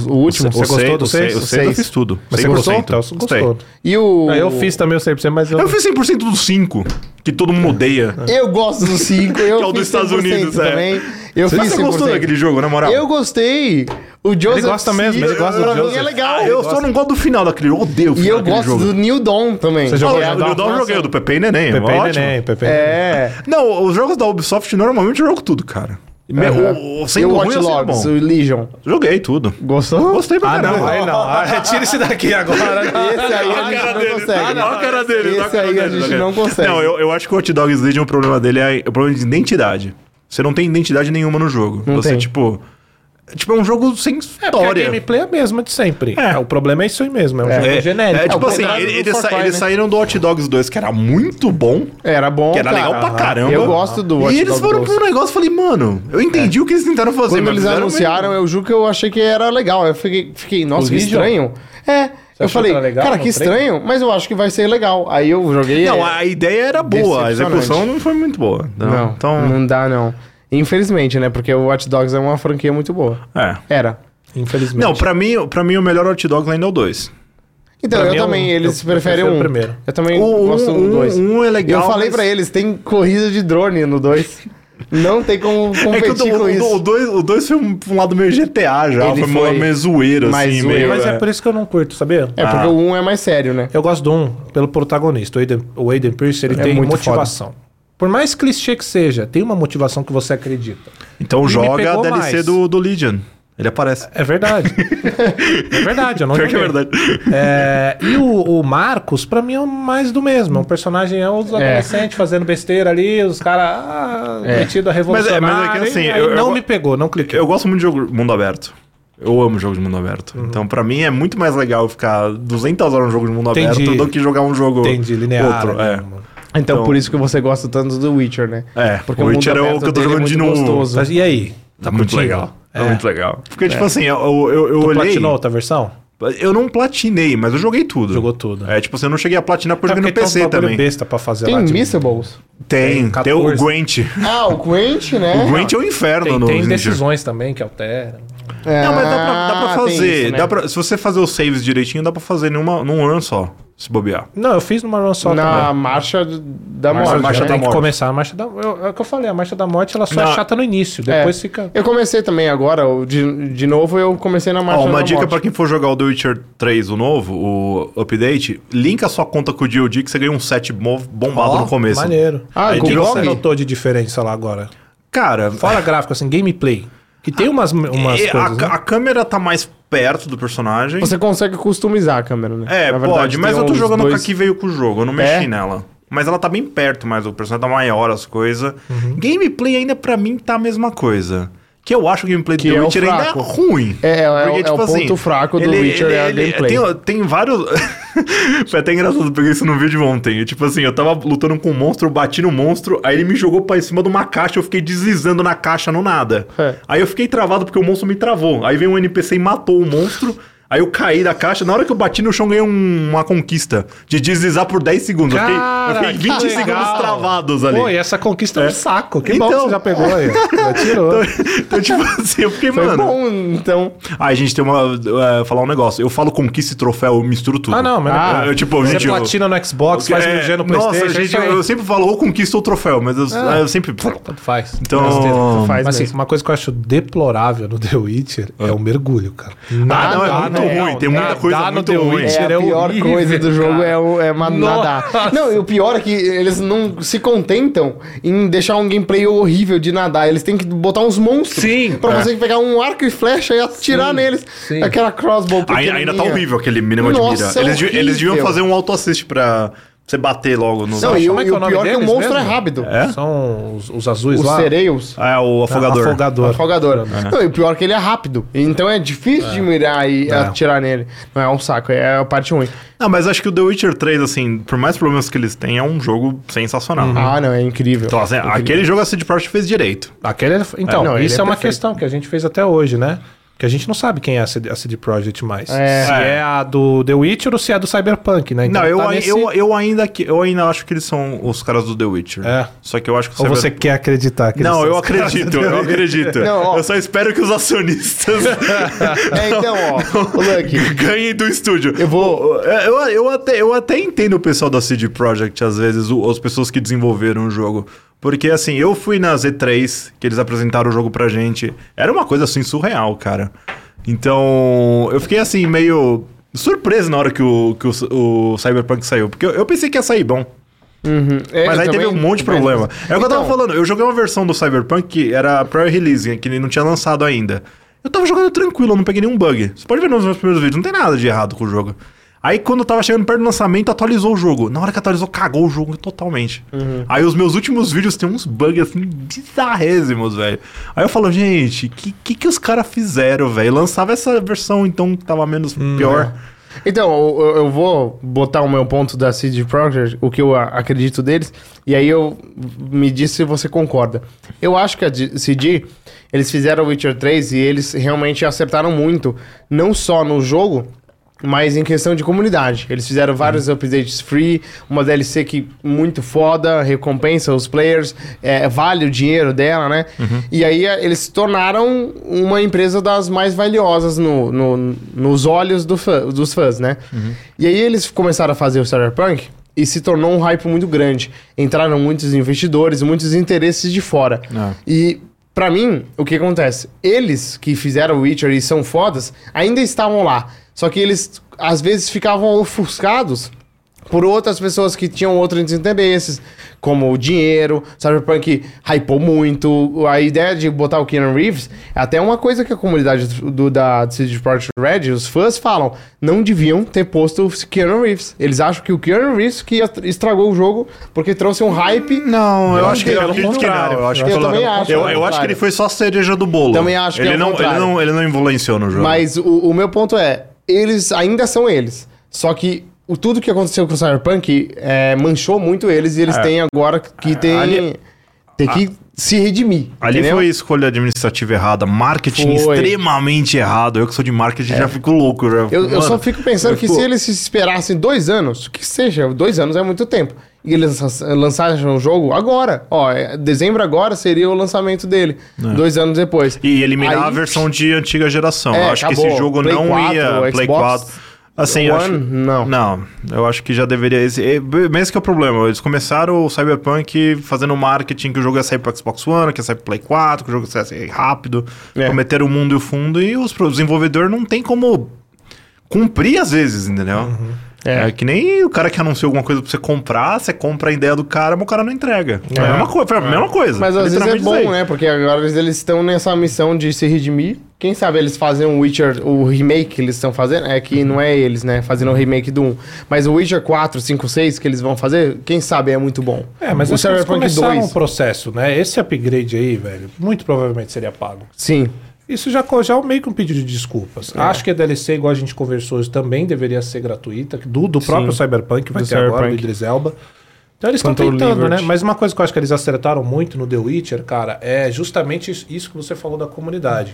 A: o último?
B: Você gostou do seis?
C: O
A: O
C: 6 eu
A: seis.
C: fiz tudo.
B: Mas você
C: 100%.
B: gostou? Então, você
C: Gostei.
B: gostou.
A: E o.
B: Ah, Eu fiz também o 100%, mas eu...
C: Eu fiz 100% do 5, que todo
B: É.
C: mundo odeia.
A: Eu gosto do 5. Eu
C: Que é o dos
A: fiz
C: Estados
A: 100%
C: Unidos, é.
A: também. Eu
C: Mas
A: fiz
C: você
A: 100%.
C: gostou daquele jogo, na moral?
A: Eu gostei. O Joseph
B: gosta mesmo,
A: Seed,
B: ele gosta do
A: pra mim,
B: Joseph.
A: é legal.
C: Ah, eu só não gosto do final daquele jogo. Eu odeio o
A: E eu
C: final daquele
A: gosto
C: jogo.
A: do New Dawn também.
B: Você
C: Ah,
B: jogou
C: o-
B: Jedi
C: eu não
B: Fallen?
C: joguei o do Pepe e Neném. é
B: Pepe e
C: ótimo.
B: Neném, Pepe e Neném.
A: É.
C: Não, os jogos da Ubisoft, normalmente eu jogo tudo, cara. Me- o, o,
A: E
C: sendo
A: o
C: ruim,
A: Watch
C: eu sendo
A: Dogs,
C: é bom.
A: o Legion.
C: Joguei tudo.
A: Gostou?
C: Gostei pra
B: Ah,
C: caramba.
B: não, aí não. Ah, Retira esse daqui agora.
A: Esse aí a gente não consegue.
C: Olha a cara dele. olha a
A: Esse
C: cara
A: aí a
C: dele,
A: gente
C: olha.
A: não consegue.
C: Não, eu, eu acho que o Hot Dogs Legion, o problema dele é o problema de identidade. Você não tem identidade nenhuma no jogo.
A: Não
C: Você,
A: tem.
C: tipo... Tipo, é um jogo sem
B: É, porque a
C: história.
B: gameplay é a mesma de sempre.
C: É.
B: O problema é isso aí mesmo. É um
A: É.
B: jogo
C: É,
B: genérico.
C: é
A: É
C: tipo
A: o
C: assim,
A: contrário
C: ele-
A: do
C: eles,
A: Far
C: sa-
A: Cry,
C: eles
A: né?
C: saíram do Hot Dogs 2, que era muito bom,
A: É, Era bom.
C: que era
A: cara.
C: legal pra caramba.
A: Eu gosto do Watch
C: E eles
A: Dogs
C: foram pra
A: 2.
C: um negócio e falei, mano, eu entendi o que eles tentaram fazer.
A: Quando
C: mas
A: eles
C: fizeram
A: anunciaram, eu juro que eu achei que era legal. Eu fiquei, fiquei nossa,
B: O
A: que
B: Legion?
A: estranho. É, eu
B: achou
A: falei,
B: que era legal
A: cara,
B: no
A: que
B: trailer?
A: estranho, mas eu acho que vai ser legal. Aí eu joguei.
C: Não,
A: é,
C: a ideia era boa, a
A: Decepcionante.
C: execução não foi muito boa. Não,
A: não,
C: então,
A: não dá não. Infelizmente, né? Porque o Watch Dogs é uma franquia muito boa.
C: é.
A: Era.
B: Infelizmente.
C: Não, pra mim, pra mim o melhor Hot Dogs ainda é o 2.
A: Então,
B: Pra
A: eu
B: mim é um-
A: também, eles
B: eu
A: preferem
B: prefiro
A: um.
B: o primeiro.
A: Eu também
C: O um-
A: gosto do
C: um-
A: dois.
C: um é legal,
A: Eu falei
C: mas-
A: pra eles, tem corrida de drone no dois. Não tem como
C: É que
A: competir
C: o do-
A: com
C: o do- o
A: isso.
C: dois- o dois foi um, pra um lado meio GTA já.
A: Ele
C: foi,
A: foi
C: meio- meio zoeiro,
A: mais
C: assim.
A: zoeiro,
C: meio,
B: Mas é
C: é.
B: por isso que eu não curto, sabia?
A: É,
C: Ah.
A: porque o um é mais sério, né?
B: Eu gosto do um pelo protagonista. O Aiden, o Aiden Pierce, ele
A: É
B: tem
A: muito
B: motivação. Por mais clichê que seja, tem uma motivação que você acredita.
C: Então
B: me
C: joga a
B: pegou
C: DLC
B: mais.
C: do, do Legion. Ele aparece.
B: É verdade. é verdade, eu não
C: Pior que é
B: joguei.
C: verdade.
B: É, e o, o Marcos, pra mim, é mais do mesmo. É um personagem, é os adolescentes fazendo besteira ali, os caras ah,
A: É.
B: metido a revolucionário.
C: Mas é- mas é que assim,
B: aí
C: eu- eu
B: não
C: go-
B: me pegou, não cliquei.
C: Eu gosto muito de jogo mundo aberto. Eu amo jogo de mundo aberto.
B: Uhum.
C: Então, pra mim, é muito mais legal ficar 200 horas no jogo de mundo
B: Entendi.
C: aberto do que jogar um jogo
B: Entendi, linear.
C: outro. É.
B: né?
A: Então,
C: Então-
A: por isso que você gosta tanto do Witcher, né?
C: É,
A: Porque
C: o Witcher é o
A: mundo aberto
C: que eu tô
A: dele
C: jogando
A: muito
C: de novo.
A: gostoso.
B: Mas e aí?
C: Tá muito
B: curtindo?
C: legal. Tá
B: É.
C: muito legal. Porque, tipo assim, eu, eu, eu
B: Tu
C: olhei...
B: platinou outra versão?
C: Eu não platinei, mas eu joguei tudo.
B: Jogou tudo.
C: É, tipo assim, eu não cheguei a platinar porque eu
B: É
C: joguei no
B: porque tem uns
C: PC
B: bagulho
C: também.
B: besta pra fazer
A: Tem
B: lá. tipo,
A: Missables.
C: Tem,
B: Tem
C: tem o
B: 14.
C: Gwent.
A: Ah, o Quentin, né?
C: O Gwent é o inferno
B: tem,
C: no
B: tem
C: Ninja.
B: decisões também que alteram.
C: Não, mas dá pra, dá pra
A: É. Ah, tem
C: fazer.
A: isso, né?
C: dá pra, se você fazer os saves direitinho, dá pra fazer numa, num run só, se bobear.
B: Não, eu fiz numa run só
A: Na
B: também.
A: marcha da
B: Mas
A: morte.
B: a marcha
A: né?
B: tem que
C: Morte.
B: começar a marcha da eu, É o que eu falei, a marcha da morte ela só
C: Na-
B: é chata no início,
A: É.
B: depois fica.
A: Eu comecei também agora, o de, de novo eu comecei na marcha
C: Ó, uma
A: da
C: dica
A: morte.
C: pra quem for jogar o The Witcher 3, o novo, o update, linka sua conta com o DoD que você ganha um set mov- bombado
B: Ó,
C: no começo.
B: Maneiro.
A: Ah,
B: Aí,
A: com
B: o que
A: o
B: você
A: GOG?
B: notou de diferença lá agora?
C: Cara,
B: Fora gráfico, assim, gameplay. Que tem umas, umas
C: e É, a,
B: coisas. né?
C: a câmera tá mais perto do personagem.
A: Você consegue customizar a câmera, né?
C: É,
A: Na verdade,
C: pode, mas
A: tem
C: eu tô
A: uns
C: jogando com a
A: dois-
C: que veio com o jogo, eu não mexi
A: É?
C: nela. Mas ela tá bem perto, mas o personagem tá maior, as coisas.
A: Uhum.
C: Gameplay ainda pra mim tá a mesma coisa. Que eu acho o gameplay do
A: Que
C: The
A: é o
C: Witcher ainda
A: fraco.
C: ruim. tipo assim,
A: É, é, é o- é o ponto fraco do Witcher, é a gameplay.
C: Tem, tem vários. Foi até engraçado, eu peguei isso no vídeo ontem. Tipo assim, eu tava lutando com um monstro, eu bati no monstro, aí ele me jogou pra cima de uma caixa, eu fiquei deslizando na caixa no nada.
A: É.
C: Aí eu fiquei travado porque o monstro me travou. Aí veio um NPC e matou o monstro. Aí eu caí da caixa. Na hora que eu bati no chão, ganhei um- uma conquista de deslizar por 10 segundos. Eu fiquei-
B: Cara,
C: eu fiquei,
B: que
C: 20
B: legal.
C: segundos travados ali.
B: Pô, e essa conquista é um saco. Que bom
C: Então-
B: que você já pegou aí. Já tirou.
C: Então, tipo assim, eu fiquei,
A: Foi
C: mano.
A: bom, então.
C: Ai, gente, tem uma. eh, falar um negócio. Eu falo conquista e troféu, eu misturo tudo.
B: Ah, não, mas
A: Ah,
C: eu, tipo,
B: você
C: gente, eu-
B: platina no Xbox, faz
C: É,
B: MG no
C: nossa,
B: Playstation.
C: gente,
B: isso aí. É.
C: eu sempre falo ou conquista ou troféu, mas eu, eu sempre.
B: Tanto faz.
C: Então.
A: faz
B: Mas assim,
A: mesmo.
B: uma coisa que eu acho deplorável no The Witcher é o mergulho, cara. Nada,
C: Ah.
B: né?
C: não, é muito ruim, tem muita coisa muito ruim.
A: É,
C: Mentira,
A: a pior coisa do jogo é, o, é ma-
B: Nossa.
A: nadar. Não, e o pior é que eles não se contentam em deixar um gameplay horrível de nadar. Eles têm que botar uns monstros.
B: Sim. É.
A: Pra você pegar um arco e flecha e atirar neles.
B: sim.
A: Aquela crossbow
C: Ai- Ainda tá
A: pequenininha.
C: horrível aquele mínimo de
A: Nossa, é
C: mira. Eles, de-
A: horrível.
C: eles deviam fazer um auto-assist pra você bater logo no.
A: Não, e,
B: Como
A: o-
B: é que
A: e
B: é o
A: o
B: nome
A: pior é que o
B: deles
A: monstro
B: mesmo?
A: é rápido.
C: É?
B: São os, os azuis
A: Os
B: lá.
A: sereus.
C: Ah, é o afogador.
B: Afogador.
A: Afogador. Não, e o pior é que ele é rápido. Então é difícil de mirar e atirar nele. Não é um saco, é a parte ruim.
C: Não, mas acho que o The Witcher 3, assim, por mais problemas que eles têm, é um jogo sensacional.
B: Uhum. Hum.
A: Ah, não, é incrível.
C: Então, assim, aquele jogo a CD Projekt fez direito.
B: Aquele, é- então,
A: É, não, ele
B: isso
A: é
B: é, uma
A: perfeito.
B: questão que a gente fez até hoje, né? Que a gente não sabe quem é a CD, a CD Projekt mais.
A: É.
B: Se é a do The Witcher ou se é a do Cyberpunk, né? Então
C: Não, eu,
B: tá
C: ai-
B: nesse-
C: eu, eu, ainda, que- eu ainda acho que eles são os caras do The Witcher.
B: É.
C: Só que eu acho que
B: Ou
C: Cyber-
B: você quer acreditar que eles
C: Não,
B: são
C: eu
B: os caras
C: acredito,
B: do The
C: eu
B: Witcher?
C: acredito.
A: Não, ó.
C: eu só espero que os acionistas
A: É, então, ó, o Lucky.
C: ganhem do estúdio.
A: Eu vou.
C: É, Eu, eu, até, eu até entendo o pessoal da CD Projekt, às vezes, o- as pessoas que desenvolveram o jogo. Porque, assim, eu fui na Z3, que eles apresentaram o jogo pra gente. Era uma coisa, assim, surreal, cara. Então, eu fiquei, assim, meio surpreso na hora que o, que o, o Cyberpunk saiu. Porque eu, eu pensei que ia sair bom.
A: É,
C: Mas
A: eu
C: aí teve um
A: também-
C: monte de problema. É o que eu tava
A: Então,
C: falando. Eu joguei uma versão do Cyberpunk que era pré-release, que não tinha lançado ainda. Eu tava jogando tranquilo, eu não peguei nenhum bug. Você pode ver nos meus primeiros vídeos, não tem nada de errado com o jogo. Aí quando eu tava chegando perto do lançamento, atualizou o jogo. Na hora que atualizou, cagou o jogo totalmente.
A: Uhum.
C: Aí os meus últimos vídeos tem uns bugs assim bizarrésimos, velho. Aí eu falo, gente, que que, que os caras fizeram, velho? Lançava essa versão então que tava menos
A: Hum,
C: pior.
A: Então, eu, eu- eu vou botar o meu ponto da CD Projekt, o que eu a- acredito deles, e aí eu me diz se você concorda. Eu acho que a D- CD, eles fizeram o Witcher 3 e eles realmente acertaram muito, não só no jogo, mas em questão de comunidade. Eles fizeram vários
C: Uhum.
A: updates free, uma DLC que muito foda, recompensa os players, é, vale o dinheiro dela, né? E aí a- eles se tornaram uma empresa das mais valiosas no, no- nos olhos do fã- dos fãs, né? E aí eles começaram a fazer o Cyberpunk, e se tornou um hype muito grande. Entraram muitos investidores, muitos interesses de fora.
B: Ah.
A: E pra mim, o que acontece? Eles que fizeram o Witcher e são fodas, ainda estavam lá. Só que eles às vezes ficavam ofuscados por outras pessoas que tinham outros interesses, como o dinheiro, Cyberpunk hypou muito, a ideia de botar o Keanu Reeves é até uma coisa que a comunidade do, da CD Projekt Red, os fãs falam, não deviam ter posto o Keanu Reeves. Eles acham que o Keanu Reeves que estragou o jogo porque trouxe um hype
C: Não, eu,
B: Eu
C: acho que,
B: acho que
C: eu
B: é
C: acredito
B: pelo
C: que não.
B: contrário.
C: Eu acho
A: um Eu
C: que,
A: também
C: pelo-
A: acho que é
C: eu,
A: o
C: eu acho que
A: contrário.
C: ele foi só a cereja do bolo.
A: Também acho que
C: ele
A: é o
C: não, ele
A: contrário.
C: não Ele não influenciou no jogo.
A: Mas o, o meu ponto é, eles ainda são eles. Só que o, tudo que aconteceu com o Cyberpunk é, manchou muito eles e eles têm agora que tem,
C: É. ali- Ah.
A: tem que se redimir.
C: Ali
A: entendeu?
C: foi escolha administrativa errada, marketing
A: Foi. É.
C: extremamente errado. Eu que sou de marketing já fico louco. Já,
A: Eu, eu
C: Mano,
A: só fico pensando
C: eu
A: que
C: fico-
A: se eles se esperassem dois anos, que seja, dois anos é muito tempo, e eles lança- lançassem o jogo agora, ó, é- dezembro agora seria o lançamento dele, dois anos depois.
C: É. E eliminar
A: Aí-
C: a versão de antiga geração.
A: É,
C: eu acho que
A: acabou.
C: esse jogo
A: Play
C: não
A: 4,
C: ia. Play
A: Xbox
C: 4. Assim, eu
A: One,
C: acho-
A: não.
C: Não, eu acho que já deveria. esse- é, b- Mesmo que é o problema, eles começaram o Cyberpunk fazendo marketing que o jogo ia sair pro Xbox One, que ia sair pro Play 4, que o jogo ia sair rápido.
A: É.
C: Prometeram o mundo e o fundo, e os pro- os desenvolvedores não tem como cumprir às vezes, entendeu?
A: É.
C: É. que nem o cara que anunciou alguma coisa pra você comprar, você compra a ideia do cara, mas o cara não entrega. É, a mesma coisa, foi a mesma coisa.
A: Mas às vezes é
C: literalmente isso aí.
A: bom, né? Porque agora eles estão nessa missão de se redimir. Quem sabe eles fazem o Witcher, o remake que eles estão fazendo. É que não é eles, né? Fazendo o remake do 1. Mas o Witcher 4, 5, 6 que eles vão fazer, quem sabe é muito bom.
B: É, mas
A: o
B: acho que eles
A: Cyberpunk
B: começaram
A: 2.
B: um processo, né? Esse upgrade aí, velho, muito provavelmente seria pago.
A: Sim.
B: Isso já, co- já é meio que um pedido de desculpas.
A: É.
B: Acho que a DLC, igual a gente conversou hoje, também deveria ser gratuita, do, do próprio Cyberpunk, vai
A: do
B: ter agora, do
A: Cyberpunk.
B: Idris Elba. Então eles estão
A: Quanto ao
B: tentando,
A: Liberty.
B: né? Mas uma coisa que eu acho que eles acertaram muito no The Witcher, cara, é justamente isso- isso que você falou da comunidade.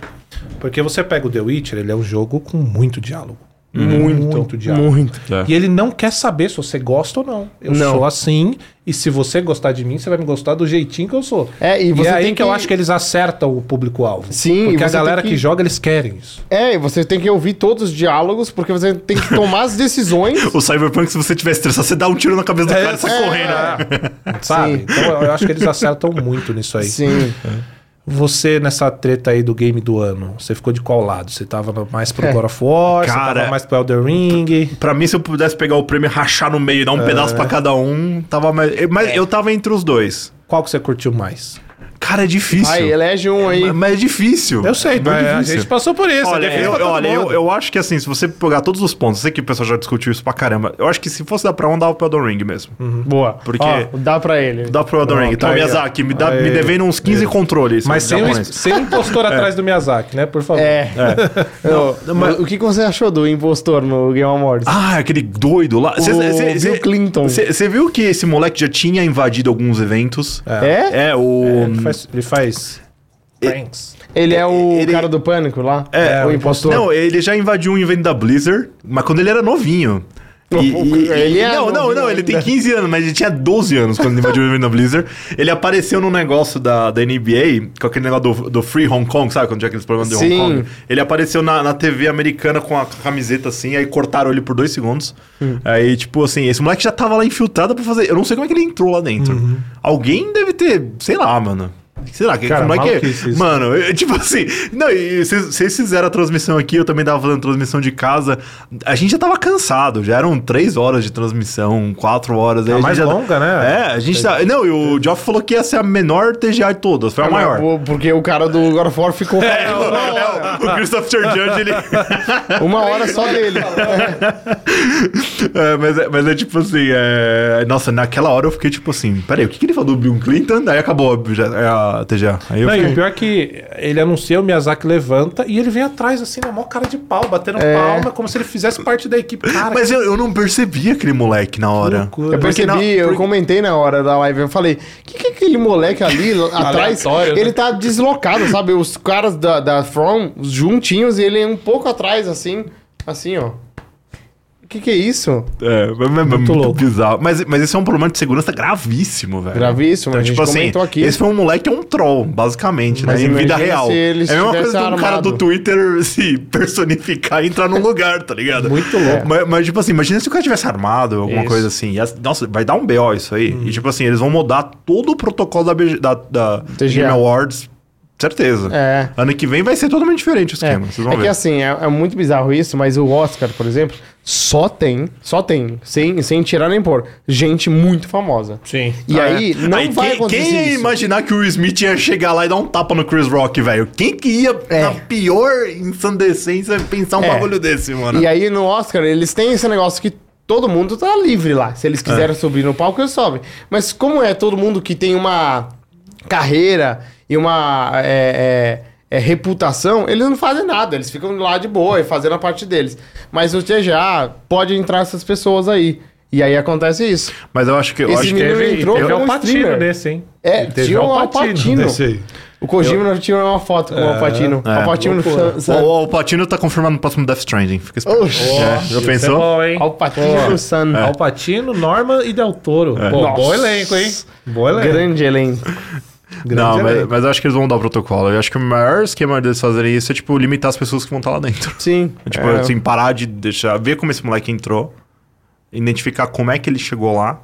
B: Porque você pega o The Witcher, ele é um jogo com muito diálogo.
A: Muito. Muito.
B: diálogo.
C: É.
B: E ele não quer saber se você gosta ou não. Eu
A: Não.
B: sou assim, e se você gostar de mim, você vai me gostar do jeitinho que eu sou.
A: É, e
B: e
A: você
B: é aí
A: tem
B: que... eu
A: que-
B: acho que eles acertam o público-alvo.
A: Sim, e
B: Porque a
A: você tem
B: galera que...
A: que
B: joga, eles querem isso.
A: É, e você tem que ouvir todos os diálogos, porque você tem que tomar as decisões.
C: O Cyberpunk, se você tiver estressado, você dá um tiro na cabeça
B: É.
C: do cara e sai correndo.
B: Sabe?
A: É. Sim.
B: Então eu- eu acho que eles acertam muito nisso aí.
A: Sim.
B: Você, nessa treta aí do game do ano, você ficou de qual lado? Você tava no- mais pro
A: É.
B: God of War, você
C: Cara-
B: tava mais pro Elden Ring.
C: Pra mim, se eu pudesse pegar o prêmio e rachar no meio e dar
B: É.
C: um pedaço pra cada um, tava mais. eh, Mas eu tava entre os dois.
B: Qual que você curtiu mais?
C: Cara, é difícil.
A: Aí, elege um aí.
C: Ma- Mas é difícil.
B: Eu sei,
C: É muito
B: mas a
C: difícil.
B: gente passou por isso.
C: Olha,
B: é difícil
C: eu,
B: pra todo
C: olha eu,
B: mundo.
C: eu acho que assim, se você pegar todos os pontos, eu sei que o pessoal já discutiu isso pra caramba. Eu acho que se fosse dar pra um, dava pro Elden Ring mesmo.
A: Boa.
C: Porque-
A: Ó, dá pra ele.
C: Dá pro Elden Ring. Então,
B: Uhum. tá aí,
C: Miyazaki, me, dá,
B: aí.
C: me devendo uns 15 controles.
B: Mas sem um,
C: japonês.
B: sem um impostor atrás do Miyazaki, né? Por favor.
A: É. Ô,
C: mas-
A: O que que você achou do impostor no Game Awards?
C: Ah, aquele doido lá. Cê-
A: O
C: cê- cê-
A: Bill
C: cê-
A: Clinton.
C: cê- Você viu que esse moleque já tinha invadido alguns eventos?
A: É?
C: É, o.
B: Ele faz. Ele faz... pranks.
A: Ele é o
C: Ele-
A: cara do pânico lá?
C: É,
A: o
B: o
A: impostor.
C: Não, ele já invadiu um evento da Blizzard, mas quando ele era novinho. E- e-
A: Ele é
C: não, não,
A: novinho
C: não, ele tem
A: ainda.
C: 15 anos, mas ele tinha 12 anos quando ele invadiu o evento da Blizzard. Ele apareceu num negócio da, da NBA, com aquele negócio do, do Free Hong Kong, sabe? Quando tinha aqueles problemas de Hong
A: Sim.
C: Kong. Ele apareceu na, na TV americana com a camiseta assim, aí cortaram ele por dois segundos.
A: Hum.
C: Aí, tipo assim, esse moleque já tava lá infiltrado pra fazer. Eu não sei como é que ele entrou lá dentro.
A: Uhum.
C: Alguém deve ter, sei lá, mano. Sei lá, que
B: Cara,
C: como é que.
B: maluquice isso.
C: Mano, eu- tipo assim. Não, e vocês vocês fizeram a transmissão aqui, eu também tava fazendo transmissão de casa. A gente já tava cansado, já eram três horas de transmissão, quatro horas. aí
B: A
C: a
B: mais
C: gente já-
B: longa, né?
C: É, a gente tá. Não, e o Geoff falou que ia ser a menor TGA de todas,
B: Tá
C: foi a maior.
A: O- Porque o cara do God of War ficou
C: É, o, é, o- o Christopher Judge, ele.
A: uma hora só dele.
C: É, mas, é, mas é tipo assim, é... nossa, naquela hora eu fiquei tipo assim, peraí, o que, que ele falou do Bill Clinton? Aí acabou a, já- é a TGA. Aí eu
B: Não, e o
C: fiquei...
B: pior é que ele anuncia, o Miyazaki levanta e ele vem atrás, assim, na maior cara de pau, batendo
A: É.
B: palma, como se ele fizesse parte da equipe. Cara,
C: Mas eu, eu não percebi aquele moleque na hora.
B: é
C: É
B: loucura.
A: Eu percebi,
C: não-
A: eu
C: porque-
A: comentei na hora da live, eu falei, que que é aquele moleque ali lá atrás,
B: Aleatório, né?
A: ele tá deslocado, sabe? Os caras é da, da From juntinhos e ele um pouco atrás, assim, assim, ó. que, que é isso?
C: É, é muito,
B: louco.
C: bizarro. Mas, mas esse é um problema de segurança gravíssimo, velho.
A: Gravíssimo,
C: Então,
A: a gente
C: tipo assim,
A: comentou aqui.
C: esse foi um moleque que é um troll, basicamente,
A: Mas
C: né? Em vida
A: imagina
C: real.
A: se
C: É a
A: ele
C: mesma
A: estivesse
C: coisa que um cara
A: armado.
C: do Twitter se personificar e entrar num lugar, tá ligado?
B: Muito louco.
C: Mas, mas, tipo assim, imagina se o cara tivesse armado, alguma
B: Isso.
C: coisa assim. E as- nossa, vai dar um BO isso aí.
A: Uhum.
C: E tipo assim, eles vão mudar todo o protocolo da, BG da, da
A: TGA.
C: Game Awards, certeza.
A: É.
C: Ano que vem vai ser totalmente diferente
A: É,
C: o esquema, vocês vão
A: É
C: ver.
A: que assim, é, é muito bizarro isso, mas o Oscar, por exemplo, só tem, só tem, sem, sem tirar nem pôr, gente muito famosa.
B: Sim.
A: E
C: Ah,
A: aí,
C: é.
A: não
C: Aí
A: vai
C: quem,
A: acontecer
C: Quem ia
A: isso.
C: imaginar que o Will Smith ia chegar lá e dar um tapa no Chris Rock, velho? Quem que ia, na pior insandescência, pensar um
A: É.
C: bagulho desse, mano?
A: E aí no Oscar, eles têm esse negócio que todo mundo tá livre lá. Se
C: É.
A: eles quiserem subir no palco, eles sobem. Mas como é todo mundo que tem uma carreira e uma é, é, é, reputação, eles não fazem nada. Eles ficam lá de boa e fazendo a parte deles. Mas no TGA pode entrar essas pessoas aí. E aí acontece isso.
C: Mas eu acho que... Eu
A: Esse
C: acho que
A: menino entrou
B: teve
A: como
B: um patinho
A: streamer.
B: desse, hein?
A: É,
B: Teve
A: tinha um
B: Al Pacino
A: Alpatino.
B: desse aí.
A: O Kojima não tirou uma foto com o Alpatino.
C: é.
A: Alpatino.
B: Loucura.
A: San-
C: o, o Patino tá confirmado no próximo Death Stranding. Fica esperto.
A: Oxi.
C: É, já
B: Isso
C: pensou?
B: É bom, hein?
A: Alpatino San.
C: É.
B: Al Pacino, Norman e Del Toro. Pô,
A: Nossa.
B: bom elenco, hein? Bom elenco.
A: Grande elenco.
C: Não, mas,
B: elenco.
C: mas eu acho que eles vão mudar o protocolo. Eu acho que o maior esquema deles fazerem isso é, tipo, limitar as pessoas que vão estar lá dentro.
A: Sim.
C: Tipo,
A: É.
C: assim, parar de deixar... Ver como esse moleque entrou, identificar como é que ele chegou lá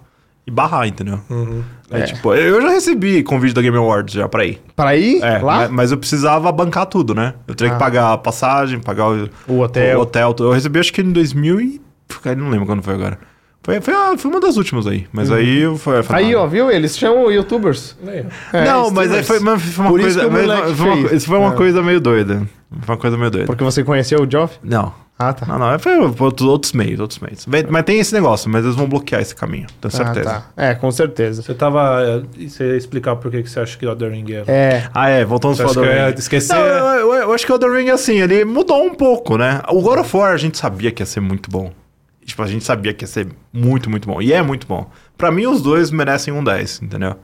C: e barrar, entendeu?
A: Uhum.
C: É, tipo, eu já recebi convite da Game Awards já pra ir.
A: Pra ir
C: É,
A: lá? Ah.
C: Mas, mas eu precisava bancar tudo, né? Eu teria que pagar a passagem, pagar o,
A: O hotel.
C: o hotel. Eu recebi acho que em 2000 e... Cara, não lembro quando foi agora. Foi, foi, a- foi uma das últimas aí. Mas aí eu fui...
A: Uhum. Aí, ó, viu? Eles chamam youtubers.
B: Aí, ó.
A: É,
C: não, mas aí
A: streamers.
C: foi, mas foi uma
A: Por isso
C: coisa...
A: que o
C: mas
A: moleque
C: foi uma-
A: fez.
C: isso foi uma
A: É.
C: coisa meio doida. Foi uma coisa meio doida.
A: Porque você conheceu o Joff?
C: Não.
A: Ah, tá.
C: Não, não, foi outros, outros meios, outros meios. Vem- Mas tem esse negócio, mas eles vão bloquear esse caminho, tenho certeza.
A: Ah, tá. É, com certeza.
B: Você tava. eh, Você ia explicar por que que você acha que o Elden Ring é.
A: É.
C: Ah, é, voltamos
B: Você
C: pra
B: acha que eu ia
C: Elden Ring.
B: esquecer?
C: Não, eu, eu- eu acho que o Elden Ring, assim, ele mudou um pouco, né? O God of War a gente sabia que ia ser muito bom. Tipo, a gente sabia que ia ser muito, muito bom. E é muito bom. Pra mim, os dois merecem um 10, entendeu?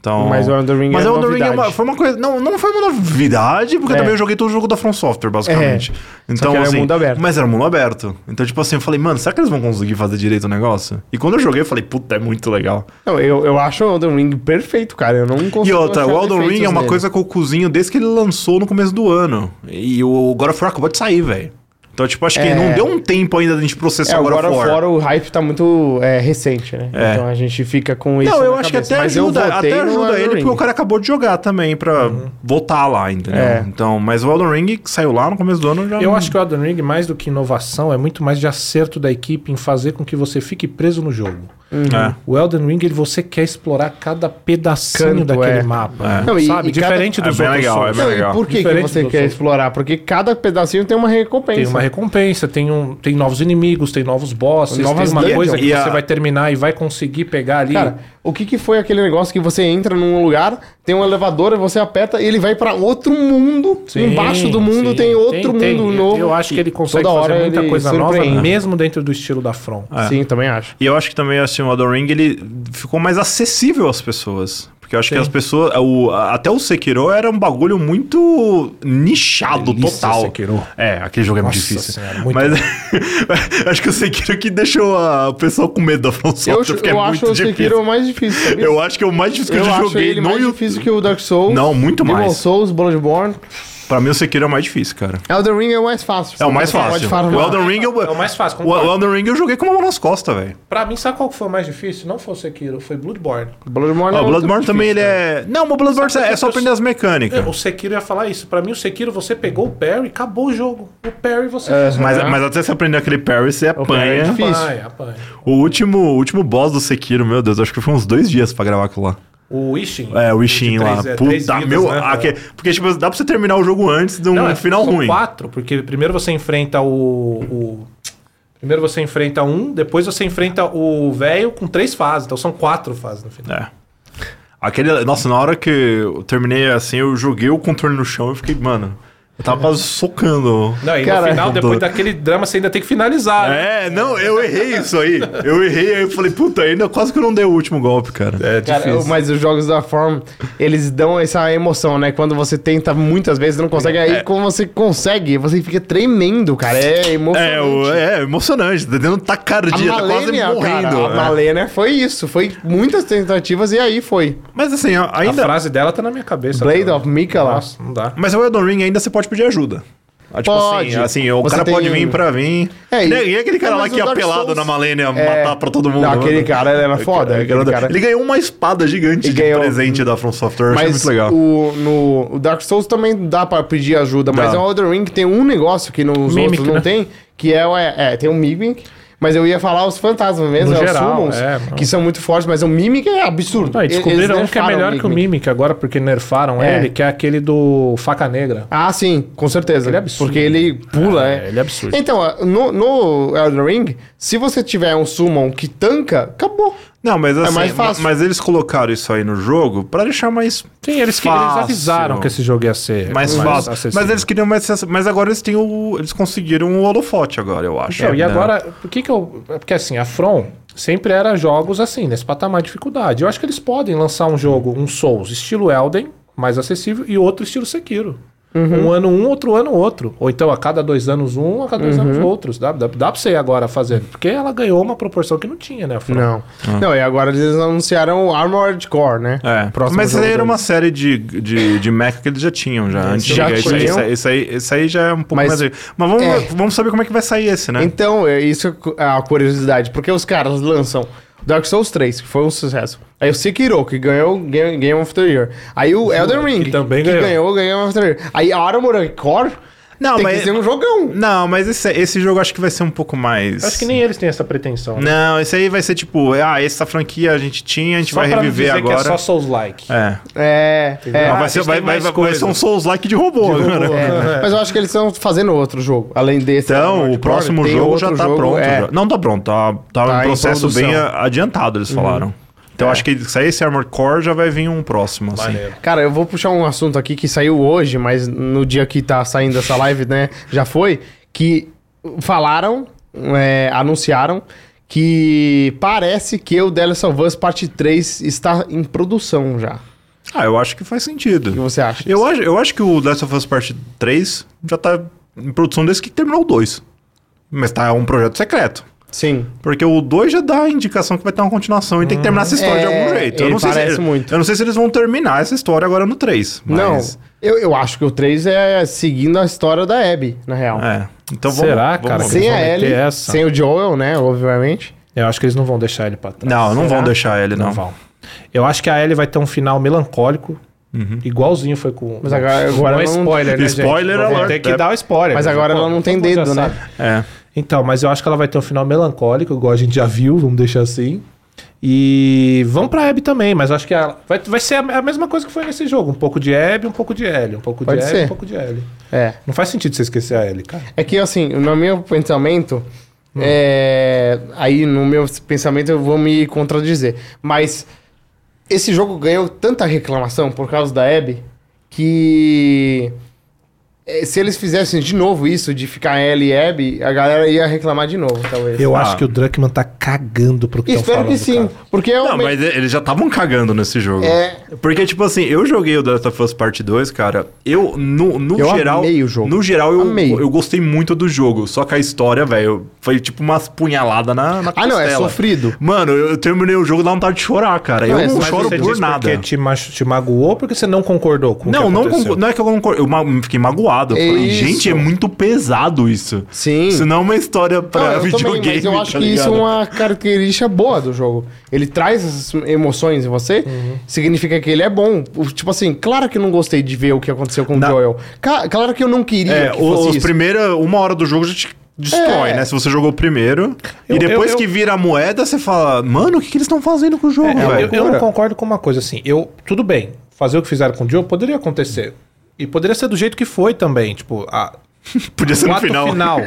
C: Então...
A: Mas o Elden Ring
C: Mas
A: é
C: o Elden Ring é uma,
A: novidade.
C: foi uma coisa... Não, não foi uma novidade, porque
A: É.
C: também eu joguei todo o jogo da From Software, basicamente. Então,
A: que era um
C: assim,
A: mundo aberto.
C: Mas era mundo aberto. Então, tipo assim, eu falei, mano, será que eles vão conseguir fazer direito o negócio? E quando eu joguei, eu falei, puta, é muito legal.
A: Não, eu, eu acho o Elden Ring perfeito, cara. Eu não consigo.
C: E outra,
A: achar
C: o Elden
A: defeitos
C: Ring é uma
A: nele.
C: coisa que eu cozinho desde que ele lançou no começo do ano. E o God of War acabou de sair, velho. Então, tipo, acho que
A: É.
C: não deu um tempo ainda da gente processar
A: É,
C: o God
A: agora
C: of War.
A: fora o hype tá muito é, recente, né?
C: É.
A: Então a gente fica com isso.
C: Não, eu
A: na
C: acho
A: cabeça.
C: que até
A: Mas eu
C: ajuda,
A: votei
C: até
A: no
C: ajuda
A: Elden
C: ele,
A: Ring. Uhum.
C: porque o cara acabou de jogar também pra votar lá, entendeu?
A: É.
C: Então, mas o Elden Ring que saiu lá no começo do ano já.
B: Eu
C: não-
B: acho que o Elden Ring, mais do que inovação, é muito mais de acerto da equipe em fazer com que você fique preso no jogo.
C: É.
B: O Elden Ring, ele, você quer explorar cada pedacinho
A: Canto,
B: daquele
A: é.
B: mapa,
C: É.
A: Não, e-
B: sabe?
A: e cada-
B: Diferente
C: É
B: dos
C: bem
B: outros
C: legal,
B: Souls.
C: é bem
A: Não, e
C: legal.
A: por que, que
B: Diferente
A: você
B: do
A: quer
B: Souls.
A: explorar? Porque cada pedacinho tem uma recompensa.
B: Tem uma recompensa, tem, um, tem novos inimigos, tem novos bosses,
A: Novas
B: tem uma
A: dungeons.
B: coisa que
C: E a-
B: você vai terminar e vai conseguir pegar ali.
A: Cara, o que, que foi aquele negócio que você entra num lugar, tem um elevador, você aperta e ele vai pra outro mundo.
B: Sim,
A: Embaixo do mundo
B: sim.
A: tem outro
B: tem.
A: mundo
B: Eu-
A: novo.
B: Eu acho que ele consegue
A: Toda
B: fazer
A: hora
B: muita
A: ele
B: coisa nova,
A: surpreende.
B: mesmo dentro do estilo da From.
C: É.
A: Sim, também acho.
C: E eu acho que também assim, o Elden Ring ele ficou mais acessível às pessoas. Porque eu acho que as pessoas. O, a- até o Sekiro era um bagulho muito nichado
B: Delícia,
C: total.
B: Sekiro.
C: É, aquele jogo é muito
B: Nossa
C: difícil.
B: Senhora, muito
C: Mas acho que o Sekiro que deixou a- o pessoal com medo da From
A: Eu,
C: Software, porque
A: eu
C: é muito
A: acho o
C: difícil.
A: Sekiro o mais difícil. sabia?
C: Eu acho que é o mais difícil que eu,
A: Eu
C: já
A: acho
C: joguei.
A: ele
C: não
A: mais
C: eu-
A: difícil que o Dark Souls.
C: Não, muito
A: Demon
C: mais.
A: Souls, Bloodborne.
C: Pra mim o Sekiro é o mais difícil, cara.
A: Elden Ring é o mais fácil.
C: É o mais
A: Você Pode
C: fácil.
A: farmar.
C: O Elden Ring eu...
B: É o mais fácil,
C: O
B: concordo.
C: Elden Ring eu joguei com uma mão nas costas, velho.
B: Pra mim, sabe qual que foi o mais difícil? Não foi o Sekiro, foi Bloodborne.
A: Bloodborne, é
C: Ó, Ah, o
A: outro
C: Bloodborne
A: difícil.
C: também ele é... Não, mas o Bloodborne
B: Sabe
C: é
B: que
C: só
B: eu-
C: aprender as mecânicas.
B: O Sekiro ia falar isso. Pra mim, o Sekiro, você pegou o parry, acabou o jogo. O parry você
A: É,
B: fez.
C: Mas,
A: Aham.
C: mas até você aprender aquele parry, você
A: parry é
C: apanha.
A: difícil.
B: Apanha, apanha.
C: O último, o último boss do Sekiro, meu Deus, acho que foi uns dois dias pra gravar aquilo lá.
B: O Ishin.
C: É, o Ishin
B: de
C: lá.
B: três- é, três
C: Puta,
B: vidas,
C: meu.
B: né?
C: aque- Porque, tipo, dá pra você terminar o jogo antes de um
B: Não, é,
C: final
B: são
C: ruim.
B: quatro, porque primeiro você enfrenta o... o- Primeiro você enfrenta um, depois você enfrenta o velho com três fases. Então são quatro fases no final.
C: É. Aquele. Nossa, na hora que eu terminei assim, eu joguei o contorno no chão e fiquei, mano. Eu tava socando.
B: Não, e
A: Cara,
B: no final, depois
C: do-
B: daquele drama, você ainda tem que finalizar. né?
C: É, não, eu errei isso aí. Eu errei, aí eu falei, puta, ainda quase que eu não dei o último golpe, cara.
B: É,
A: Cara, eu- mas os jogos da Form, eles dão essa emoção, né? Quando você tenta muitas vezes, não
C: É.
A: consegue. Aí, quando você consegue, você fica tremendo, cara. É emocionante.
C: É, o- é emocionante, tá dando tacardia, tá quase morrendo.
A: cara, a
C: é.
A: Malenia foi isso. Foi muitas tentativas e aí foi.
C: Mas assim, ó,
B: A
C: ainda.
B: frase dela tá na minha cabeça.
A: Blade
B: cara.
A: of Mikala.
B: Nossa, não dá.
C: Mas o Elden Ring ainda você pode pedir ajuda. Ah, tipo
A: Pode.
C: assim, assim, o
A: Você
C: cara
A: tem-
C: pode vir pra vir.
A: É, e-
C: e, e aquele cara
A: Não,
C: lá
A: mas
C: que
A: o
C: é
A: Dark
C: pelado
A: Souls-
C: na Malenia
A: É.
C: matar pra todo mundo.
A: Não, aquele
C: mano.
A: cara ele
B: É
A: era foda.
C: Aquele
A: aquele
C: cara-
A: cara.
C: É, Ele ganhou uma espada gigante
A: Ele
C: de
A: ganhou-
B: um
C: presente da From Software. Achei
A: Mas
C: muito legal.
A: O, no, o Dark Souls também dá pra pedir ajuda, mas
C: Dá.
A: o Elden Ring tem um negócio que nos
B: Mimic,
A: outros não
B: né?
A: tem, que é, o- é, é, tem o Mimic, mas eu ia falar os fantasmas mesmo,
B: No
A: é,
B: geral,
A: os Summons,
B: é, mano.
A: que são muito fortes, mas o Mimic é absurdo.
B: Não, e descobriram
A: Eles
B: um que é
A: nerfaram
B: melhor que o Mimic agora, porque nerfaram
A: É.
B: ele, que é aquele do Faca Negra.
A: Ah, sim, com certeza.
B: Ele é absurdo.
A: Porque ele pula,
B: É,
A: é.
B: ele é absurdo.
A: Então, ah, no, no Elden Ring, se você tiver um Summon que tanca, acabou.
C: Não,
B: é
C: mas assim,
A: mais fácil.
C: mas eles colocaram isso aí no jogo pra deixar mais
B: Sim, eles, que, eles
C: Fácil.
B: avisaram que esse jogo ia ser
C: mais fácil.
B: acessível.
C: Mas eles queriam mais acess- mas agora eles têm o eles conseguiram o holofote agora, eu acho.
B: É, e
C: né?
B: agora, por que que eu... é Porque assim, a From sempre era jogos assim, nesse patamar de dificuldade. Eu acho que eles podem lançar um jogo, um Souls, estilo Elden, mais acessível, e outro estilo Sekiro. Um ano um, outro ano outro. Ou então a cada dois anos um, a cada dois anos outros. Dá, dá, dá pra você ir agora fazendo. Porque ela ganhou uma proporção que não tinha, né, a From?
A: Não. Não, e agora eles anunciaram o Armored Core, né?
C: É,
A: Próximo
C: mas isso
A: jogo
C: aí era
A: deles.
C: uma série de, de, de mecha que eles já tinham, já.
B: Esse
C: antiga.
A: já
C: isso, aí,
A: tinham.
C: isso, aí, isso aí- isso aí já é um pouco
A: Mas-
C: mais. Mas vamos,
A: é.
C: vamos saber como é que vai sair esse, né?
A: Então, é isso é a curiosidade, porque os caras lançam Dark Souls 3, que foi um sucesso. Aí o Sekiro, que ganhou o Ga- Game of the Year. Aí o Elden Ring,
B: também
A: que ganhou
B: ganhou.
A: o Game of the Year. Aí a Armored Core
C: Não,
A: tem
C: mas-
A: que ser um jogão.
C: Não, mas esse, esse jogo acho que vai ser um pouco mais.
B: Acho que nem eles têm essa pretensão. né?
C: Não, esse aí vai ser tipo, ah, essa franquia a gente tinha, a gente vai
B: pra
C: reviver
B: dizer
C: agora.
B: Que é só Souls-like.
C: É.
A: É, é.
C: Mas
B: Ah,
C: vai,
B: vocês
C: ser,
B: têm
C: vai, vai,
B: mais
C: vai
B: coisa.
C: ser um Souls-like de robô, cara.
A: é. Mas eu acho que eles estão fazendo outro jogo, além desse.
C: Então,
A: Armored
C: o próximo
A: Core, tem
C: jogo
A: outro
C: já tá
A: jogo,
C: pronto.
A: é.
C: já. Não tá pronto, tá, tá,
A: Tá
C: um
A: em
C: processo
A: produção.
C: bem a- adiantado, eles falaram. Então acho que se esse Armored Core já vai vir um próximo, assim.
B: Maneiro.
A: Cara, eu vou puxar um assunto aqui que saiu hoje, mas no dia que tá saindo essa live, né? Já foi. Que falaram, é, anunciaram que parece que o The Last of Us Parte 3 está em produção já.
C: Ah, eu acho que faz sentido.
A: O que você acha?
C: Eu acho, eu acho que o Last of Us Part 3 já tá em produção desse que terminou o 2. Mas tá um projeto secreto.
A: Sim.
C: Porque o 2 já dá a indicação que vai ter uma continuação e tem que terminar essa história
A: É,
C: de algum jeito.
A: ele
C: sei
A: parece
C: se,
A: muito.
C: Eu não sei se eles vão terminar essa história agora no 3. Mas,
A: Não, eu, eu acho que o 3 é seguindo a história da Abby, na real.
C: É. Então vamos.
B: Será,
C: vamos
B: cara?
C: ver.
A: Sem a
B: Eles vão meter
A: Ellie,
B: essa?
A: sem o Joel, né? Obviamente.
B: É. Eu acho que eles não vão deixar ele pra trás.
C: Não, não
A: Será?
C: vão deixar ele, não.
B: Não vão. Eu acho que a Ellie vai ter um final melancólico. Igualzinho foi com.
A: Mas agora- agora
B: não é
A: não-
B: Uhum. spoiler, né?
C: Spoiler
B: gente? Vou
C: alert,
B: ter que
C: né?
B: dar o spoiler.
A: Mas agora
B: pô,
A: ela não tem
B: todo mundo
A: dedo,
B: já
A: né?
B: sabe.
C: É.
B: Então, mas eu acho que ela vai ter um final melancólico, igual a gente já viu, vamos deixar assim. E vão pra Abby também, mas eu acho que ela vai, vai ser a, a mesma coisa que foi nesse jogo. Um pouco de Abby, um pouco de Ellie. Um pouco de
A: Pode
B: Abby,
A: ser.
B: um pouco de Ellie.
A: É.
B: Não faz sentido você esquecer a Ellie, cara.
A: É que assim, no meu pensamento,
B: Hum.
A: é, aí no meu pensamento eu vou me contradizer. Mas esse jogo ganhou tanta reclamação por causa da Abby que é, se eles fizessem de novo isso de ficar L e Abby, a galera ia reclamar de novo, talvez.
B: Eu
C: Ah.
B: acho que o Druckmann tá cagando pro que
A: E
B: estão
A: espero
B: falando.
A: que sim,
B: cara.
A: porque é o
C: Não,
A: me-
C: mas eles já estavam cagando nesse jogo.
A: É.
C: Porque, tipo assim, eu joguei o The Last of Us Part 2, cara. Eu, no, no
A: Eu
C: geral.
A: amei o jogo.
C: No geral, eu,
A: Amei.
C: eu gostei muito do jogo. Só que a história, velho, foi tipo umas punhaladas na, na
A: Ah, não, é
C: costela.
A: sofrido.
C: Mano, eu, eu terminei o jogo, dá vontade de chorar, cara.
A: Não, é,
C: eu não
A: mas
C: choro
B: você
C: por
B: diz
C: nada.
B: Porque te, machu- te magoou ou porque você não concordou com o
C: Não,
B: que
C: não,
B: aconteceu?
C: concor- não é que eu concordo. Eu ma- fiquei magoado. Eu falei,
A: Isso.
C: gente, é muito pesado isso.
A: Sim.
C: Isso não é uma história
A: Não,
C: pra
A: eu
C: videogame.
A: também, mas eu acho
C: tá
A: que isso é
C: ligado?
A: uma característica boa do jogo. Ele traz essas emoções em você, significa que ele é bom. O- Tipo assim, claro que eu não gostei de ver o que aconteceu com
C: Na-
A: o Joel. Ca- claro que eu não queria
C: É,
A: que fosse
C: os
A: isso.
C: primeira uma hora do jogo já te destrói,
A: É.
C: né? Se você jogou o primeiro.
B: Eu-
C: e
B: eu-
C: depois
B: eu-
C: que vira a moeda, você fala, mano, o que, que eles estão fazendo com o jogo,
B: É, eu- eu,
C: velho?
B: não concordo com uma coisa assim. Eu, tudo bem, fazer o que fizeram com o Joe poderia acontecer. E poderia ser do jeito que foi também. Tipo, a,
C: Podia ser
B: o
C: no
B: ato
C: final.
B: final.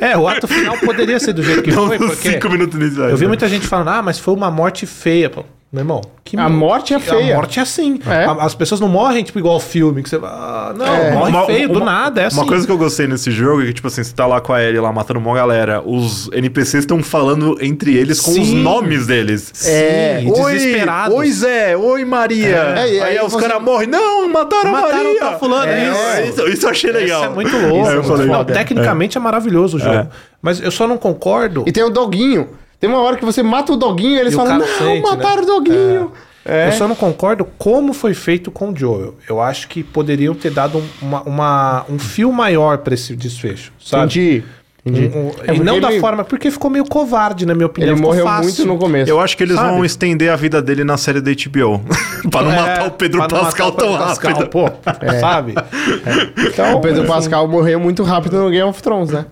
B: É, o ato final poderia ser do jeito que
C: Não
B: foi,
C: nos
B: porque.
C: cinco minutos iniciais.
B: Eu vi
C: né?
B: muita gente falando, ah, mas foi uma morte feia. Pô. Meu irmão, que
A: A morte é
B: que-
A: feia.
B: A morte é assim.
A: É.
B: A- As pessoas não morrem, tipo, igual filme, que você vai. ah, não,
A: É.
B: morre
C: Uma-
B: feio, do
C: uma-
B: nada. É assim.
C: Uma coisa que eu gostei nesse jogo é que, tipo assim, você tá lá com a Ellie lá matando uma galera, os NPCs estão falando entre eles com os
B: Sim.
C: nomes deles.
B: Sim,
A: É.
B: desesperado.
C: Oi, oi Zé, oi Maria.
A: É,
C: aí
A: e aí
C: os
A: você-
C: caras morrem. Não, mataram, a
B: Mataram
C: Maria.
B: tal fulano,
C: É,
B: isso.
C: isso. Isso eu achei legal.
B: Isso é muito louco.
C: Aí eu falei,
B: Não,
C: "Foda."
B: tecnicamente é. maravilhoso o jogo.
C: É.
B: Mas eu só não concordo.
A: E tem o doguinho. Tem uma hora que você mata o doguinho e eles
B: E o
A: falam,
B: cara
A: não,
B: sente,
A: mataram
B: né?"
A: o doguinho. É.
B: Eu só não concordo como foi feito com o Joel. Eu acho que poderiam ter dado um- uma, uma- um fio maior pra esse desfecho, sabe?
A: Entendi. Entendi.
B: Um- um-
A: É
B: e não
A: porque
B: da
A: ele-
B: forma, porque ficou meio covarde, na minha opinião.
A: Ele
B: ficou
A: morreu
B: fácil.
A: muito no começo.
C: Eu acho que eles
B: Sabe?
C: vão estender a vida dele na série da HBO. pra não
B: É,
C: matar o Pedro
B: pra não
C: Pascal
B: matar o
C: tão
B: Pedro Pascal,
C: rápido.
B: Pô, é. sabe?
A: É.
B: Então,
A: o Então, Pedro Pascal morreu muito rápido no Game of Thrones, né?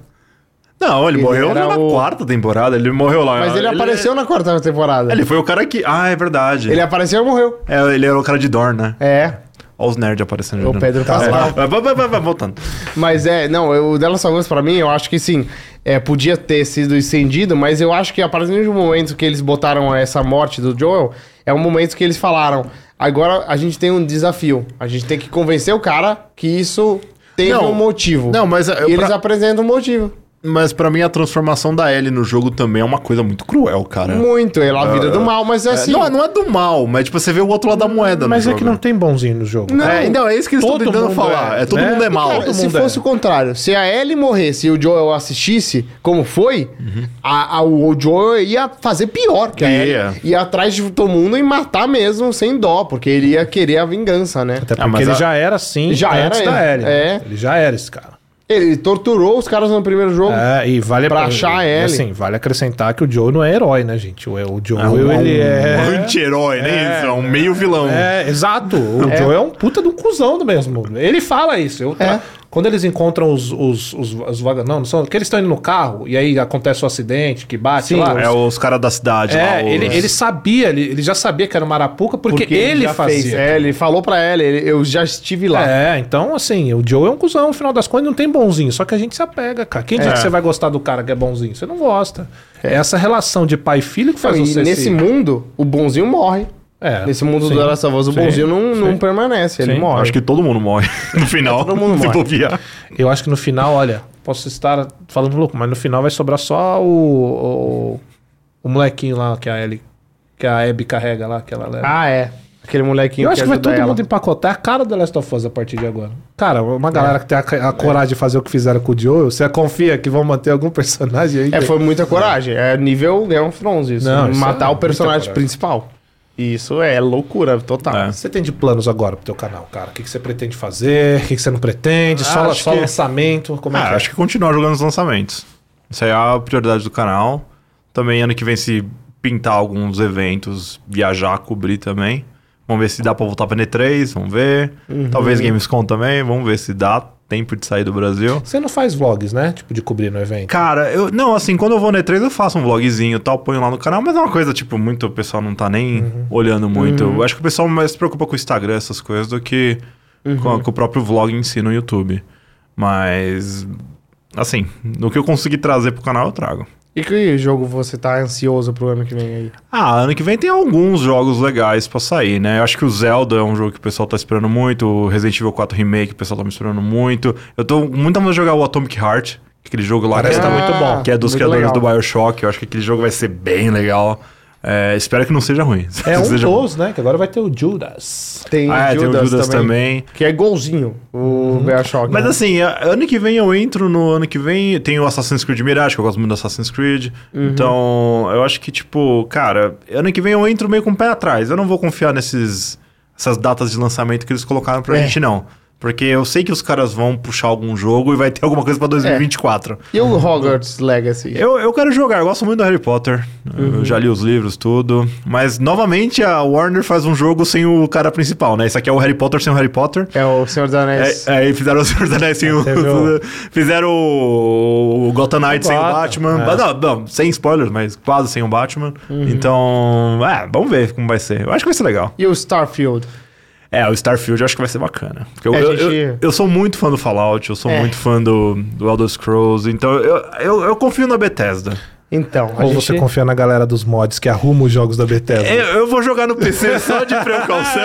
C: Não, ele,
A: Ele
C: morreu
A: era
C: já na
A: o-
C: quarta temporada. Ah, Ele morreu lá.
A: Mas ele, apareceu na quarta temporada.
C: Ele foi o cara que. Ah, é verdade.
A: Ele apareceu e morreu.
C: É, ele era o cara de Dorn, né?
A: É,
C: Olha os nerds aparecendo. de
A: o
C: novo.
A: Pedro Pascal.
C: É, vai, vai, vai, vai, vai, voltando.
A: Mas é, não, eu- o Dela Us pra mim, eu acho que sim, é, podia ter sido estendido, mas eu acho que a partir do momento que eles botaram essa morte do Joel, é um momento que eles falaram, agora a gente tem um desafio, a gente tem que convencer o cara que isso teve
C: Não.
A: um motivo.
C: Não, mas, é,
A: E eles
C: pra-
A: apresentam o motivo.
C: Mas pra mim a transformação da Ellie no jogo também é uma coisa muito cruel, cara.
A: Muito, ela a vida do mal, mas é
C: É,
A: assim...
C: não, é- não é do mal, mas tipo, você vê o outro lado da moeda
B: Mas
C: no
B: é que não tem bonzinho no jogo.
A: né?
B: né?
A: Não.
C: É, então, é isso que eles estão
B: Todo
C: tentando
B: mundo
C: falar.
B: é,
C: É, todo
B: né?
C: mundo é mal.
A: Cara,
B: Todo
A: se
B: mundo é.
A: fosse o contrário, se a Ellie morresse e o Joel assistisse, como foi, a, a- o Joel ia fazer pior que a Ellie.
C: Ia.
A: Ia atrás de todo mundo e matar mesmo, sem dó, porque ele ia querer a vingança, né?
B: Até
C: Ah,
B: porque
C: mas
B: ele
C: a-
B: já era assim
A: Já era
B: antes
A: ele.
B: da Ellie. né?
A: É.
B: Ele já era esse cara.
A: Ele torturou os caras no primeiro jogo.
B: É, e vale
A: Pra achar
B: e,
A: Ellie.
B: Assim, vale acrescentar que o Joe não é herói, né, gente? O, o Joe,
C: um-
B: ele é.
C: Um anti-herói, né? Isso, é um meio vilão.
B: É, exato. O Joe é um puta de um cuzão do mesmo. Ele fala isso. Eu tra-
A: É.
B: Quando eles encontram os, os, os, os vaga- Não, não são. Que eles estão indo no carro e aí acontece o acidente que bate
A: Sim,
B: lá.
C: É os caras da cidade lá.
B: É,
C: os-
B: ele, ele sabia, ele, ele já sabia que era uma arapuca porque, ele
A: já
B: fazia.
A: fez. É, ele falou pra ela, ele- eu já estive lá.
B: É, então assim, o Joe é um cuzão, no final das contas não tem bonzinho, só que a gente se apega, cara. Quem diz
C: É.
B: que você vai gostar do cara que é bonzinho? Você não gosta. É essa relação de pai e filho que
A: Então,
B: faz
A: e
B: você
A: nesse
B: se-
A: mundo, o bonzinho morre.
B: É,
A: nesse mundo
B: sim,
A: do Last of Us, o
B: sim,
A: bonzinho não, não
B: sim.
A: permanece, ele
B: Sim.
A: morre.
C: Acho que todo mundo morre no final.
A: todo mundo
C: se
A: morre.
C: bobear.
B: Eu acho que no final, olha, posso estar falando louco, mas no final vai sobrar só o, o, o molequinho lá que a Ellie, que a Abby carrega lá, que ela leva.
A: Ah, é. Aquele molequinho
B: Eu acho que vai
A: ajuda
B: todo
A: ela. É.
B: mundo empacotar a cara do Last of Us a partir de agora. Cara, uma galera que tem a, a coragem de fazer o que fizeram com o Joel, você confia que vão manter algum personagem aí?
A: É, foi muita coragem. É nível Game of Thrones isso.
B: Não, isso
A: Matar
B: é
A: o personagem
B: muita coragem.
A: principal. Isso é loucura total.
C: É.
B: O que você tem de planos agora pro teu canal, cara? O que, que você pretende fazer? O que, que você não pretende? só
C: acho
B: só
C: que-
B: lançamento? Como é
C: Ah,
B: que é?
C: acho que continuar jogando os lançamentos. Essa é a prioridade do canal. Também ano que vem se pintar alguns eventos, viajar, cobrir também. Vamos ver se dá pra voltar pra N3, vamos ver.
B: Uhum.
C: Talvez Gamescom também, vamos ver se dá tempo de sair do Brasil.
B: Você não faz vlogs, né? Tipo, de cobrir no evento.
C: Cara, eu não, assim, quando eu vou no E3 eu faço um vlogzinho e tal, ponho lá no canal, mas é uma coisa, tipo, muito, o pessoal não tá nem olhando muito. Eu acho que o pessoal mais se preocupa com o Instagram, essas coisas, do que com, com o próprio vlog em si no YouTube. Mas, assim, no que eu conseguir trazer pro canal eu trago.
A: E que jogo você tá ansioso pro ano que vem aí?
C: Ah, ano que vem tem alguns jogos legais pra sair, né? Eu acho que o Zelda é um jogo que o pessoal tá esperando muito, o Resident Evil 4 Remake o pessoal tá me esperando muito. Eu tô com muita vontade de jogar o Atomic Heart, aquele jogo lá
B: Parece
C: que
B: que tá
C: é-
B: muito bom.
C: que é dos
A: Muito
C: criadores
A: legal.
C: do Bioshock. Eu acho que aquele jogo vai ser bem legal. É, espero que não seja ruim.
B: É um
C: seja...
B: dos, né? Que agora vai ter o Judas.
A: Tem
C: Ah, é, tem o Judas também. Uhum.
A: Que é golzinho, o BioShock.
C: Mas
A: né?
C: assim, a- ano que vem eu entro no ano que vem, tem o Assassin's Creed Mirage, que eu gosto muito do Assassin's Creed. Então, eu acho que, tipo, cara, ano que vem eu entro meio com o pé atrás. Eu não vou confiar nesses essas datas de lançamento que eles colocaram pra
A: É.
C: gente, não. Porque eu sei que os caras vão puxar algum jogo e vai ter alguma coisa pra 2024.
A: E o Hogwarts Legacy?
C: Eu, eu quero jogar, eu gosto muito do Harry Potter. Eu já li os livros, tudo. Mas, novamente, a Warner faz um jogo sem o cara principal, né? Isso aqui é o Harry Potter sem o Harry Potter.
A: É o Senhor dos Anéis.
C: É, aí fizeram o Senhor dos Anéis sem o.
B: Teve o-
C: fizeram o o Gotham Knight sem o
B: Gotham,
C: Batman.
B: é.
C: Mas não, não, sem spoilers, mas quase sem o Batman.
A: Uhum.
C: Então, é, vamos ver como vai ser. Eu acho que vai ser legal.
A: E o Starfield?
C: É, o Starfield eu acho que vai ser bacana. Porque eu,
A: É,
C: eu,
A: gente-
C: eu- eu sou muito fã do Fallout, eu sou
A: É.
C: muito fã do, do Elder Scrolls. Então, eu, eu, eu confio na Bethesda.
A: Então, a
B: Ou
A: gente-
B: você confia na galera dos mods que arruma os jogos da Bethesda?
A: É.
C: Eu, eu vou jogar no PC só de precaução.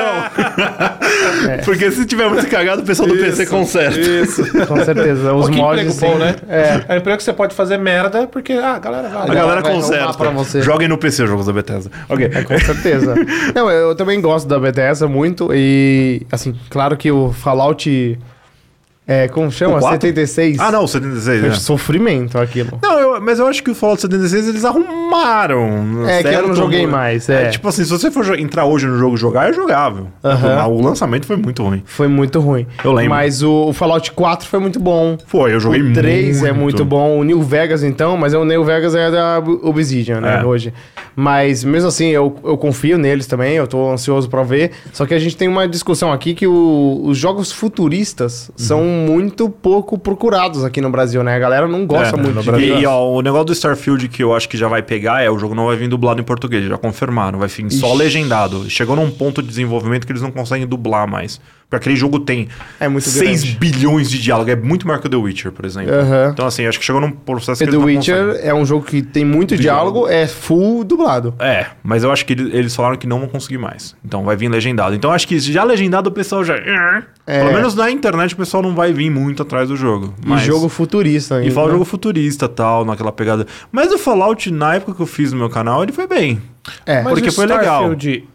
A: É.
C: Porque se tiver muito cagado, o pessoal do PC conserta.
B: Isso.
A: com certeza. Os
B: Pô, que
A: mods.
B: emprego
A: sim.
B: bom, né?
A: É.
B: É um emprego que você pode fazer merda porque, ah, a galera vai.
C: A galera
A: vai
C: conserta.
A: arrumar pra você. É
C: Joguem no PC jogos da Bethesda. Ok.
A: Com certeza. Não, eu eu também gosto da Bethesda muito e, assim, claro que o Fallout, é, como chama?
C: O quatro?
A: 76.
C: Ah, não, o 76.
A: Foi
C: né?
A: sofrimento aquilo.
C: Não, eu- mas eu acho que o Fallout 76 eles arrumaram.
A: É, que eu não joguei mais, é.
C: tipo assim, se você for jo- entrar hoje no jogo e jogar, é jogável.
A: Aham.
C: O lançamento foi muito ruim.
A: Foi muito ruim.
C: Eu lembro.
A: Mas o, o Fallout 4 foi muito bom.
C: Foi, eu joguei
A: o 3
C: muito.
A: é muito bom. O New Vegas, então, mas o New Vegas é da Obsidian, né,
C: É.
A: hoje. Mas, mesmo assim, eu, eu confio neles também, eu tô ansioso pra ver. Só que a gente tem uma discussão aqui que o- os jogos futuristas são muito pouco procurados aqui no Brasil, né? A galera não gosta
C: É,
A: muito
B: no
A: de
B: Brasil.
A: games.
C: E, e, ó, o negócio do Starfield que eu acho que já vai pegar é o jogo não vai vir dublado em português, já confirmaram, vai vir só
A: Ixi.
C: legendado. Chegou num ponto de desenvolvimento que eles não conseguem dublar mais. Porque aquele jogo tem
A: É muito
C: 6
A: grande.
C: bilhões de diálogo, é muito maior que o The Witcher, por exemplo.
A: Aham.
C: Então assim, acho que chegou num processo
A: Porque
C: que
A: The
C: eles não
A: Witcher
C: conseguem.
A: é um jogo que tem muito diálogo, é full dublado.
C: É, mas eu acho que ele- eles falaram que não vão conseguir mais. Então vai vir legendado. Então acho que já legendado o pessoal já. Pelo menos na internet o pessoal não vai vir muito atrás do jogo. Mas...
A: É. E jogo né? futurista então, ainda.
C: E fala jogo futurista tal, naquela pegada. Mas o Fallout, na época que eu fiz no meu canal, ele foi bem.
A: É.
B: Mas
C: Porque
B: o
C: foi legal.
B: Starfield-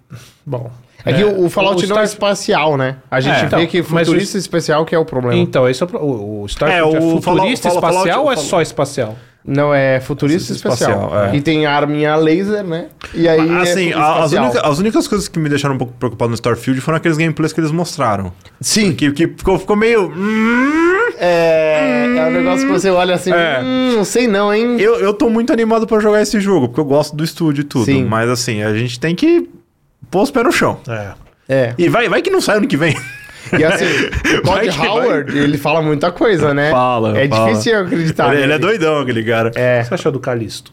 B: Bom.
A: É que o o Fallout
B: o
A: não é
B: Star-
A: espacial, né? A gente
C: É.
A: vê que
B: Então, mas
A: futurista especial que é o problema.
B: Então, esse é o, pro- o o Starfield
C: É, o
B: é,
C: Fallout-
B: futurista
C: Fallout-
B: espacial ou é
C: Fallout-
B: só espacial?
A: Não, é futurista espacial.
C: espacial, é.
A: E tem arminha laser, né? E aí
C: assim,
A: é
C: a- as,
A: espacial.
C: única- as únicas coisas que me deixaram um pouco preocupado no Starfield foram aqueles gameplays que eles mostraram.
A: Sim.
C: Que, que ficou, ficou meio. "Hum,
A: É, é um negócio que você olha assim,
C: É.
A: "Hum, não sei não, hein?
C: eu, eu tô muito animado pra jogar esse jogo, porque eu gosto do estúdio e tudo.
A: Sim.
C: Mas assim, a gente tem que pôr os pés no chão.
B: É.
A: É.
C: E vai, vai que não sai ano que vem.
A: E assim, o Todd
C: Vai que vai.
A: Howard, ele fala muita coisa, né?
C: Fala,
A: É
C: fala.
A: difícil eu
B: Tá,
A: acreditar.
C: ele, ele é
A: nele.
C: doidão, aquele cara.
B: O
A: É.
B: que você achou do Calisto?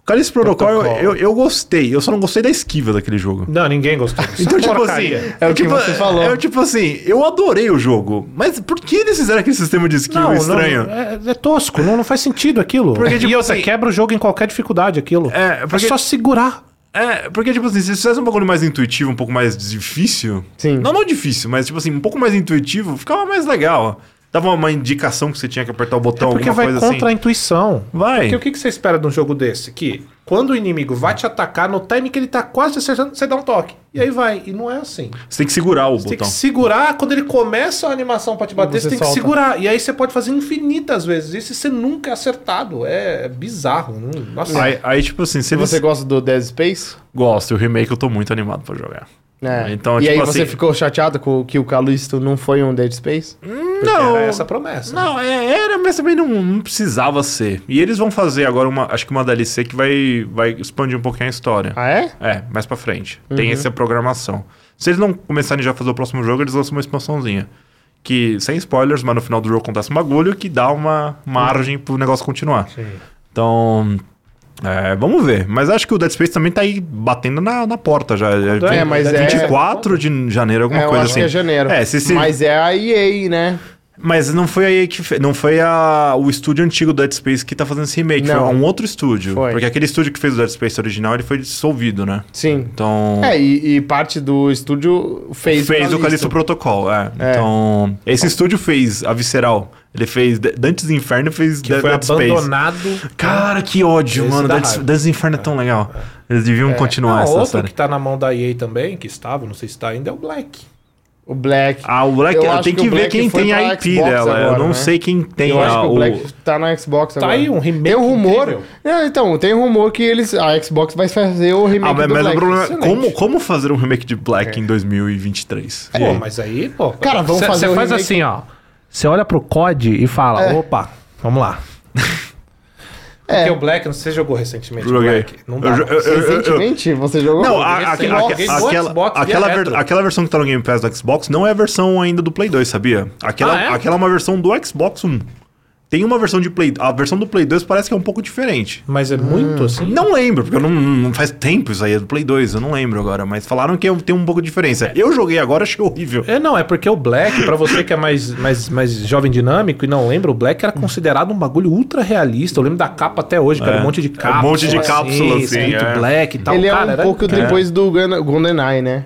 C: O Calixto Protocol,
B: Protocol.
C: Eu, eu gostei. Eu só não gostei da esquiva daquele jogo.
B: Não, ninguém gostou.
C: Então, tipo
B: Porcaria.
C: assim.
A: É o que você falou.
C: É tipo assim, eu adorei o jogo. Mas por que eles fizeram aquele sistema de skill
B: Não,
C: estranho?
B: não, é, é tosco, não, não faz sentido aquilo.
C: Porque, tipo
B: e outra,
C: assim-
B: quebra o jogo em qualquer dificuldade aquilo.
C: É, porque-
B: é só segurar.
C: É, porque, tipo assim, se eles fizessem um bagulho mais intuitivo, um pouco mais difícil.
A: Sim.
C: Não, não difícil, mas, tipo assim, um pouco mais intuitivo, ficava mais legal. Dava uma indicação que você tinha que apertar o botão,
B: É porque
C: alguma
B: vai
C: Então, coisa
B: contra a
C: assim.
B: intuição.
C: Vai.
B: Porque o que, que você espera de um jogo desse? Que quando o inimigo vai te atacar, no time que ele tá quase acertando, você dá um toque. E aí vai. E não é assim.
C: Você tem que segurar o
B: Você tem
C: botão.
B: que segurar, quando ele começa a animação pra te bater,
A: Você
B: você tem
A: solta.
B: que segurar. E aí você pode fazer infinitas vezes isso e você nunca é acertado. É bizarro. Hum, Nossa.
C: Aí, aí, tipo assim, se eles
A: Você gosta do Dead Space?
C: gostam, o remake eu tô muito animado pra jogar.
A: É.
C: Então,
A: e
C: tipo
A: aí
C: assim-
A: você ficou chateado com que o Calisto não foi um Dead Space?
C: Não,
B: Era essa a promessa.
C: Não, é, era, mas também não, não precisava ser. E eles vão fazer agora uma, acho que uma DLC que vai, vai expandir um pouquinho a história.
A: Ah, é?
C: É, mais pra frente. Tem
A: Uhum.
C: essa programação. Se eles não começarem já a fazer o próximo jogo, eles lançam uma expansãozinha. Que, sem spoilers, mas no final do jogo acontece um bagulho que dá uma
A: Uhum.
C: margem pro negócio continuar. Então, é, vamos ver. Mas acho que o Dead Space também tá aí batendo na, na porta já.
B: é?
C: vem-
A: Mas é-
C: 24 de janeiro, alguma
A: É, eu
C: coisa
A: acho
C: assim.
A: que é janeiro.
C: É, se, se,
A: Mas é a EA, né?
C: mas não foi aí que fe... não foi a... o estúdio antigo do Dead Space que tá fazendo esse remake,
A: Não.
C: foi um outro estúdio.
A: Foi.
C: Porque aquele estúdio que fez o Dead Space original, ele foi dissolvido, né?
A: Sim.
C: Então,
A: É, e, e parte do estúdio fez,
C: fez o Calixto Protocol, é. Então, esse estúdio fez a Visceral, ele fez D- Dantes Inferno e fez
B: Que
C: Dead,
B: foi
C: Dead Space.
B: abandonado.
C: Cara, que ódio,
B: Esse
C: mano.
B: dá
C: Dantes,
B: raiva.
C: Dantes Inferno é tão legal. Eles deviam
A: É.
C: continuar
B: Não,
C: essa
B: outro
C: série.
B: que tá na mão da EA também, que estava, não sei se tá ainda, é o Black.
A: O Black.
C: Ah, o Black,
A: Eu
C: eu
A: acho
C: tenho
A: que
C: que,
A: o
C: ver
A: Black
C: quem
A: foi
C: tem
A: pra
C: a IP
A: Xbox
C: dela. eu
A: agora,
C: não
A: né?
C: sei quem tem
A: eu acho
C: a,
A: que o
C: o-
A: Black tá na Xbox
B: Tá
A: agora.
B: aí um remake
A: Tem um rumor.
B: incrível.
A: É, então, tem rumor que eles. A Xbox vai fazer o remake
C: Ah, mas,
A: do
C: mas
A: Black.
C: o problema é
B: excelente.
C: como, como fazer um remake de
B: É.
C: Black em 2023? E
B: Pô,
C: aí?
B: mas aí, pô.
A: Cara, vamos
B: cê-
A: fazer
B: cê
A: um
B: faz
A: remake.
B: assim, ó. Você olha pro COD e fala,
A: É.
B: opa, vamos lá.
A: É.
B: Porque o Black, não sei se você jogou recentemente. o
C: Joguei.
B: Black. Não dá.
C: Eu jo- eu- eu- eu-
A: Recentemente, você jogou. um
C: Não, a- a-
B: recente.
C: a-
B: Eu
C: a-
B: joguei no
C: aquela,
B: Xbox via
C: aquela, ver-
B: retro.
C: aquela versão que tá no Game Pass do Xbox não é a versão ainda do Play 2, sabia? Aquela,
B: Ah, é?
C: aquela é uma versão do Xbox One. Tem uma versão de Play. A versão do Play 2 parece que é um pouco diferente.
B: Mas é
A: Hum.
B: muito assim?
C: Não lembro, porque eu não, não faz tempo isso aí é do Play 2, eu não lembro agora, mas falaram que é um- tem um pouco de diferença. Eu joguei agora, achei horrível.
B: É, não, é porque o Black, pra você que é mais, mais, mais jovem dinâmico e não lembra, o Black era considerado um bagulho ultra realista. Eu lembro da capa até hoje, que era um monte de
C: É, um
B: cápsula.
C: monte de cápsula, assim,
B: escrito
C: é.
B: Black e tal.
A: Ele
B: Cara,
A: é um
B: era-
A: pouco depois do Gun- GoldenEye, né?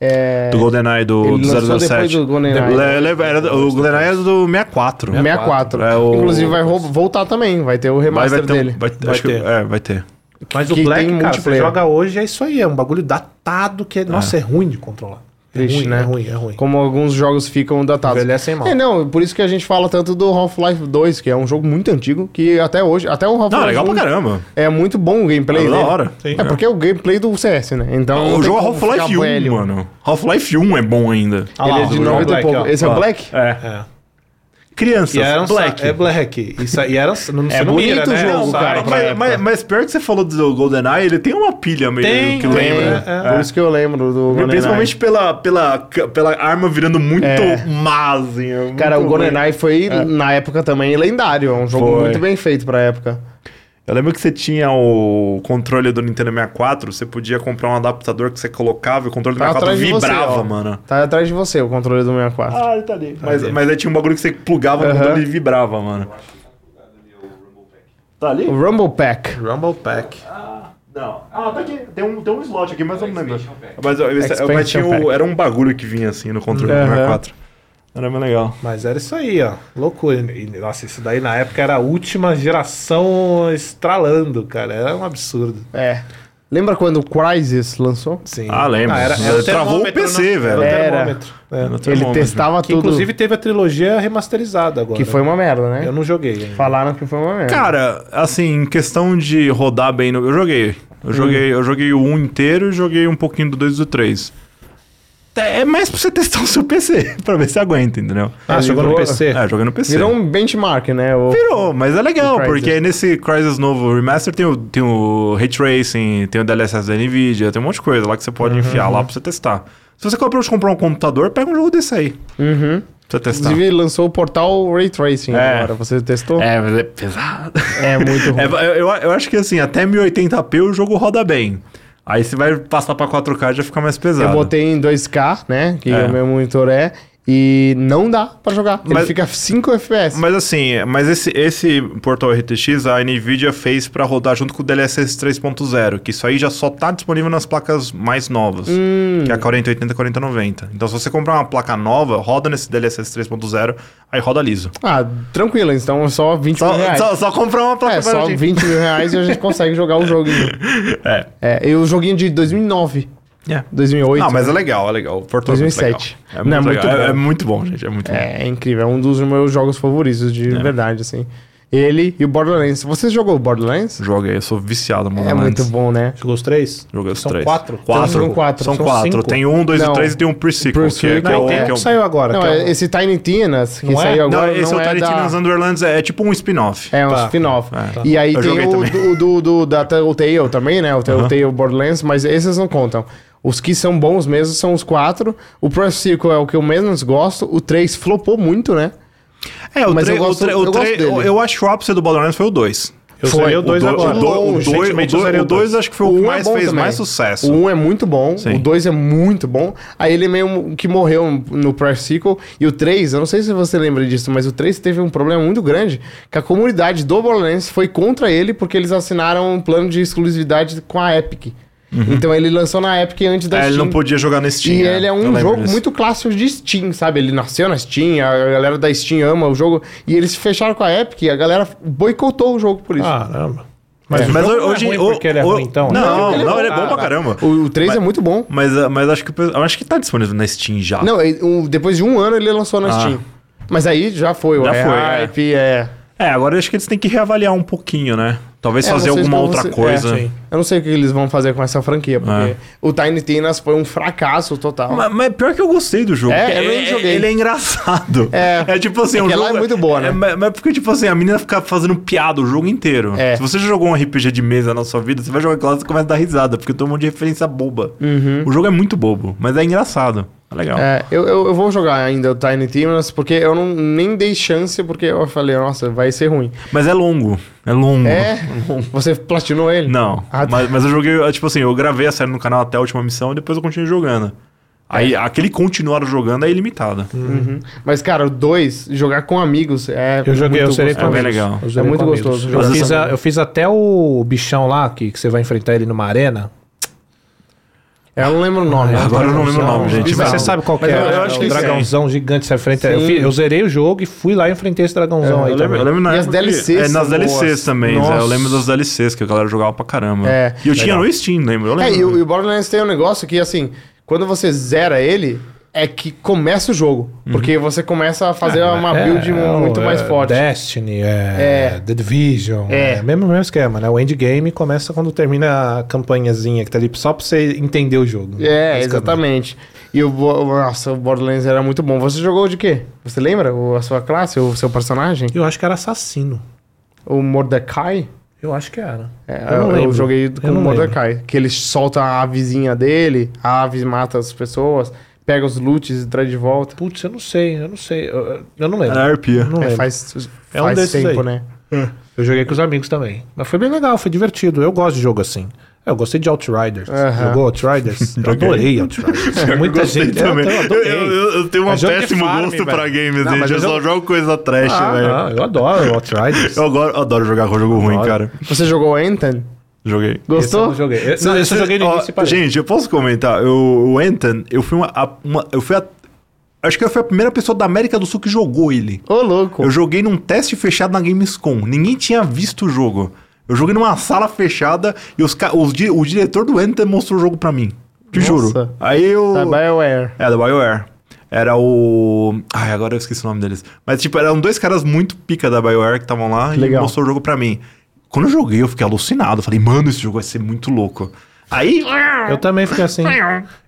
A: É.
C: Do GoldenEye do,
A: Ele
C: do
A: lançou depois
C: 007.
A: do GoldenEye.
C: Ele- ele era- o GoldenEye era do 64.
A: 64.
C: É o-
A: Inclusive vai ro- voltar também, vai ter o
C: Vai, vai
A: remaster
C: ter. um-
A: dele.
C: Vai,
B: Vai
C: acho que-
B: ter.
C: é, vai ter.
B: Mas
A: que
B: o Black,
A: tem
B: cara, você
A: multiplayer.
B: joga hoje, é isso aí. É um bagulho datado que, nossa, é ruim de controlar. É
A: Triste,
B: ruim,
A: né?
B: É ruim, é ruim.
A: Como alguns jogos ficam datados.
B: Envelhecem mal.
A: É, não, por isso que a gente fala tanto do Half-Life 2, que é um jogo muito antigo, que até hoje, até o
C: Não, é
A: Half-Life
C: legal pra
A: 1
C: caramba.
A: é muito bom o gameplay
C: É da
A: dele.
C: hora.
B: Sim.
A: É porque é o gameplay do CS, né? Então não
C: o
A: tem
C: jogo é
A: como ficar
C: Half-Life 1,
A: velho.
C: mano. Half-Life 1 é bom ainda.
B: Ah
A: Ele
B: lá,
A: é de
B: o jogo
A: 90 e
B: Black,
A: pouco.
B: ó.
A: Esse é o Black?
C: É.
B: É.
C: Crianças,
B: E era um sa-
C: Black. É,
B: É Black. Isso, aí- e era, um sa- não, você não
A: bonito
B: mira,
A: o
B: né?
A: jogo,
B: Era um
A: cara,
B: site pra
C: mas,
B: época.
C: mas, mas pior que você falou do GoldenEye, ele tem uma pilha meio
B: Tem,
C: que
B: tem,
C: lembra.
B: é, é.
A: Por isso que eu lembro do GoldenEye.
C: Principalmente pela, pela, pela arma virando muito má, assim. é muito
A: Cara, o
C: ruim.
A: GoldenEye foi, na época, também lendário. É um jogo
C: Foi.
A: muito bem feito pra época.
C: Eu lembro que você tinha o controle do Nintendo 64, você podia comprar um adaptador que você colocava e o controle do
A: Tá
C: 64
A: atrás de você,
C: vibrava,
A: ó.
C: mano.
A: Tá atrás de você o controle do 64.
C: Ah, ele tá ali. Mas, mas aí tinha um bagulho que você plugava no
A: Aham.
C: controle e vibrava, mano. Tá ali?
A: O Rumble Pack.
B: Rumble Pack.
C: Não. Ah, tá aqui. Tem um, tem um slot aqui, mas eu não lembro. Mas, ó, esse-
A: Expansion
C: mas tinha o-
A: pack.
C: era um bagulho que vinha assim no controle
A: Aham.
C: do 64. Era bem legal.
B: Mas era isso aí, ó. Loucura. E, nossa, isso daí na época era a última geração estralando, cara. Era um absurdo.
A: É. Lembra quando o Crysis lançou?
B: Sim.
C: Ah, lembro. Era- travou o
B: termômetro,
C: PC,
B: né?
C: velho.
B: Era o
A: Era.
B: termômetro. É.
C: Era o
A: Ele
C: termômetro.
A: testava
B: Que,
A: tudo.
B: inclusive teve a trilogia remasterizada agora.
A: que foi uma merda, né?
B: Eu não joguei ainda.
A: Falaram que foi uma merda.
C: Cara, assim, em questão de rodar bem no. Eu joguei. Eu joguei, eu joguei o 1 inteiro e joguei um pouquinho do 2 e do 3. É mais pra você testar o seu PC, pra ver se aguenta, entendeu?
B: Ah,
A: Ele
B: jogou no
A: virou-
B: PC?
C: É, joguei no PC.
A: Virou um benchmark, né? O...
C: Virou, mas é legal,
A: O Crysis.
C: porque aí nesse Crysis novo Remaster tem o, tem o Ray Tracing, tem o DLSS da NVIDIA, tem um monte de coisa lá que você pode enfiar lá pra você testar. Se você comprou de comprar um computador, pega um jogo desse aí.
A: Uhum.
C: Pra você testar.
A: Inclusive lançou o portal Ray Tracing
C: É.
A: agora. Você testou?
C: É, mas é pesado.
A: É muito ruim.
C: É, eu, eu acho que assim, até 1080p o jogo roda bem. Aí você vai passar pra 4K já fica mais pesado.
A: Eu botei em 2K, né? Que
C: É.
A: o meu monitor é. E não dá pra jogar. Ele
C: Mas-
A: fica 5 FPS.
C: Mas assim, mas esse, esse portal RTX a Nvidia fez pra rodar junto com o DLSS 3.0, que isso aí já só tá disponível nas placas mais novas,
A: Hum.
C: que é a 4080 e 4090. Então se você comprar uma placa nova, roda nesse DLSS 3.0, aí roda liso.
A: Ah, tranquilo. Então é só 20
C: Só,
A: mil reais.
C: só, só comprar uma placa
A: É, só
C: baratinha.
A: 20 mil reais e a gente consegue jogar o jogo.
C: É.
A: É, e o joguinho de 2009,
C: É.
A: 2008.
C: Não, mas é legal, é legal. O portal é muito
A: 2007.
C: legal. É
A: Não, é
C: muito,
A: muito
C: legal. É-
A: bom.
C: é muito bom, gente, é muito bom.
A: É, é incrível. É um dos meus jogos favoritos, de
C: É.
A: verdade, assim. Ele e o Borderlands. Você jogou o Borderlands?
C: Joguei, eu sou viciado, mano.
A: É muito bom, né?
B: Jogou os três?
C: Joguei os
B: São
C: três.
B: quatro?
C: Quatro.
A: Então são quatro.
C: São,
B: São
C: quatro.
B: cinco.
C: Tem um, dois
A: Não.
C: e três e tem um pre-sequel.
A: Pre-sequel,
C: que é- que é
A: Não,
C: o-
A: tem
C: que é
B: que
C: o-
B: saiu agora.
A: não,
B: que é
A: é
B: o-
A: esse Tiny Tinas que
B: Não é?
A: saiu
C: Não,
A: agora.
C: esse é o
A: é
C: Tiny
A: da-
C: Tina's Underlands, é tipo um spin-off.
A: É um
B: Tá.
A: spin-off.
C: É.
A: E aí
C: Eu
A: tem
C: joguei
A: o
C: também.
A: do, do, do da Telltale também, né? O Telltale Borderlands, mas esses não contam. Os que são bons mesmo são os quatro. O Pro Circle é o que eu menos gosto. O 3 flopou muito, né?
C: É, o
A: Mas eu
C: tre- o
A: gosto-
C: tre-
A: eu
C: o
A: gosto
C: tre-
A: dele.
C: o- Eu acho que o ápice do Borderlands foi o 2.
B: Eu zerei o
A: Foi.
B: dois
A: O do-
B: agora.
A: o do- o dois-
B: Recentemente eu zerei
C: O
B: o dois.
C: 2 acho que foi o,
A: um
C: que
A: é
C: mais
A: bom
C: fez
A: também.
C: mais sucesso.
A: O 1 é muito bom,
C: Sim.
A: o 2 é muito bom. Aí ele meio que morreu no press sequel. E o 3, eu não sei se você lembra disso, mas o 3 teve um problema muito grande, que a comunidade do Borderlands foi contra ele porque eles assinaram um plano de exclusividade com a Epic. Então ele lançou na Epic antes da
C: Uhum. É, ele
A: Steam.
C: não podia jogar no Steam.
A: E ele é
C: Eu
A: um
C: lembro
A: jogo
C: disso.
A: muito clássico de Steam, sabe? Ele nasceu na Steam, a galera da Steam ama o jogo. E eles fecharam com a Epic e a galera boicotou o jogo por isso.
C: Ah,
B: Caramba.
A: É.
B: o
C: Mas
B: jogo não é
C: hoje.
B: ruim
C: o-
B: porque ele é
C: o-
B: ruim, então. né?
C: Não,
A: Ele é
C: não,
A: bom,
C: ele é bom pra
B: cara.
C: caramba.
A: O 3 é muito bom.
C: Mas, mas acho que o pe- eu acho que tá disponível na Steam já.
A: Não, ele- um- depois de um ano ele lançou na
C: Ah.
A: Steam. Mas aí já foi,
C: Já
A: já é
C: foi,
A: foi,
C: é.
A: hype, é.
C: É, agora eu acho que eles têm que reavaliar um pouquinho, né? Talvez
A: É,
C: fazer
A: não sei
C: alguma
A: como
C: outra
A: você- é,
C: coisa.
B: sim.
A: Eu não sei o que eles vão fazer com essa franquia, porque
C: É.
A: o Tiny Tinas foi um fracasso total.
C: Mas, mas pior que eu gostei do jogo.
A: É,
C: porque
A: eu não joguei.
C: Ele é engraçado.
A: É.
C: tipo assim,
A: É
C: um
A: que ela
C: jogo-
A: é muito boa, né?
C: mas, mas porque, tipo assim, a menina fica fazendo piada o jogo inteiro.
A: É.
C: Se você já jogou um RPG de mesa na sua vida, você vai jogar aquela e começa a dar risada, porque tem um monte de referência boba. O jogo é muito bobo, mas é engraçado. É legal.
A: Uhum. É, eu, eu, eu vou jogar ainda o Tiny Timbers, porque eu não, nem dei chance, porque eu falei, nossa, vai ser ruim.
C: Mas é longo. É longo.
A: É? Você platinou ele?
C: Não.
A: Ah, tá.
C: mas, mas eu joguei, tipo assim, eu gravei a série no canal até a última missão e depois eu continuei jogando. Aí aquele continuar jogando é ilimitado.
A: Uhum. Mas, cara, o 2, jogar com amigos é.
B: Eu joguei,
A: muito
B: eu serei com
A: gostoso.
C: bem
B: amigos.
C: legal.
B: Eu zerei
A: É muito
B: com amigos.
A: gostoso
B: Eu
A: jogar
B: fiz,
A: com
B: a-
A: amigos.
B: eu fiz até o bichão lá, que, que você vai enfrentar ele numa arena.
A: É, Eu não lembro o nome.
C: Ah, Agora eu não lembro o nome, gente,
B: Mas
A: bizarro.
B: você sabe qual que
A: Mas
B: é.
A: eu- eu
B: né?
A: acho
B: o
A: que sim.
B: dragãozão gigante você enfrenta. Eu,
A: Sim.
B: fi- eu zerei o jogo e fui lá e enfrentei esse dragãozão aí.
C: Eu
B: também.
C: lembro, eu lembro na
A: E as
C: época que-
A: DLCs
C: É, nas
A: são
C: DLCs
A: boas.
C: também.
A: Nossa.
C: é, eu lembro das DLCs que a galera jogava pra caramba.
A: É.
C: E eu tinha no Steam, lembro. Eu
A: É,
C: lembro.
A: e
B: Uhum.
A: o, e o Borderlands tem um negócio que, assim, quando você zera ele, é que começa o jogo. Porque você começa a fazer uma build
B: o-
A: muito mais
B: Uhum. é
A: forte.
B: Destiny, é,
A: É.
B: The Division.
A: É.
B: mesmo, mesmo esquema, né? O endgame começa quando termina a campanhazinha que tá ali, só pra você entender o jogo. né?
A: É,
B: Basicamente.
A: exatamente. E o, Bo- nossa, o Borderlands era muito bom. Você jogou de quê? Você lembra o- a sua classe, o seu personagem?
B: Eu acho que era assassino.
A: O Mordecai?
B: Eu acho que era.
A: É,
B: não
A: eu, eu
B: lembro.
A: joguei com
B: não
A: o Mordecai. Que ele solta a avezinha dele, a ave mata as pessoas, pega os loots e traz de volta.
B: Putz, eu não sei, eu não sei. Eu, eu não lembro.
C: Era a arpia.
B: Eu não
A: É,
B: lembro.
A: faz
B: É um
A: faz
B: desses
A: tempo,
B: aí.
A: né?
B: Eu joguei com os amigos também. Mas foi bem legal, foi divertido. Eu gosto de jogo assim. Eu gostei de Outriders.
A: Aham.
B: Jogou Outriders? Eu adorei Outriders. Muita
C: Gostei
B: gente
C: também.
B: Eu, eu
C: Eu,
B: adorei.
C: eu- eu tenho um
B: É jogo de
C: péssimo
B: farm,
C: gosto
B: velho.
C: pra games,
B: Não,
C: gente.
B: mas
C: Eu
B: eu
C: só
B: jogo-
C: jogo coisa trash,
B: Ah,
C: velho.
B: não, eu adoro Outriders.
C: Eu agora adoro jogar com jogo ruim,
B: Adoro.
C: cara.
A: Você jogou Anthem?
C: Joguei.
B: Esse eu
A: Gostou?
B: não joguei. Eu, não, eu só joguei no
C: Ó,
B: início e parei.
C: Gente, eu posso comentar. Eu, o Anton, eu fui uma, a- uma- Eu fui a. Acho que eu fui a primeira pessoa da América do Sul que jogou ele.
A: Ô, louco.
C: Eu joguei num teste fechado na Gamescom. Ninguém tinha visto o jogo. Eu joguei numa sala fechada e os, ca- os di- o diretor do Anthem mostrou o jogo pra mim. Te
A: Nossa. Tá,
C: juro. Aí eu.
A: Da BioWare.
C: É, da BioWare. Era o. Ai, agora eu esqueci o nome deles. Mas, tipo, eram dois caras muito pica da BioWare que estavam lá e
A: Legal.
C: mostrou o jogo pra mim. Quando eu joguei, eu fiquei alucinado. Falei, mano, esse jogo vai ser muito louco. Aí.
B: Eu também fiquei assim.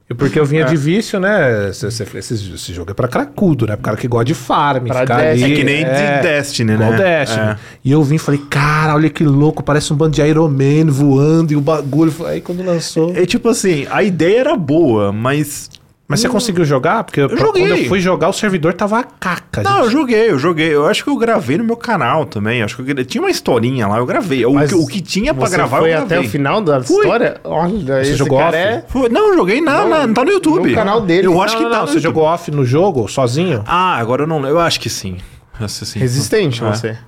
B: E porque eu vinha
C: É.
B: de vício, né? Cê- cê- esse, esse jogo é pra cracudo, né? Pro cara que gosta de farm,
A: Pra
B: ficar
A: Destiny.
B: ali.
C: É que nem
B: é,
C: de Destiny, né?
B: Igual Destiny.
C: É.
B: E eu vim e falei, cara, olha que louco, parece um bando de Iron Man voando e o bagulho. Aí quando lançou.
C: É tipo assim, a ideia era boa, mas.
B: Mas você conseguiu jogar? Porque eu
C: Hum. joguei.
B: quando eu fui jogar, o servidor tava a caca. gente.
C: Não, eu joguei, eu joguei. Eu acho que eu gravei no meu canal também. Acho que eu gra- tinha uma historinha lá, eu gravei. O,
A: Mas
C: que, o que tinha pra
A: Você
C: gravar,
A: foi
C: eu
A: até
C: gravei.
A: o final da
C: Fui.
A: história? Olha, esse
B: jogou
A: cara
B: off?
A: é...
C: Foi- não, eu joguei na,
A: Não,
C: na- tá no YouTube.
A: no canal dele.
C: Eu
A: Não,
C: acho
B: Não,
C: que
B: não,
C: tá.
B: não,
C: no
B: Você
C: YouTube.
B: jogou off no jogo, sozinho?
C: Ah, agora eu não lembro. Eu acho que sim. Acho que sim.
A: Resistente
C: É.
A: você.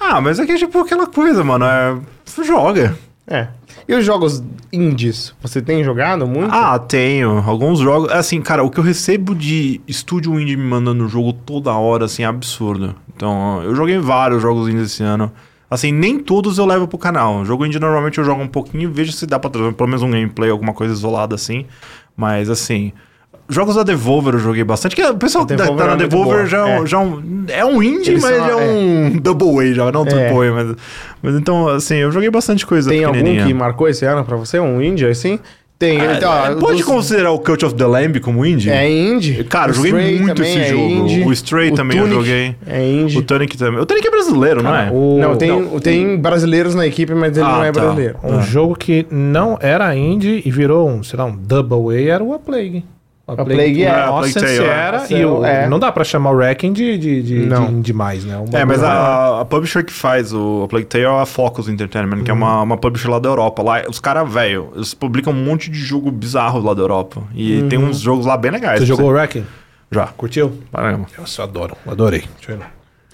C: Ah, mas é que é tipo aquela coisa, mano. É... Você joga.
A: É. E os jogos indies? Você tem jogado muito?
C: Ah, tenho. Alguns jogos. Assim, cara, o que eu recebo de estúdio indie me mandando jogo toda hora, assim, é absurdo. Então, eu joguei vários jogos indie esse ano. Assim, nem todos eu levo pro canal. Jogo indie normalmente eu jogo um pouquinho e vejo se dá pra trazer pelo menos um gameplay, alguma coisa isolada assim. Mas, assim. Jogos da Devolver eu joguei bastante. Que o pessoal que tá tá
A: Devolver
C: na
A: é muito
C: Devolver
A: boa,
C: já, é.
A: é.
C: já é um, é um indie,
A: Eles
C: mas
A: são-
C: já é
A: é.
C: um double A, já não
A: É.
C: triple A. Mas, mas então, assim, eu joguei bastante coisa
A: tem algum
C: pequenininha.
A: que marcou esse ano pra você? Um indie, assim? Tem.
C: É,
A: então, ó,
C: pode
A: dos-
C: considerar o Cult of the Lamb como indie?
A: É indie.
C: Cara, eu
A: O
C: joguei
A: Stray
C: muito
A: também
C: esse
A: é
C: jogo.
A: indie.
C: O Stray também eu
A: Tunic
C: joguei.
A: É indie.
C: O Tonic também. O Tonic é brasileiro, não é?
B: O-
A: Não, tem,
C: não,
A: tem brasileiros na equipe, mas ele
C: Ah,
A: não é
C: tá.
A: brasileiro.
B: Um jogo que não era indie e virou um, sei lá, um Double A era o A Plague. O
A: A Plague é.
B: Nossa,
C: A Plague
B: né? esse
C: Tale,
B: era.
A: é.
B: E o,
A: É.
B: Não dá pra chamar o Wrecking de, de, de,
A: Não.
B: de indie mais, né? Um
C: É,
B: bagulho
C: mas
B: maior.
C: a, a publisher que faz o Plague Tale é a Focus Entertainment, que é uma, uma publisher lá da Europa. Lá, os caras, velho, eles publicam um monte de jogo bizarro lá da Europa. E
A: Uhum.
C: tem uns jogos lá bem legais.
B: Você jogou o Wrecking?
C: Já.
B: Curtiu?
C: Caramba.
B: Nossa, eu adoro. Adorei. Deixa eu ver.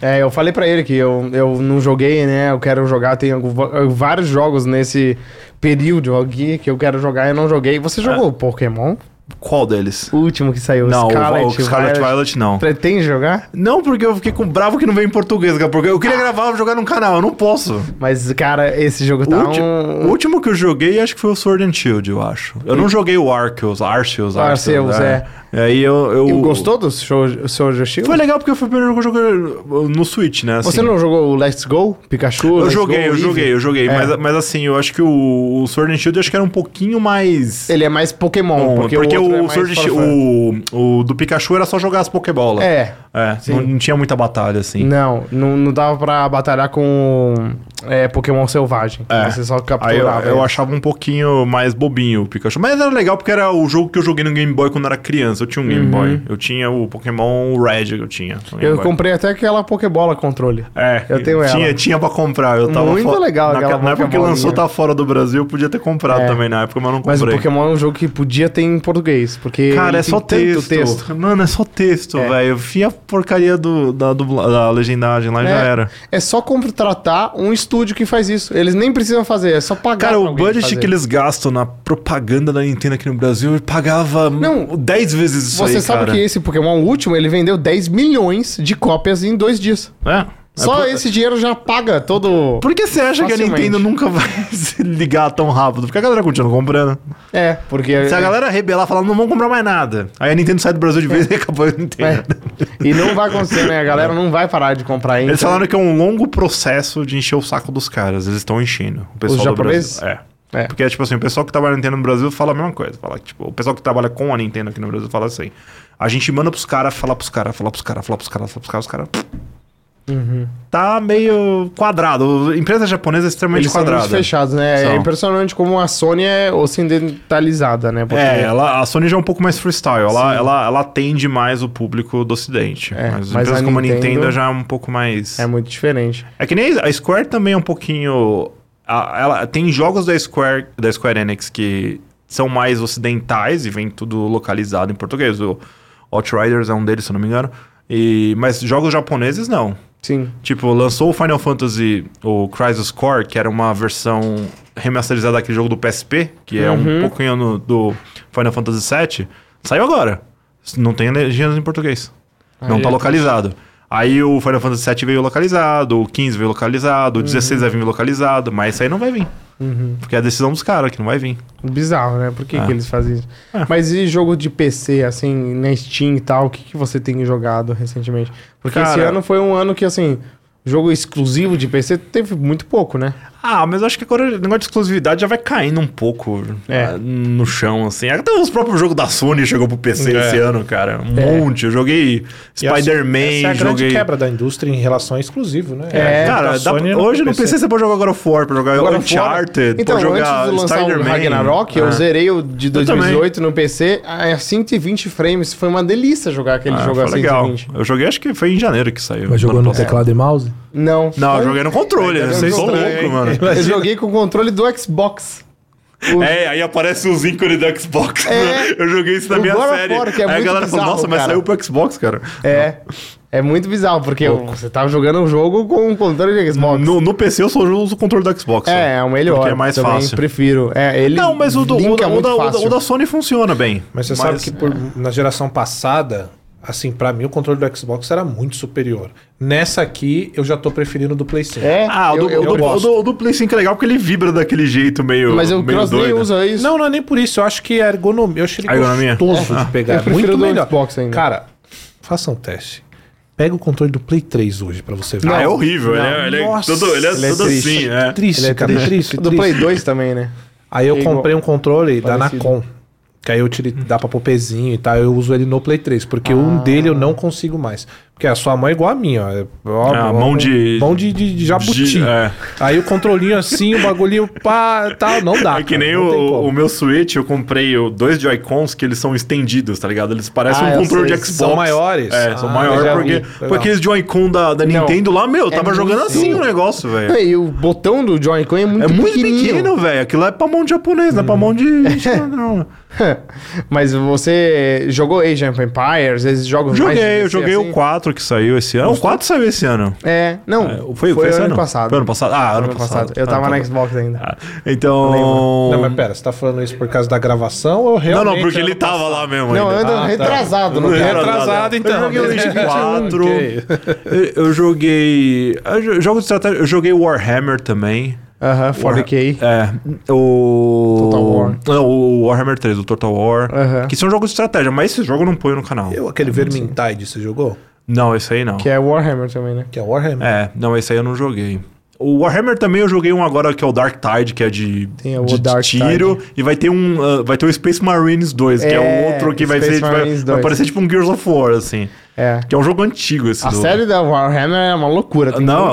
A: É, eu falei pra ele que eu, eu não joguei, né? Eu quero jogar. Tem algum- vários jogos nesse período aqui que eu quero jogar e eu não joguei. Você jogou Pokémon?
C: Qual deles?
A: O último que saiu,
C: Ah. não, o-
A: Scarlet,
C: o Scarlet
A: Violet.
C: Violet não.
A: Pretende jogar?
C: Não, porque eu fiquei com bravo que não veio em português, cara. Porque eu
A: Ah.
C: queria gravar e jogar num canal, eu não posso.
A: Mas, cara, esse jogo tá
C: o, ulti- o
A: um...
C: último que eu joguei, acho que foi o Sword and Shield, eu acho. Eu não joguei o Arceus, Arceus, né?
A: Arceus, é.
C: E Aí eu... eu...
A: E Gostou do Sword Sword Shield?
C: Foi legal porque foi o primeiro jogo que eu joguei no Switch, né? assim.
A: Você não jogou o Let's Go, Pikachu?
C: Eu
A: Let's Go,
C: joguei, eu
A: Eevee?
C: joguei, eu joguei.
A: É.
C: Mas, mas assim, eu acho que o, o Sword and Shield, eu acho que era um pouquinho mais...
A: Ele é mais Pokémon,
C: bom,
A: porque,
C: porque,
A: o, outro
C: o,
A: é mais
C: Sword and
A: Final
C: Shield,
A: Fantasy.
C: o, o do Pikachu era só jogar as Pokébolas.
A: É.
C: É, não, não tinha muita batalha, assim.
A: Não, não, não dava pra batalhar com é, Pokémon selvagem.
C: É.
A: Você só
C: Aí eu,
A: capturava.
C: eu
A: ele.
C: achava um pouquinho mais bobinho o Pikachu. Mas era legal porque era o jogo que eu joguei no Game Boy quando era criança. Eu tinha um Game Boy. Eu tinha o Pokémon Red que eu tinha. no Game
A: Uhum. Eu
C: Boy.
A: comprei até aquela Pokébola controle.
C: É,
A: Eu tenho
C: tinha,
A: ela.
C: tinha pra comprar. Eu tava
A: Muito
C: fo-
A: legal
C: Naquela,
A: aquela
C: na época que
A: Pokébolinha.
C: lançou, tá fora do Brasil. Eu podia ter comprado
A: É.
C: também na época, mas não comprei.
A: Mas o Pokémon é um jogo que podia ter em português, porque ele
C: Cara,
A: tem
C: é só
A: tanto
C: texto. Mano, é só texto,
A: É.
C: velho. Fim a porcaria do, da, dubla- da legendagem lá já
A: É.
C: era.
A: É só contratar um estúdio que faz isso. Eles nem precisam fazer, é só pagar.
C: Cara,
A: pra
C: o
A: alguém
C: budget
A: fazer.
C: que eles gastam na propaganda da Nintendo aqui no Brasil, ele pagava
A: Não,
C: 10 vezes isso aí,
A: Você sabe
C: cara.
A: que esse Pokémon último, ele vendeu 10 milhões de cópias em dois dias.
C: É. É
A: Só
C: por-
A: esse dinheiro já paga todo.
C: Por que você acha que a
A: Facilmente.
C: Nintendo nunca vai se ligar tão rápido? Porque a galera continua comprando.
A: É, porque.
C: Se a galera rebelar falando, não vão comprar mais nada. Aí a Nintendo sai do Brasil de vez e acabou a Nintendo.
A: É. E não vai acontecer, né? A galera não vai parar de comprar então, ainda.
C: Eles falaram que é um longo processo de encher o saco dos caras. Eles estão enchendo. O pessoal do
A: japoneses?
C: Brasil. É.
A: É.
C: Porque, tipo assim, o pessoal que trabalha na Nintendo no Brasil fala a mesma coisa. Fala que, tipo, o pessoal que trabalha com a Nintendo aqui no Brasil fala assim. A gente manda pros caras, fala pros caras, fala pros caras, fala pros caras, fala pros caras, os caras.
A: Uhum.
C: Tá meio quadrado. A Empresa japonesa é extremamente
A: Eles são
C: quadrada.
A: muito fechados, né?
C: São.
A: É impressionante como a Sony é ocidentalizada, né? Porque
C: É, ela, a Sony já é um pouco mais freestyle. Ela, ela, ela atende mais o público do ocidente.
A: É, mas
C: mas empresas
A: a
C: como a Nintendo,
A: Nintendo
C: já é um pouco mais.
A: é muito diferente.
C: É que nem a Square também é um pouquinho. a- ela tem jogos da Square, da Square Enix que são mais ocidentais e vem tudo localizado em português. O Outriders é um deles, se eu não me engano. E, mas jogos japoneses não.
A: Sim.
C: Tipo, lançou o Final Fantasy, o Crisis Core, que era uma versão remasterizada daquele jogo do PSP, que é
A: Uhum.
C: um pouquinho no- do Final Fantasy VII. Saiu agora. Não tem legendas em português. não
A: Aí
C: tá
A: é
C: localizado. Aí o Final Fantasy VII veio localizado, o 15 veio localizado, o 16
A: Uhum.
C: vai vir localizado, mas isso aí não vai vir. Porque é a decisão dos caras que não vai vir.
A: Bizarro, né? Por que,
C: Ah.
A: que eles fazem isso?
C: Ah.
A: Mas e jogo de PC, assim, na Steam e tal? O que, que você tem jogado recentemente? Porque esse
C: Cara-
A: ano foi um ano que, assim, jogo exclusivo de PC teve muito pouco, né?
C: Ah, mas eu acho que agora o negócio de exclusividade já vai caindo um pouco
A: É.
C: ah, no chão, assim. Até os próprios jogos da Sony chegou pro PC
B: É.
C: esse ano, cara. Um
A: É.
C: monte. Eu
B: E a-
C: joguei
B: Essa é
C: Spider-Man,
B: a grande
C: joguei.
B: quebra da indústria em relação a exclusivo, né?
A: É,
C: Cara,
B: da
C: dá
B: Sony
C: pra-
B: era
C: hoje no
B: pro
C: PC você pode jogar God of War, pode jogar
A: Agora
C: Uncharted,
A: fora- né? Então,
C: pode jogar
A: antes de lançar o
C: Spider-Man.
A: Ragnarok,
C: É.
A: eu zerei o de
C: Eu também.
A: 2018 no é, PC a 120 frames. Foi uma delícia jogar aquele
C: Ah,
A: jogo
C: foi
A: a
C: legal.
A: 120.
C: Eu joguei, acho que foi em janeiro que saiu.
D: Mas jogou
C: Ano
D: no
C: passado.
D: teclado e mouse?
A: Não.
C: Não, eu
A: foi-
C: joguei no controle. né?
A: Deve
C: Vocês
A: ser
C: são
A: estranho,
C: loucos,
A: hein?
C: mano.
A: Eu joguei com o controle do Xbox. O-
C: É, aí aparece os ícones do Xbox.
A: É.
C: Eu joguei isso na
A: O
C: minha
A: God of
C: série.
A: War, que é
C: aí a
A: muito
C: galera falou,
A: bizarro,
C: nossa, mas
A: cara."
C: saiu pro Xbox, cara.
A: É. É muito bizarro, porque você tá jogando um jogo com um controle de Xbox.
C: No, no PC eu só uso o controle do Xbox. só.
A: É, é o melhor.
C: Porque é mais
A: Também
C: fácil.
A: prefiro. É, ele
C: Não, mas o, do, o,
A: linka
C: da, o,
A: muito
C: da, o da-
A: fácil.
C: o da Sony funciona bem.
B: Mas você sabe que por- na geração passada, assim, pra mim o controle do Xbox era muito superior. Nessa aqui, eu já tô preferindo do PlayStation.
A: É,
C: Ah, o
A: eu,
C: do,
A: eu
C: o do- o
A: gosto.
C: do- o do Play 5 é legal porque ele vibra daquele jeito meio.
A: Mas o
C: meio
A: Cross nem
C: doido. né?
A: usa isso.
B: Não, não é nem por isso. Eu acho que a ergonomia. Eu acho ele
C: A ergonomia?
B: gostoso de pegar.
A: Eu
B: É
A: prefiro
B: muito
A: do
B: melhor.
A: Xbox ainda.
B: Cara, faça um teste. Pega o controle do Play 3 hoje pra você ver.
C: Ah, é horrível. ele é- ele, é
B: Nossa,
C: todo, ele é
A: ele é
C: todo
A: triste.
C: assim, é.
B: Triste,
A: Ele é
B: cara.
A: triste.
B: Triste,
A: O do
B: triste.
A: Play 2 também, né?
B: Aí eu
A: É igual.
B: comprei um controle da
A: Parecido.
B: Nacon. Que aí eu tiro,
C: Uhum.
B: dá pra pôr pezinho e tal. Eu uso ele no Play 3. Porque
A: Ah.
B: um dele eu não consigo mais. Porque a sua mão é igual a minha. ó. É, ó,
C: Ah,
B: ó,
C: mão de-
B: Mão de, de, de jabuti.
C: De- é.
B: Aí o controlinho assim, o bagulhinho pá, tal. Não dá.
C: É que
B: cara,
C: nem
B: não tem
C: o,
B: como.
C: o meu Switch, eu comprei o- dois Joy-Cons que eles são estendidos, tá ligado? Eles parecem
A: Ah,
C: um
A: eu
C: controle
A: sei.
C: de Xbox.
B: São maiores.
C: É, são
B: Ah,
C: maiores
A: eu já
C: porque,
B: vi.
C: porque aqueles Joy-Con da, da
A: Não, é
C: Nintendo lá, meu, eu tava
A: muito
C: jogando assim
A: duro.
C: o negócio, velho.
A: E o botão do Joy-Con é muito
C: É muito
A: pequenininho.
C: pequeno, velho. Aquilo é pra mão de japonês, não é
B: Uhum.
C: pra mão de. não.
A: Mas você jogou Age of Empires, esses jogos mais de
C: Joguei, eu
A: PC,
C: joguei
A: assim?
C: o 4 que saiu esse ano. O 4 saiu esse ano.
A: É, não,
C: É,
A: foi,
C: foi esse
A: ano, passado.
C: Foi ano passado. Ah, ano,
A: Ano
C: passado.
A: passado. Eu tava
C: Ano
A: na Xbox ainda.
C: Ah, então.
B: Não,
C: Não,
B: mas pera, você tá falando isso por causa da gravação ou
C: não,
B: realmente...
C: porque ele tá-
B: era-
C: tava lá mesmo.
A: Não,
C: ainda.
A: eu ando
B: Ah, tá.
A: retrasado no
C: Não era
A: caso.
B: atrasado,
C: nada.
B: então.
C: Eu joguei o Age 4.
B: Ok.
C: Ah, eu- Eu joguei. eu jo- Jogo de estratégia. Eu joguei Warhammer também.
A: Aham, 40k.
C: É. O.
A: Total War.
C: Não, o Warhammer 3, o Total War.
A: Aham.
C: Que são jogos de estratégia, mas esse jogo eu não põe no canal.
B: Eu, aquele Vermintide, você jogou?
C: Não, esse aí não.
A: Que é Warhammer também, né?
B: Que é Warhammer.
C: É, não, esse aí eu não joguei. O Warhammer também eu joguei um agora que é o Dark Tide, que é de,
A: Tem o
C: de
A: Dark
C: tiro. E vai ter um. ah, vai ter o Space Marines 2, que é o
A: É,
C: outro que vai
A: Space
C: ser. tipo, vai-
A: Marines
C: vai
A: 2.
C: parecer tipo um Gears of War, assim.
A: É.
C: Que é um jogo antigo esse
A: A
C: do-
A: série da Warhammer é uma loucura. tem
C: Não,
A: um-
C: é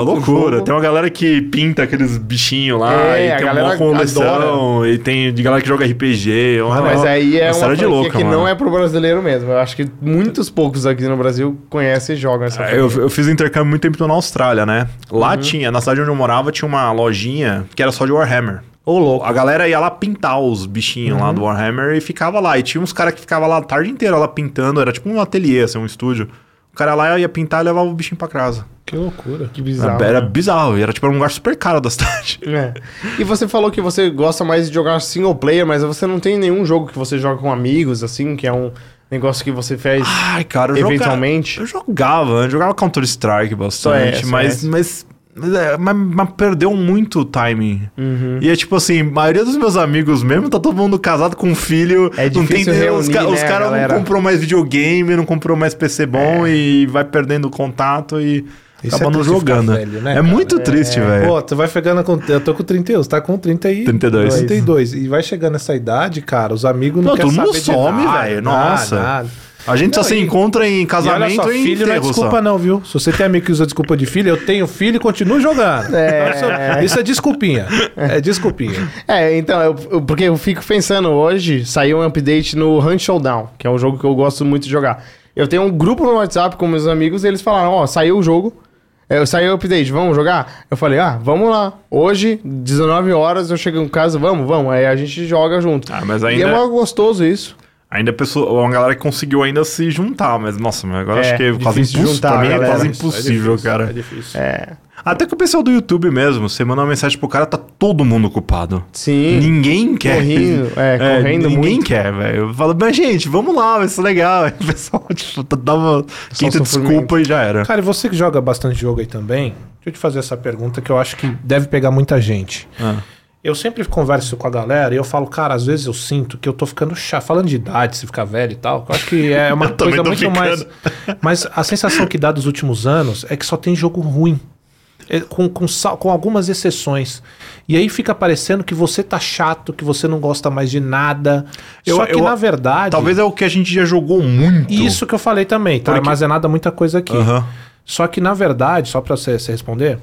A: um
C: loucura.
A: jogo-
C: Tem uma galera que pinta aqueles bichinhos lá,
A: É, a
C: e tem
A: galera
C: uma coleção, e tem de galera que joga RPG. é Uma,
A: Mas aí é uma franquia
C: história de louca,
A: que
C: mano.
A: não é pro brasileiro mesmo. Eu acho que muitos poucos aqui no Brasil conhecem e jogam essa
C: Ah, É, Eu, eu fiz intercâmbio muito tempo na Austrália, né?
A: Uhum.
C: Lá tinha, na cidade onde eu morava, tinha uma lojinha que era só de Warhammer.
A: Ô, louco. Uhum.
C: A galera ia lá pintar os bichinhos lá do Warhammer e ficava lá. E tinha uns caras que ficavam lá a tarde inteira lá pintando. Era tipo um ateliê, assim, um estúdio. O cara lá ia pintar e levava o bichinho pra casa.
B: Que loucura.
C: É
A: Que bizarro. né?
C: Era bizarro. E era tipo um lugar super caro da cidade.
A: É. E você falou que você gosta mais de jogar single player, mas você não tem nenhum jogo que você joga com amigos, assim, que é um negócio que você fez.
C: Ai, cara, eu
A: Eventualmente?
C: Jogava, eu jogava, eu jogava Counter-Strike
A: Só é,
C: bastante,
A: só
C: mas,
A: é.
C: mas, mas, é, mas- mas perdeu muito o timing.
B: Uhum.
C: E é tipo assim, a maioria dos meus amigos mesmo, tá todo mundo casado com um filho.
A: É
C: não tem,
A: difícil
C: Os,
A: reunir,
C: ca- os
A: né,
C: caras
A: galera?
C: não comprou mais videogame, não comprou mais PC bom e vai perdendo o contato e
B: É. Isso
C: acaba
B: é
C: não
B: triste ficar
C: jogando.
B: velho, né,
C: é
B: cara?
C: muito triste, velho.
B: Pô, tu vai pegando com. Eu tô com 31, você tá com 30 e...
C: 32.
B: 32. E vai chegando nessa idade, cara, os amigos não
C: Não,
B: querem
C: todo mundo
B: saber de
C: some,
B: nada,
C: velho,
B: nada,
C: nossa.
B: nada.
C: A gente
B: Não,
C: só se
B: e-
C: encontra em
B: E olha
C: casamento
B: só,
C: e em
B: filho não é
C: enterro só.
B: desculpa não, viu? Se você tem amigo que usa desculpa de filho, eu tenho filho e continuo jogando.
A: É.
B: Então, isso- isso é desculpinha. É desculpinha.
A: É, então, eu- eu- porque eu fico pensando hoje, saiu um update no Hunt Showdown, que é um jogo que eu gosto muito de jogar. Eu tenho um grupo no WhatsApp com meus amigos e eles falaram, ó, saiu o jogo, é, saiu o update, vamos jogar? Eu falei, ah, vamos lá. Hoje, 19 horas, eu chego em casa, vamos, vamos. Aí a gente joga junto.
C: Ah, mas
A: E é
C: ainda-
A: mó gostoso isso.
C: Ainda a pessoa, uma galera que conseguiu ainda se juntar, mas nossa, mas agora
A: É,
C: acho que é quase
A: difícil
C: impossível.
A: juntar
C: Pra
A: a
C: mim é
A: galera.
C: quase
A: É
C: impossível, cara.
B: É difícil.
A: É.
C: Até que o pessoal do YouTube mesmo, você manda uma mensagem pro cara, tá todo mundo ocupado.
A: Sim.
C: Ninguém quer.
A: Correndo, é, correndo
C: ninguém
A: muito.
C: quer, velho. Eu falo, mas gente, vamos lá, vai ser legal. Aí o pessoal, tipo, dá uma quinta
A: sofrimento.
C: desculpa e já era.
B: Cara, e você que joga bastante jogo aí também, deixa eu te fazer essa pergunta que eu acho que deve pegar muita gente.
C: Ah.
B: Eu sempre converso com a galera e eu falo, cara, às vezes eu sinto que eu tô ficando chato. Falando de idade, se ficar velho e tal, que eu acho que é uma
C: Eu também
B: coisa
C: tô
B: muito mais. Mas a sensação que dá dos últimos anos é que só tem jogo ruim. É, com, com, sal- com algumas exceções. E aí fica parecendo que você tá chato, que você não gosta mais de nada.
C: Eu-
B: Só que,
C: eu-
B: na verdade.
C: Talvez é o que a gente já jogou muito.
B: Isso que eu falei também, tá
C: Porque-
B: armazenada muita coisa aqui.
C: Aham.
B: Só que, na verdade, só pra você, você responder,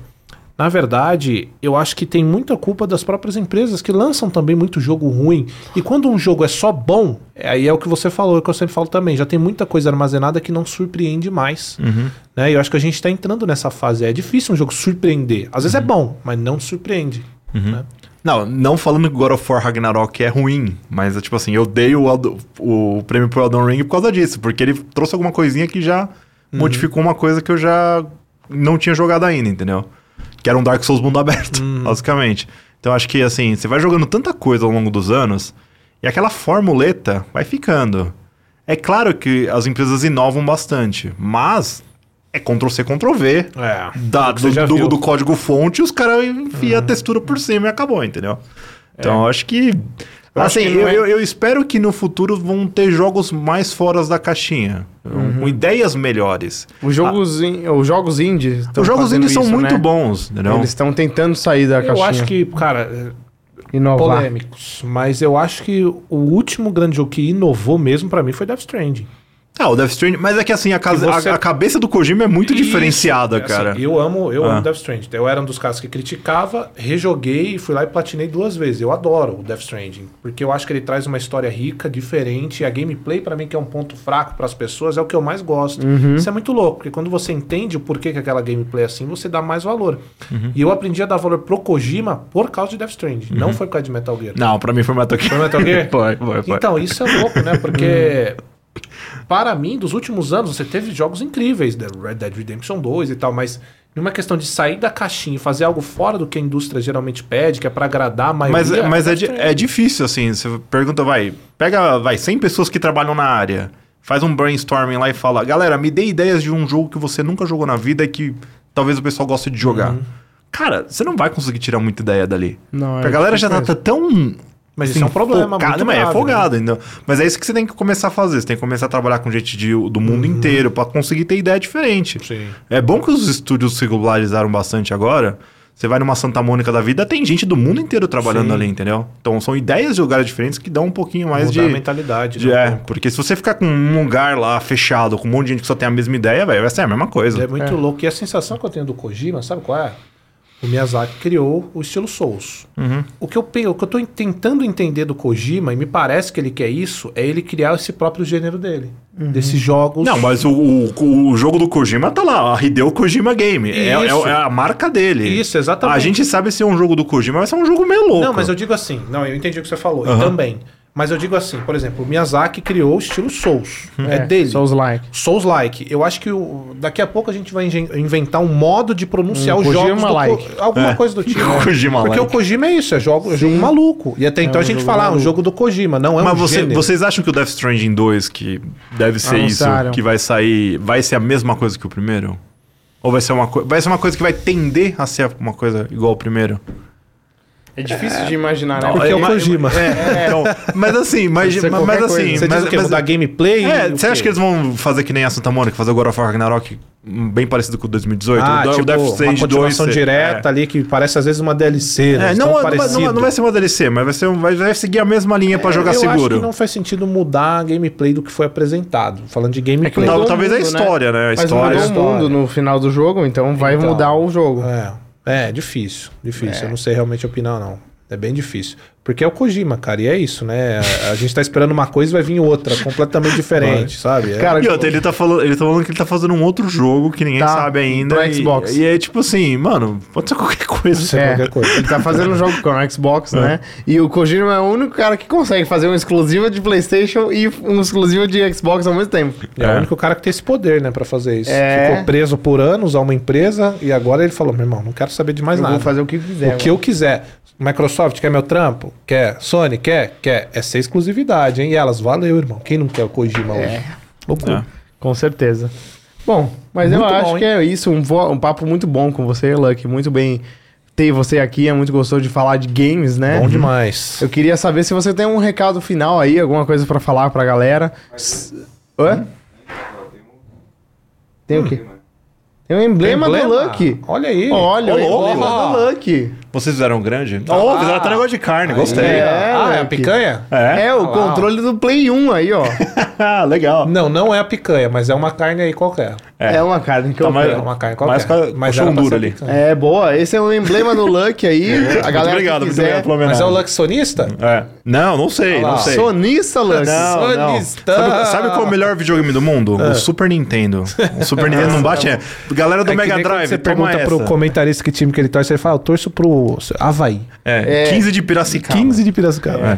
B: na verdade, eu acho que tem muita culpa das próprias empresas que lançam também muito jogo ruim. E quando um jogo é só bom, é- aí é o que você falou, é o que eu sempre falo também. Já tem muita coisa armazenada que não surpreende mais.
C: Uhum.
B: Né? E eu acho que a gente tá entrando nessa fase. É difícil um jogo surpreender. Às
C: Uhum.
B: vezes é bom, mas não surpreende. né?
C: Não, não falando que God of War Ragnarok é ruim, mas é tipo assim, eu dei o, Eldo- o prêmio pro Elden Ring por causa disso, porque ele trouxe alguma coisinha que já modificou uma coisa que eu já não tinha jogado ainda, entendeu? Que era um Dark Souls mundo aberto, basicamente. Então acho que assim, você vai jogando tanta coisa ao longo dos anos e aquela formuleta vai ficando. É claro que as empresas inovam bastante, mas é Ctrl-C, Ctrl-V
B: É.
C: da-
B: que você
C: do,
B: já
C: do-
B: viu.
C: do código fonte, os caras enfiam a textura por cima e acabou, entendeu? Então acho que.
A: Eu acho
C: assim,
A: que não
C: eu,
A: é-
C: eu- eu espero que no futuro vão ter jogos mais fora da caixinha, Um, com ideias melhores. Ah,
A: Os jogos, in- os jogos indies. tão
C: Os jogos
A: fazendo
C: indies são
A: isso,
C: muito
A: né?
C: bons, entendeu?
A: Eles estão tentando sair da
B: Eu
A: caixinha.
B: acho que, cara, é,
A: Inovar.
B: polêmicos. Mas eu acho que o último grande jogo que inovou mesmo pra mim foi Death Stranding.
C: Ah, o Death Stranding. Mas é que assim, a, casa-
B: E você-
C: a- a cabeça do Kojima é muito
B: Isso, é
C: diferenciada,
B: assim,
C: cara.
B: eu amo, eu
C: Ah.
B: amo Death Stranding. Eu era um dos caras que criticava, rejoguei e fui lá e platinei duas vezes. Eu adoro o Death Stranding, porque eu acho que ele traz uma história rica, diferente. E a gameplay, pra mim, que é um ponto fraco pras pessoas, é o que eu mais gosto.
C: Uhum.
B: Isso é muito louco, porque quando você entende o porquê que aquela gameplay é assim, você dá mais valor.
C: Uhum.
B: E eu aprendi a dar valor pro Kojima por causa de Death Stranding,
C: Uhum.
B: não foi por causa de Metal Gear.
C: Não, pra mim foi Metal Gear.
B: Foi Metal Gear?
C: foi, foi, foi.
B: Então, isso é louco, né? Porque, para mim, dos últimos anos, você teve jogos incríveis, né? Red Dead Redemption 2 e tal, mas numa questão de sair da caixinha e fazer algo fora do que a indústria geralmente pede, que é pra agradar a
C: Mas,
B: maioria...
C: mas é, di-
B: Death
C: é difícil, assim. Você pergunta, vai, pega, vai, 100 pessoas que trabalham na área, faz um brainstorming lá e fala, galera, me dê ideias de um jogo que você nunca jogou na vida e que talvez o pessoal goste de jogar.
B: Uhum.
C: Cara, você não vai conseguir tirar muita ideia dali.
A: Não,
C: Porque
A: é
C: a galera já tá,
A: difícil
C: tão.
B: Mas isso é um problema
C: focada,
B: muito
C: mas
B: grave,
C: é folgado ainda. Mas é isso que você tem que começar a fazer. Você tem que começar a trabalhar com gente de- do mundo inteiro pra conseguir ter ideia diferente.
B: Uhum. Sim.
C: É bom que os estúdios se globalizaram bastante agora. Você vai numa Santa Mônica da vida, tem gente do mundo inteiro trabalhando
B: Sim.
C: ali, entendeu? Então são ideias de lugares diferentes que dão um pouquinho mais
B: Mudar a
C: de.
B: mentalidade.
C: de
B: né,
C: é,
B: um pouco.
C: porque se você ficar com um lugar lá fechado, com um monte de gente que só tem a mesma ideia, velho, vai ser a mesma coisa.
B: É muito louco. E a sensação que eu tenho do Kojima, sabe qual é? O Miyazaki criou o estilo Souls. O, que eu, pe- o que eu tô en- tentando entender do Kojima, e me parece que ele quer isso, é ele criar esse próprio gênero dele. Desses jogos.
C: Não, mas o, o, o jogo do Kojima tá lá, a Hideo Kojima Game. É, é-
B: Isso.
C: é a marca dele.
B: Isso, exatamente.
C: A gente sabe se é um jogo do Kojima, mas é um jogo meio louco.
B: Não, mas eu digo assim. Não, eu entendi o que você falou. E
C: Aham.
B: também. Mas eu digo assim, por exemplo, o Miyazaki criou o estilo Souls.
C: Uhum.
B: É, dele.
A: Souls like.
B: Souls-like. Eu acho que o- daqui a pouco a gente vai ingen- inventar um modo de pronunciar
A: Um
B: os jogos. do
A: Kojima-like.
B: Ko- alguma
C: É.
B: coisa do tipo. né?
C: Kojima-like. É
B: Porque o Kojima é isso, é jogo, é jogo maluco. E até então
A: um
B: a gente
A: jogo
B: fala, ah, um
A: maluco.
B: jogo do Kojima, não é um
C: Mas você-
B: gênero.
C: vocês acham que o Death Stranding 2, que deve ser
A: Anunciaram.
C: isso, que vai sair, vai ser a mesma coisa que o primeiro? Ou vai ser uma, coi- vai ser uma coisa que vai tender a ser uma coisa igual ao primeiro?
A: É difícil de imaginar, né?
B: Porque é o
C: ma-
B: Kojima.
C: É, então, mas assim, mas,
A: Pode ser
C: mas,
A: qualquer coisa.
C: assim...
B: Você
C: mas,
B: diz o quê?
C: mas-
B: Mudar gameplay?
C: É,
B: O
C: você acha
B: quê?
C: que eles vão fazer que nem a Santa Mônica, fazer o God of War Ragnarok hum, bem parecido com o 2018?
B: Ah,
C: o, da- o
B: tipo, uma continuação
C: ser-
B: direta
C: é.
B: ali que parece às vezes uma DLC, né?
C: É,
B: Tão
C: não, não, vai-
B: parecido. É,
C: não, não vai ser uma DLC, mas vai, ser, um- vai, vai seguir a mesma linha pra jogar
B: eu
C: seguro.
B: acho que não faz sentido mudar a gameplay do que foi apresentado. Falando de gameplay.
A: mudou
C: Tal-
A: É o
C: talvez a
A: mundo, né?
C: história, né? A
A: Mas mudou
C: história.
A: o mundo
B: história.
A: no final do jogo, então vai
B: Então.
A: mudar o jogo.
B: É, é difícil,
A: É.
B: difícil. Eu não sei realmente opinar, não. É bem difícil. Porque é o Kojima, cara, e é isso, né? A, a gente tá esperando uma coisa e vai vir outra, completamente diferente, sabe? É.
A: Cara,
C: E outra, ele tá, falando, ele tá falando que ele tá fazendo um outro jogo que ninguém
A: Tá,
C: sabe ainda.
A: pro
C: e,
A: Xbox.
C: E é tipo assim, mano, pode ser qualquer coisa.
B: Você-
A: é,
B: qualquer coisa. É.
A: ele tá fazendo um jogo com o Xbox, né? E o Kojima é o único cara que consegue fazer um exclusivo de PlayStation e um exclusivo de Xbox ao mesmo tempo.
B: é, o único cara que tem esse poder, né, pra fazer isso.
A: É.
B: Ficou preso por anos a uma empresa e agora ele falou: meu irmão, não quero saber de mais
A: Eu
B: nada.
A: vou fazer o que quiser. né?
B: o que eu quiser. Microsoft quer meu trampo? Quer? Sony quer? Quer? Essa é exclusividade, hein? E elas, valeu, irmão. Quem não quer o Kojima
A: É.
B: hoje? Loucura.
A: Com certeza. Bom, mas eu
B: Muito
A: acho
B: bom,
A: que é isso. Um, vo- um papo muito bom com você, Luck. Muito bem ter você aqui. É muito gostoso de falar de games, né?
B: Bom demais.
A: Eu queria saber se você tem um recado final aí, alguma coisa pra falar pra galera. S- Hã? Tem o quê? Tem um emblema, do Luck.
B: Olha aí.
A: Olha,
C: Ô,
A: o emblema
B: louco.
A: do Luck.
C: Vocês fizeram grande? Ó, fizeram até negócio de carne, gostei.
A: É,
B: ah, Tá. é a
A: Luke.
B: picanha?
A: É, o controle do Play 1 aí, ó.
C: Ah, legal.
B: Não, não é a picanha, mas é uma carne aí qualquer.
A: É, uma carne que eu
C: Tamanho-
B: É
A: pego.
B: uma carne qualquer. tá
C: Mas Tá com a- com
B: era pra
C: chundura
B: ser
C: ali.
B: picanha.
A: É, boa. Esse é o emblema do Luck aí. A galera
C: Uhum. muito
A: que
C: obrigado, muito
A: quiser...
C: obrigado pela
B: Mas é o
C: homenagem.
B: Luxonista?
C: É. Não, não sei,
B: Olha lá.
C: não sei.
A: Sonista, Luck.
C: Não, não.
B: Sonista.
C: Sabe, sabe qual é o melhor videogame do mundo? O Super Nintendo. O Super Nintendo não bate. É. Galera do
B: É. É que
C: Mega
B: nem quando
C: Drive,
B: Você
C: toma
B: pergunta
C: essa.
B: pro comentarista que time que ele torce, ele fala: eu torço pro Havaí.
C: É,
A: É.
C: 15 de Piracicaba. É.
B: 15 de Piracicaba.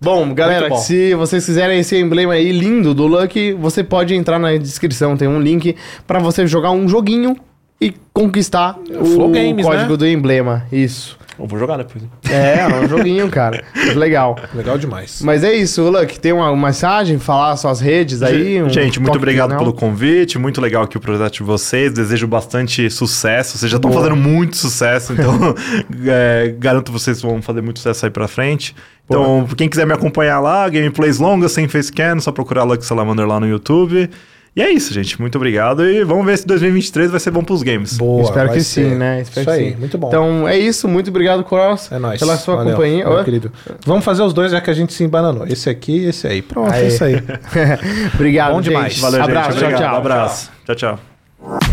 A: Bom, galera,
B: Muito bom.
A: se vocês quiserem esse emblema aí lindo do Lucky, você pode entrar na descrição, tem um link pra você jogar um joguinho e conquistar o
B: Flow Games,
A: código
B: né?
A: do emblema. Isso.
C: Eu vou jogar depois.
A: É, é um joguinho, cara. Legal.
B: Legal demais.
A: Mas é isso, Luck. Tem uma uma mensagem? Falar suas redes aí? um
C: Gente, muito
A: toque
C: obrigado
A: final?
C: pelo convite. Muito legal aqui o projeto de vocês. Desejo bastante sucesso. Vocês já estão
A: Boa.
C: fazendo muito sucesso, então é, garanto vocês vão fazer muito sucesso aí pra frente. Então, quem quiser me acompanhar lá, gameplays longas, sem facecam, só procurar Lux Salamander lá no YouTube. E é isso, gente. Muito obrigado. E vamos ver se 2023 vai ser bom pros games.
B: Boa.
A: Espero
B: vai
A: que
B: ser.
A: sim, né? Espero
B: Isso
A: que
B: aí,
A: sim.
B: muito bom.
A: Então é isso, muito obrigado, Cross,
B: é nóis.
A: pela sua
B: Valeu,
A: companhia.
B: meu
A: Ó,
B: querido. Vamos fazer os dois, já que a gente se embananou. Esse aqui e esse aí. Pronto,
A: Aê.
B: é isso aí.
A: obrigado,
B: Bom demais.
A: Gente.
C: Valeu,
A: Abraço,
C: gente. Obrigado.
A: tchau, tchau.
C: Abraço. Tchau, tchau.